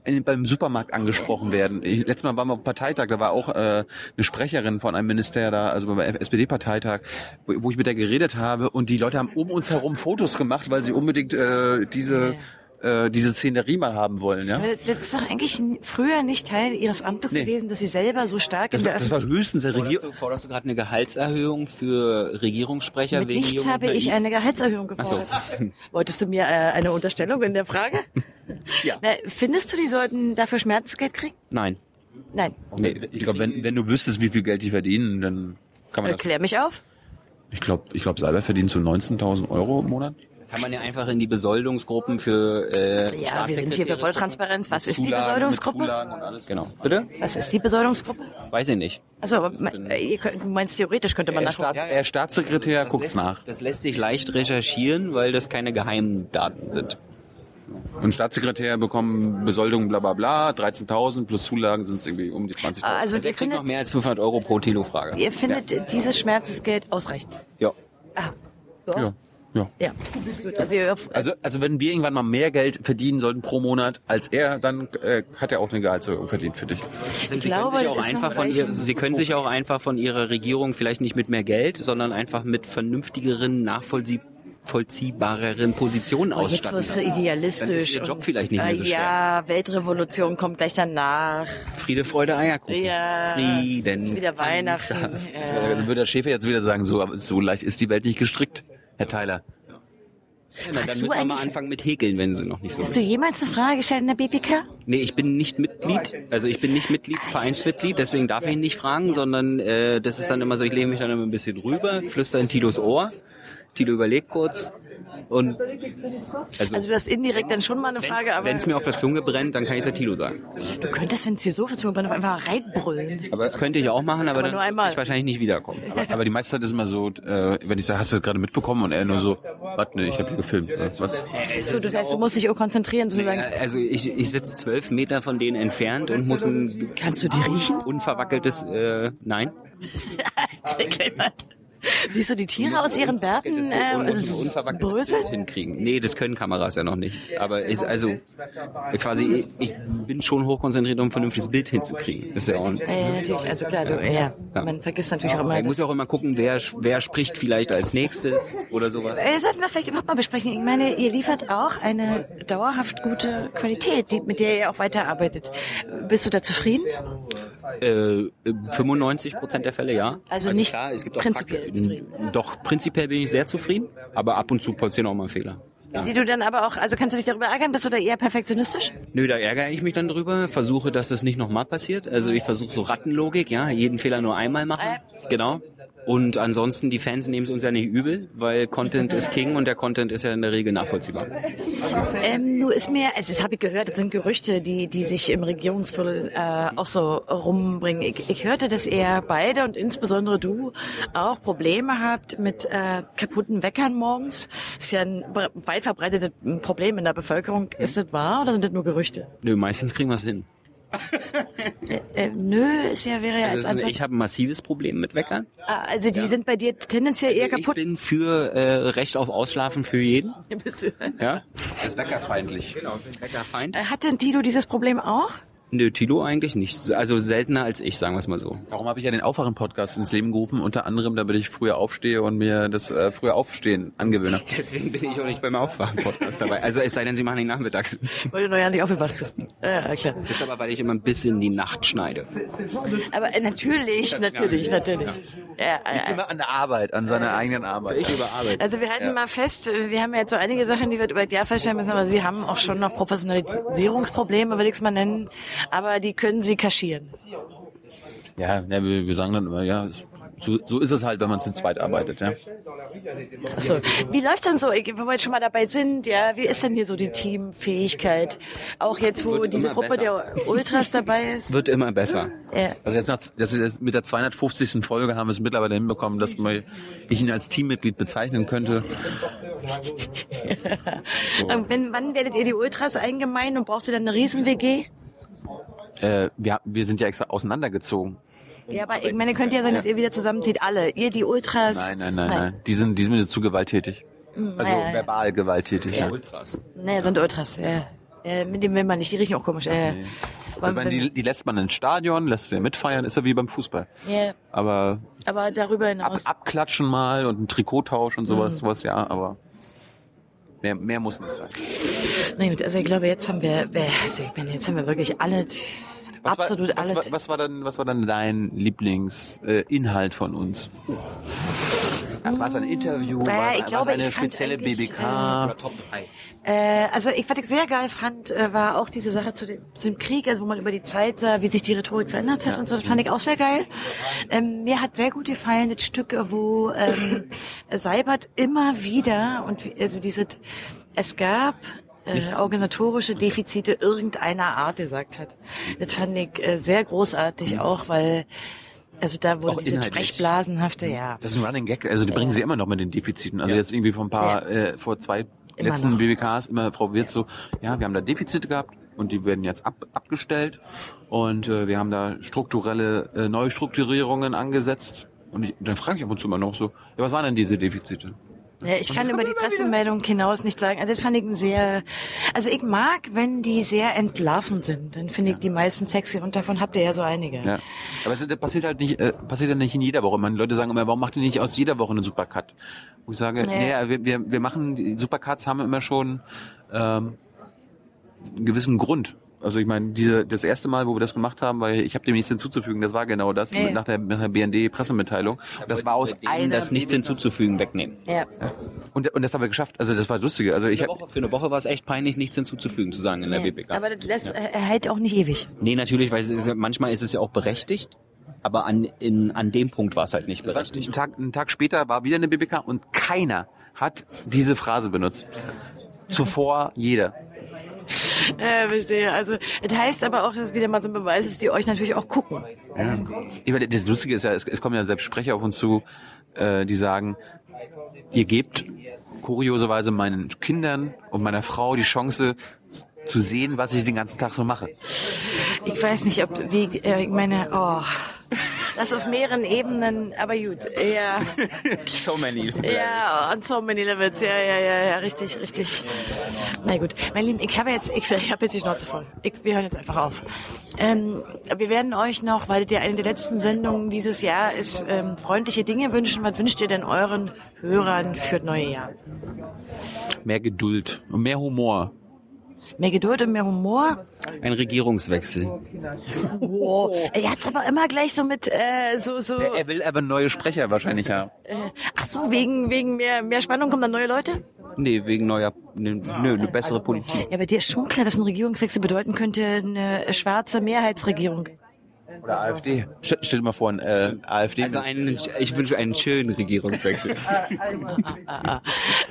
in, beim Supermarkt angesprochen werden. Ich, letztes Mal waren wir auf dem Parteitag, da war auch äh, eine Sprecherin von einem Minister da, also beim SPD-Parteitag, wo, wo ich mit der geredet habe und die Leute haben um uns herum Fotos gemacht, weil sie unbedingt äh, diese äh, diese Szenerie mal haben wollen. Ja? Weil Das ist doch eigentlich n- früher nicht Teil ihres Amtes Nee. gewesen, dass sie selber so stark Das, in der war- das war Öffentlichkeit... höchstens der Regierung. Forderst du, forderst du gerade eine Gehaltserhöhung für Regierungssprecher Mit wegen nichts Jung und habe ich Naiv? eine Gehaltserhöhung gefordert. Wolltest du mir äh, eine Unterstellung in der Frage? Ja. Na, findest du, die sollten dafür Schmerzensgeld kriegen? Nein. Nein. Nee, ich glaube, wenn, wenn du wüsstest, wie viel Geld die verdienen, dann kann man das. Klär mich auf. Ich glaube, ich glaub, Salber verdient so 19.000 Euro im Monat. Kann man ja einfach in die Besoldungsgruppen für äh, Ja, wir sind hier für volle Transparenz. Was ist die Zulagen, mit Besoldungsgruppe? Zulagen und alles. Genau. Bitte? Was ist die Besoldungsgruppe? Weiß ich nicht. Achso, aber me- äh, ihr könnt, du meinst theoretisch könnte man Er, ist nachgucken. Staats, er ist Also, Staatssekretär, guckt's lässt, nach. Das lässt sich leicht recherchieren, weil das keine geheimen Daten sind. Und Staatssekretär bekommen Besoldung, bla bla bla, 13.000 plus Zulagen sind es irgendwie um die 20.000. Also Also ihr er kriegt noch findet, mehr als 500 Euro pro Tilo-Frage. ihr findet äh, dieses Schmerzensgeld ausreichend. Ja. Ah, ja. ja. ja. Ja. Gut, also, ihr, Also, also wenn wir irgendwann mal mehr Geld verdienen sollten pro Monat als er, dann äh, hat er auch eine Gehaltserhöhung verdient für dich. Sie, können glaube, sich auch das ist noch einfach von reichen. ihr, Sie können sich auch einfach von Ihrer Regierung vielleicht nicht mit mehr Geld, sondern einfach mit vernünftigeren, nachvollziehbaren nachvollziehbareren Position Oh, jetzt ausstatten. wirst du idealistisch. Dann ist ihr Job und- vielleicht nicht mehr so Ah, schwer. Ja, Weltrevolution kommt gleich danach. Friede, Freude, Eierkuchen. Ja, Frieden. ist wieder Weihnachten. Ja. Dann wird der Schäfer jetzt wieder sagen, so, aber so leicht ist die Welt nicht gestrickt, Herr Tyler. Ja, dann Fragst müssen du wir mal eigentlich- anfangen mit Häkeln, wenn sie noch nicht so Hast du jemals eine Frage gestellt in der BPK? Nee, ich bin nicht Mitglied, also ich bin nicht Mitglied, Vereinsmitglied, deswegen darf ich ihn nicht fragen, sondern äh, das ist dann immer so, ich lehne mich dann immer ein bisschen rüber, flüster in Tilos Ohr, Tilo überlegt kurz und also, Also du hast indirekt dann schon mal eine Frage, aber wenn es mir auf der Zunge brennt, dann kann ich es ja Tilo sagen. du könntest, wenn es dir so viel zu brennt, einfach reinbrüllen. Aber das könnte ich auch machen, aber, Aber dann nur würde einmal. ich wahrscheinlich nicht wiederkommen. Aber, aber die meiste Zeit ist immer so, äh, wenn ich sage, hast du das gerade mitbekommen? Und er nur so, warte, nee, ich habe gefilmt. Was, was? So, das heißt, du musst dich auch konzentrieren, sozusagen. Also ich, ich sitze zwölf Meter von denen entfernt und muss ein Kannst du die riechen? unverwackeltes äh, Nein. Der Kleine. Siehst du die Tiere aus ihren Das Bärten Un- äh, un- unverwackeltes Bild bröseln? hinkriegen. Nee, das können Kameras ja noch nicht. Aber ist also quasi ich bin schon hochkonzentriert, um ein vernünftiges Bild hinzukriegen. Ist ja auch. Ja, ja, natürlich. Also klar, du, ja. Man vergisst natürlich auch immer. Ich muss dass- ja auch immer gucken, wer wer spricht vielleicht als nächstes oder sowas. Äh, sollten wir vielleicht überhaupt mal besprechen. Ich meine, ihr liefert auch eine dauerhaft gute Qualität, die, mit der ihr auch weiterarbeitet. Bist du da zufrieden? Äh, 95 Prozent der Fälle ja. Also nicht prinzipiell Fakten- zufrieden. Doch prinzipiell bin ich sehr zufrieden, aber ab und zu passieren auch mal Fehler. Die du dann aber auch, also kannst du dich darüber ärgern? Bist du da eher perfektionistisch? Nö, da ärgere ich mich dann drüber, versuche, dass das nicht nochmal passiert. Also ich versuche so Rattenlogik, ja, jeden Fehler nur einmal machen. Genau. Und ansonsten, die Fans nehmen es uns ja nicht übel, weil Content ist King und der Content ist ja in der Regel nachvollziehbar. Ähm, nur ist mir, also das habe ich gehört, das sind Gerüchte, die, die sich im Regierungsviertel äh, auch so rumbringen. Ich, ich hörte, dass ihr beide und insbesondere du auch Probleme habt mit äh, kaputten Weckern morgens. Ist ja ein bre- weit verbreitetes Problem in der Bevölkerung. Ist das wahr oder sind das nur Gerüchte? Nö, meistens kriegen wir es hin. Äh, nö, ist ja, wäre Also ja als es ist, Antwort. ich habe ein massives Problem mit Weckern. Ah, also die sind bei dir tendenziell eher Also Ich kaputt. bin für äh, Recht auf Ausschlafen für jeden. Bist du- Äh, Ja. Das ist weckerfeindlich. Genau, ich bin Weckerfeind. Hat denn Tilo dieses Problem auch? Nö, Tilo eigentlich nicht. Also seltener als ich, sagen wir es mal so. Darum habe ich ja den Aufwachen-Podcast ins Leben gerufen, unter anderem, damit ich früher aufstehe und mir das äh, früher Aufstehen angewöhne. Deswegen bin ich auch nicht beim Aufwachen-Podcast dabei. Also es sei denn, sie machen ihn nachmittags. Weil du noch ja nicht aufgewacht bist. Ja, klar. Das ist aber, weil ich immer ein bisschen die Nacht schneide. Aber äh, natürlich, natürlich, natürlich. Ja, äh, Immer an der Arbeit, an seiner eigenen Arbeit. Ich überarbeite. also wir halten mal fest, äh, wir haben ja jetzt so einige Sachen, die wir über das Jahr feststellen müssen, aber Sie haben auch schon noch Professionalisierungsprobleme, will ich es mal nennen, aber die können Sie kaschieren. Ja, ja wir, wir sagen dann immer, ja, es- so, so ist es halt, wenn man zu zweit arbeitet. Ja. Achso. Wie läuft denn so, ich- wenn wir jetzt schon mal dabei sind, ja, wie ist denn hier so die Teamfähigkeit? Auch jetzt, wo Wird diese immer Gruppe besser. der Ultras dabei ist? Wird immer besser. Ja. Also jetzt, nach, das ist jetzt mit der 250. Folge haben wir es mittlerweile hinbekommen, dass man, ich ihn als Teammitglied bezeichnen könnte. Und Ähm, wenn, wann werdet ihr die Ultras eingemein und braucht ihr dann eine Riesen-WG? Äh, wir, wir sind ja extra auseinandergezogen. Ja, aber ich meine, könnte ja sein, dass ihr wieder zusammenzieht, alle. Ihr, die Ultras. Nein, nein, nein, nein. Die sind, die sind mir zu gewalttätig. Also ja, ja. verbal gewalttätig. Ja. Ultras. Nee, sind Ultras, ja. Äh, mit dem will man nicht, die riechen auch komisch. Äh, Also Wenn Wollen man die, wir- die lässt man ins Stadion, lässt sie mitfeiern, ist ja wie beim Fußball. Ja, Aber aber darüber ab, hinaus. abklatschen mal und ein Trikottausch und Mhm. sowas, sowas ja, aber mehr, mehr muss nicht sein. Na gut, also ich glaube, jetzt haben wir, wir- also ich meine, jetzt haben wir wirklich alles, absolut war, was, alles. war, was war dann, was war dann dein Lieblingsinhalt äh, Inhalt von uns? War es ein Interview? Naja, war Äh, es- ich war es glaube, eine ich fand's spezielle eigentlich, BBK? Äh, also ich, was ich sehr geil fand, äh, war auch diese Sache zu dem, zu dem Krieg, also wo man über die Zeit sah, wie sich die Rhetorik verändert hat und so, das fand ich auch sehr geil. Ähm, mir hat sehr gut gefallen das Stück, äh, wo ähm, Seibert immer wieder und wie- also dieses, es gab äh, organisatorische Defizite irgendeiner Art gesagt hat. Das fand ich äh, sehr großartig auch, weil also da wurde Mhm. Auch diese inhaltlich. Mhm. sprechblasenhafte, ja. Das ist ein Running Gag, also die bringen sie immer noch mit den Defiziten. Also jetzt irgendwie vor ein paar, äh, vor zwei Immer letzten noch. BBKs immer Frau Wirtz so, ja, wir haben da Defizite gehabt und die werden jetzt ab, abgestellt und äh, wir haben da strukturelle äh, Neustrukturierungen angesetzt. Und ich, dann frage ich ab und zu immer noch so, ja, was waren denn diese Defizite? Ja, ich kann über die Pressemeldung hinaus nicht sagen. Also das fand ich ein sehr, also ich mag, wenn die sehr entlarvend sind. Dann finde ich die meisten sexy und davon habt ihr ja so einige. Ja. Aber es das passiert halt nicht, äh, passiert ja nicht in jeder Woche. Man, Leute sagen immer, warum macht ihr nicht aus jeder Woche einen Supercut? Wo ich sage, nee, Nee. wir, wir, wir machen, die Supercuts haben immer schon ähm, einen gewissen Grund. Also ich meine, diese, das erste Mal, wo wir das gemacht haben, weil ich habe dem nichts hinzuzufügen, das war genau das, Nee. mit- nach der, nach der BND-Pressemitteilung. Das war aus Ihnen einer... das nichts hinzuzufügen, wegnehmen. Ja. Und, und das haben wir geschafft. Also das war lustig. Also ich Für eine, habe Woche, für eine Woche war es echt peinlich, nichts hinzuzufügen zu sagen in der WPK. Aber das lässt, äh, hält auch nicht ewig. nee, natürlich, weil es ist, ja- manchmal ist es ja auch berechtigt, aber an, in, an dem Punkt war es halt nicht berechtigt. Einen Tag, einen Tag später war wieder eine BBK und keiner hat diese Phrase benutzt. Zuvor jeder. Ja, verstehe. Also, das heißt aber auch, dass es wieder mal so ein Beweis ist, die euch natürlich auch gucken. Ich meine, das Lustige ist ja, es, es kommen ja selbst Sprecher auf uns zu, äh, die sagen, ihr gebt kurioserweise meinen Kindern und meiner Frau die Chance zu sehen, was ich den ganzen Tag so mache. Ich weiß nicht, ob, wie, äh, ich meine, oh. Das auf mehreren Ebenen, aber gut, ja. So many. Ja, oh, on so many levels, ja, ja, ja, ja, richtig, richtig. Na gut, mein Lieben, ich habe jetzt, ich, ich habe jetzt die Schnauze voll. Ich, wir hören jetzt einfach auf. Ähm, wir werden euch noch, weil der eine der letzten Sendungen dieses Jahr ist, ähm, freundliche Dinge wünschen. Was wünscht ihr denn euren Hörern für das neue Jahr? Mehr Geduld und mehr Humor. Mehr Geduld und mehr Humor. Ein Regierungswechsel. Wow. Er hat's aber immer gleich so mit äh, so so. Er will aber neue Sprecher wahrscheinlich haben. Äh, ach so, wegen wegen mehr mehr Spannung kommen dann neue Leute. Nee, wegen neuer, nö, nö, eine Also bessere Politik. Ja, aber dir ist schon klar, dass ein Regierungswechsel bedeuten könnte eine schwarze Mehrheitsregierung. Oder AfD. Stell, stell dir mal vor, ein, äh, AfD. Also einen, ich wünsche einen schönen Regierungswechsel.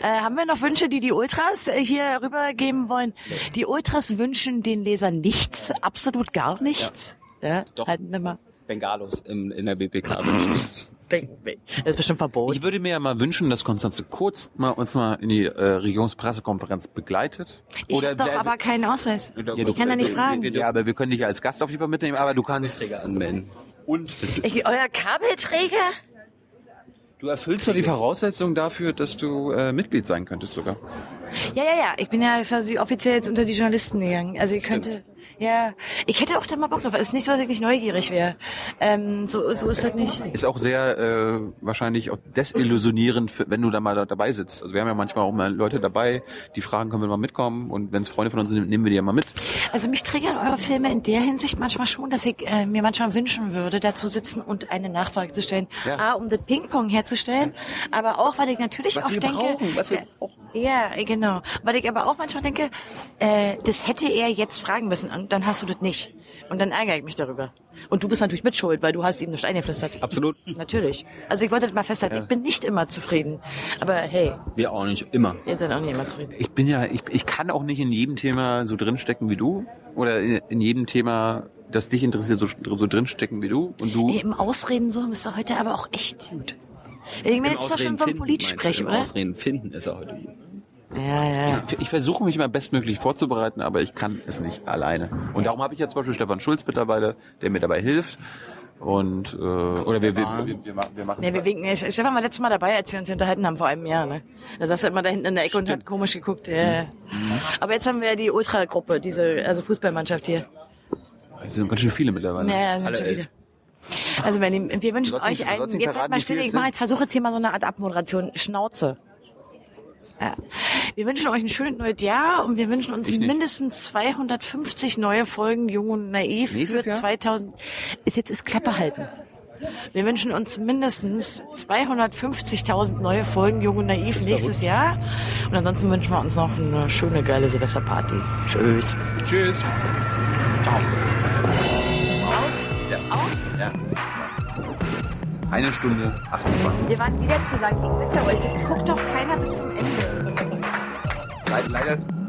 Äh, haben wir noch Wünsche, die die Ultras äh, hier rübergeben wollen? Die Ultras wünschen den Lesern nichts, absolut gar nichts. Ja, Doch. halten wir mal. Bengalos im, in der BPK wünsche ich. Das ist bestimmt verboten. Ich würde mir ja mal wünschen, dass Konstanze Kurz mal uns mal in die äh, Regierungspressekonferenz begleitet. Ich, hab doch wer- aber keinen Ausweis. du- ich kann da nicht wir- fragen. wir- ja, aber wir können dich ja als Gast auf jeden Fall mitnehmen, aber du kannst. Träger anmelden. Und Ich, euer Kabelträger? Du erfüllst doch die Voraussetzung dafür, dass du äh, Mitglied sein könntest sogar. Ja, ja, ja. Ich bin ja quasi offiziell jetzt unter die Journalisten gegangen. Also ich könnte, ja, ich hätte auch da mal Bock drauf. Es ist nicht so, dass ich nicht neugierig wäre. Ähm, so, so ist das nicht. Ist auch sehr äh, wahrscheinlich auch desillusionierend, für, wenn du da mal da- dabei sitzt. Also wir haben ja manchmal auch mal Leute dabei, die fragen, können wir mal mitkommen und wenn es Freunde von uns sind, nehmen wir die ja mal mit. Also mich triggern eure Filme in der Hinsicht manchmal schon, dass ich äh, mir manchmal wünschen würde, da zu sitzen und eine Nachfrage zu stellen. A, um das Ping-Pong herzustellen, aber auch, weil ich natürlich Was oft wir denke... brauchen, was wir brauchen. Ja, genau. Weil ich aber auch manchmal denke, äh, das hätte er jetzt fragen müssen und dann hast du das nicht. Und dann ärgere ich mich darüber. Und du bist natürlich mit schuld, weil du hast ihm nicht eingeflüstert. Absolut. Natürlich. Also ich wollte das mal festhalten, ich bin nicht immer zufrieden. Aber hey, Wir auch nicht, immer. ihr seid auch nicht immer zufrieden. Ich bin ja, ich, ich kann auch nicht in jedem Thema so drinstecken wie du oder in, in jedem Thema, das dich interessiert, so, so drinstecken wie du und du. Ey, Im Ausreden so ist er heute aber auch echt gut. Ich meine, Im jetzt ist doch Ausreden schon vom finden, Polit meinst du? sprechen, Im oder? Ausreden finden ist er heute. gut. Ja, ja. Ich versuche mich immer bestmöglich vorzubereiten, aber ich kann es nicht alleine. Und darum habe ich ja zum Beispiel Stefan Schulz mittlerweile, der mir dabei hilft. Und äh, oder wir, wir, wir, wir machen, wir machen Nee, wir winken. Ey, Stefan war letztes Mal dabei, als wir uns hier unterhalten haben, vor einem Jahr. Ne? Da saß er immer da hinten in der Ecke und hat komisch geguckt. Ja, ja. Mhm. Aber jetzt haben wir ja die Ultra-Gruppe, diese also Fußballmannschaft hier. es sind ganz schön viele mittlerweile. Ja, ja, sind schon viele. Also, meine Lieben, wir wünschen Du sollst euch nicht- du einen. sollst nicht Jetzt seid verraten, mal wie still. viele Ich es mache sind. jetzt, versuche jetzt hier mal so eine Art Abmoderation. Schnauze. Ja. Wir wünschen euch ein schönes neues Jahr und wir wünschen uns mindestens 250 neue Folgen Jung und Naiv Nächstes für Jahr? 2000. Ist jetzt ist Klappe halten. Wir wünschen uns mindestens 250.000 neue Folgen Jung und Naiv nächstes Jahr. Und ansonsten wünschen wir uns noch eine schöne, geile Silvesterparty. Tschüss. Tschüss. Ciao. Aus. Ja. Aus. Ja. Eine Stunde 28. Wir waren wieder zu lang. Ich bitte euch, jetzt guckt doch keiner bis zum Ende. Leider.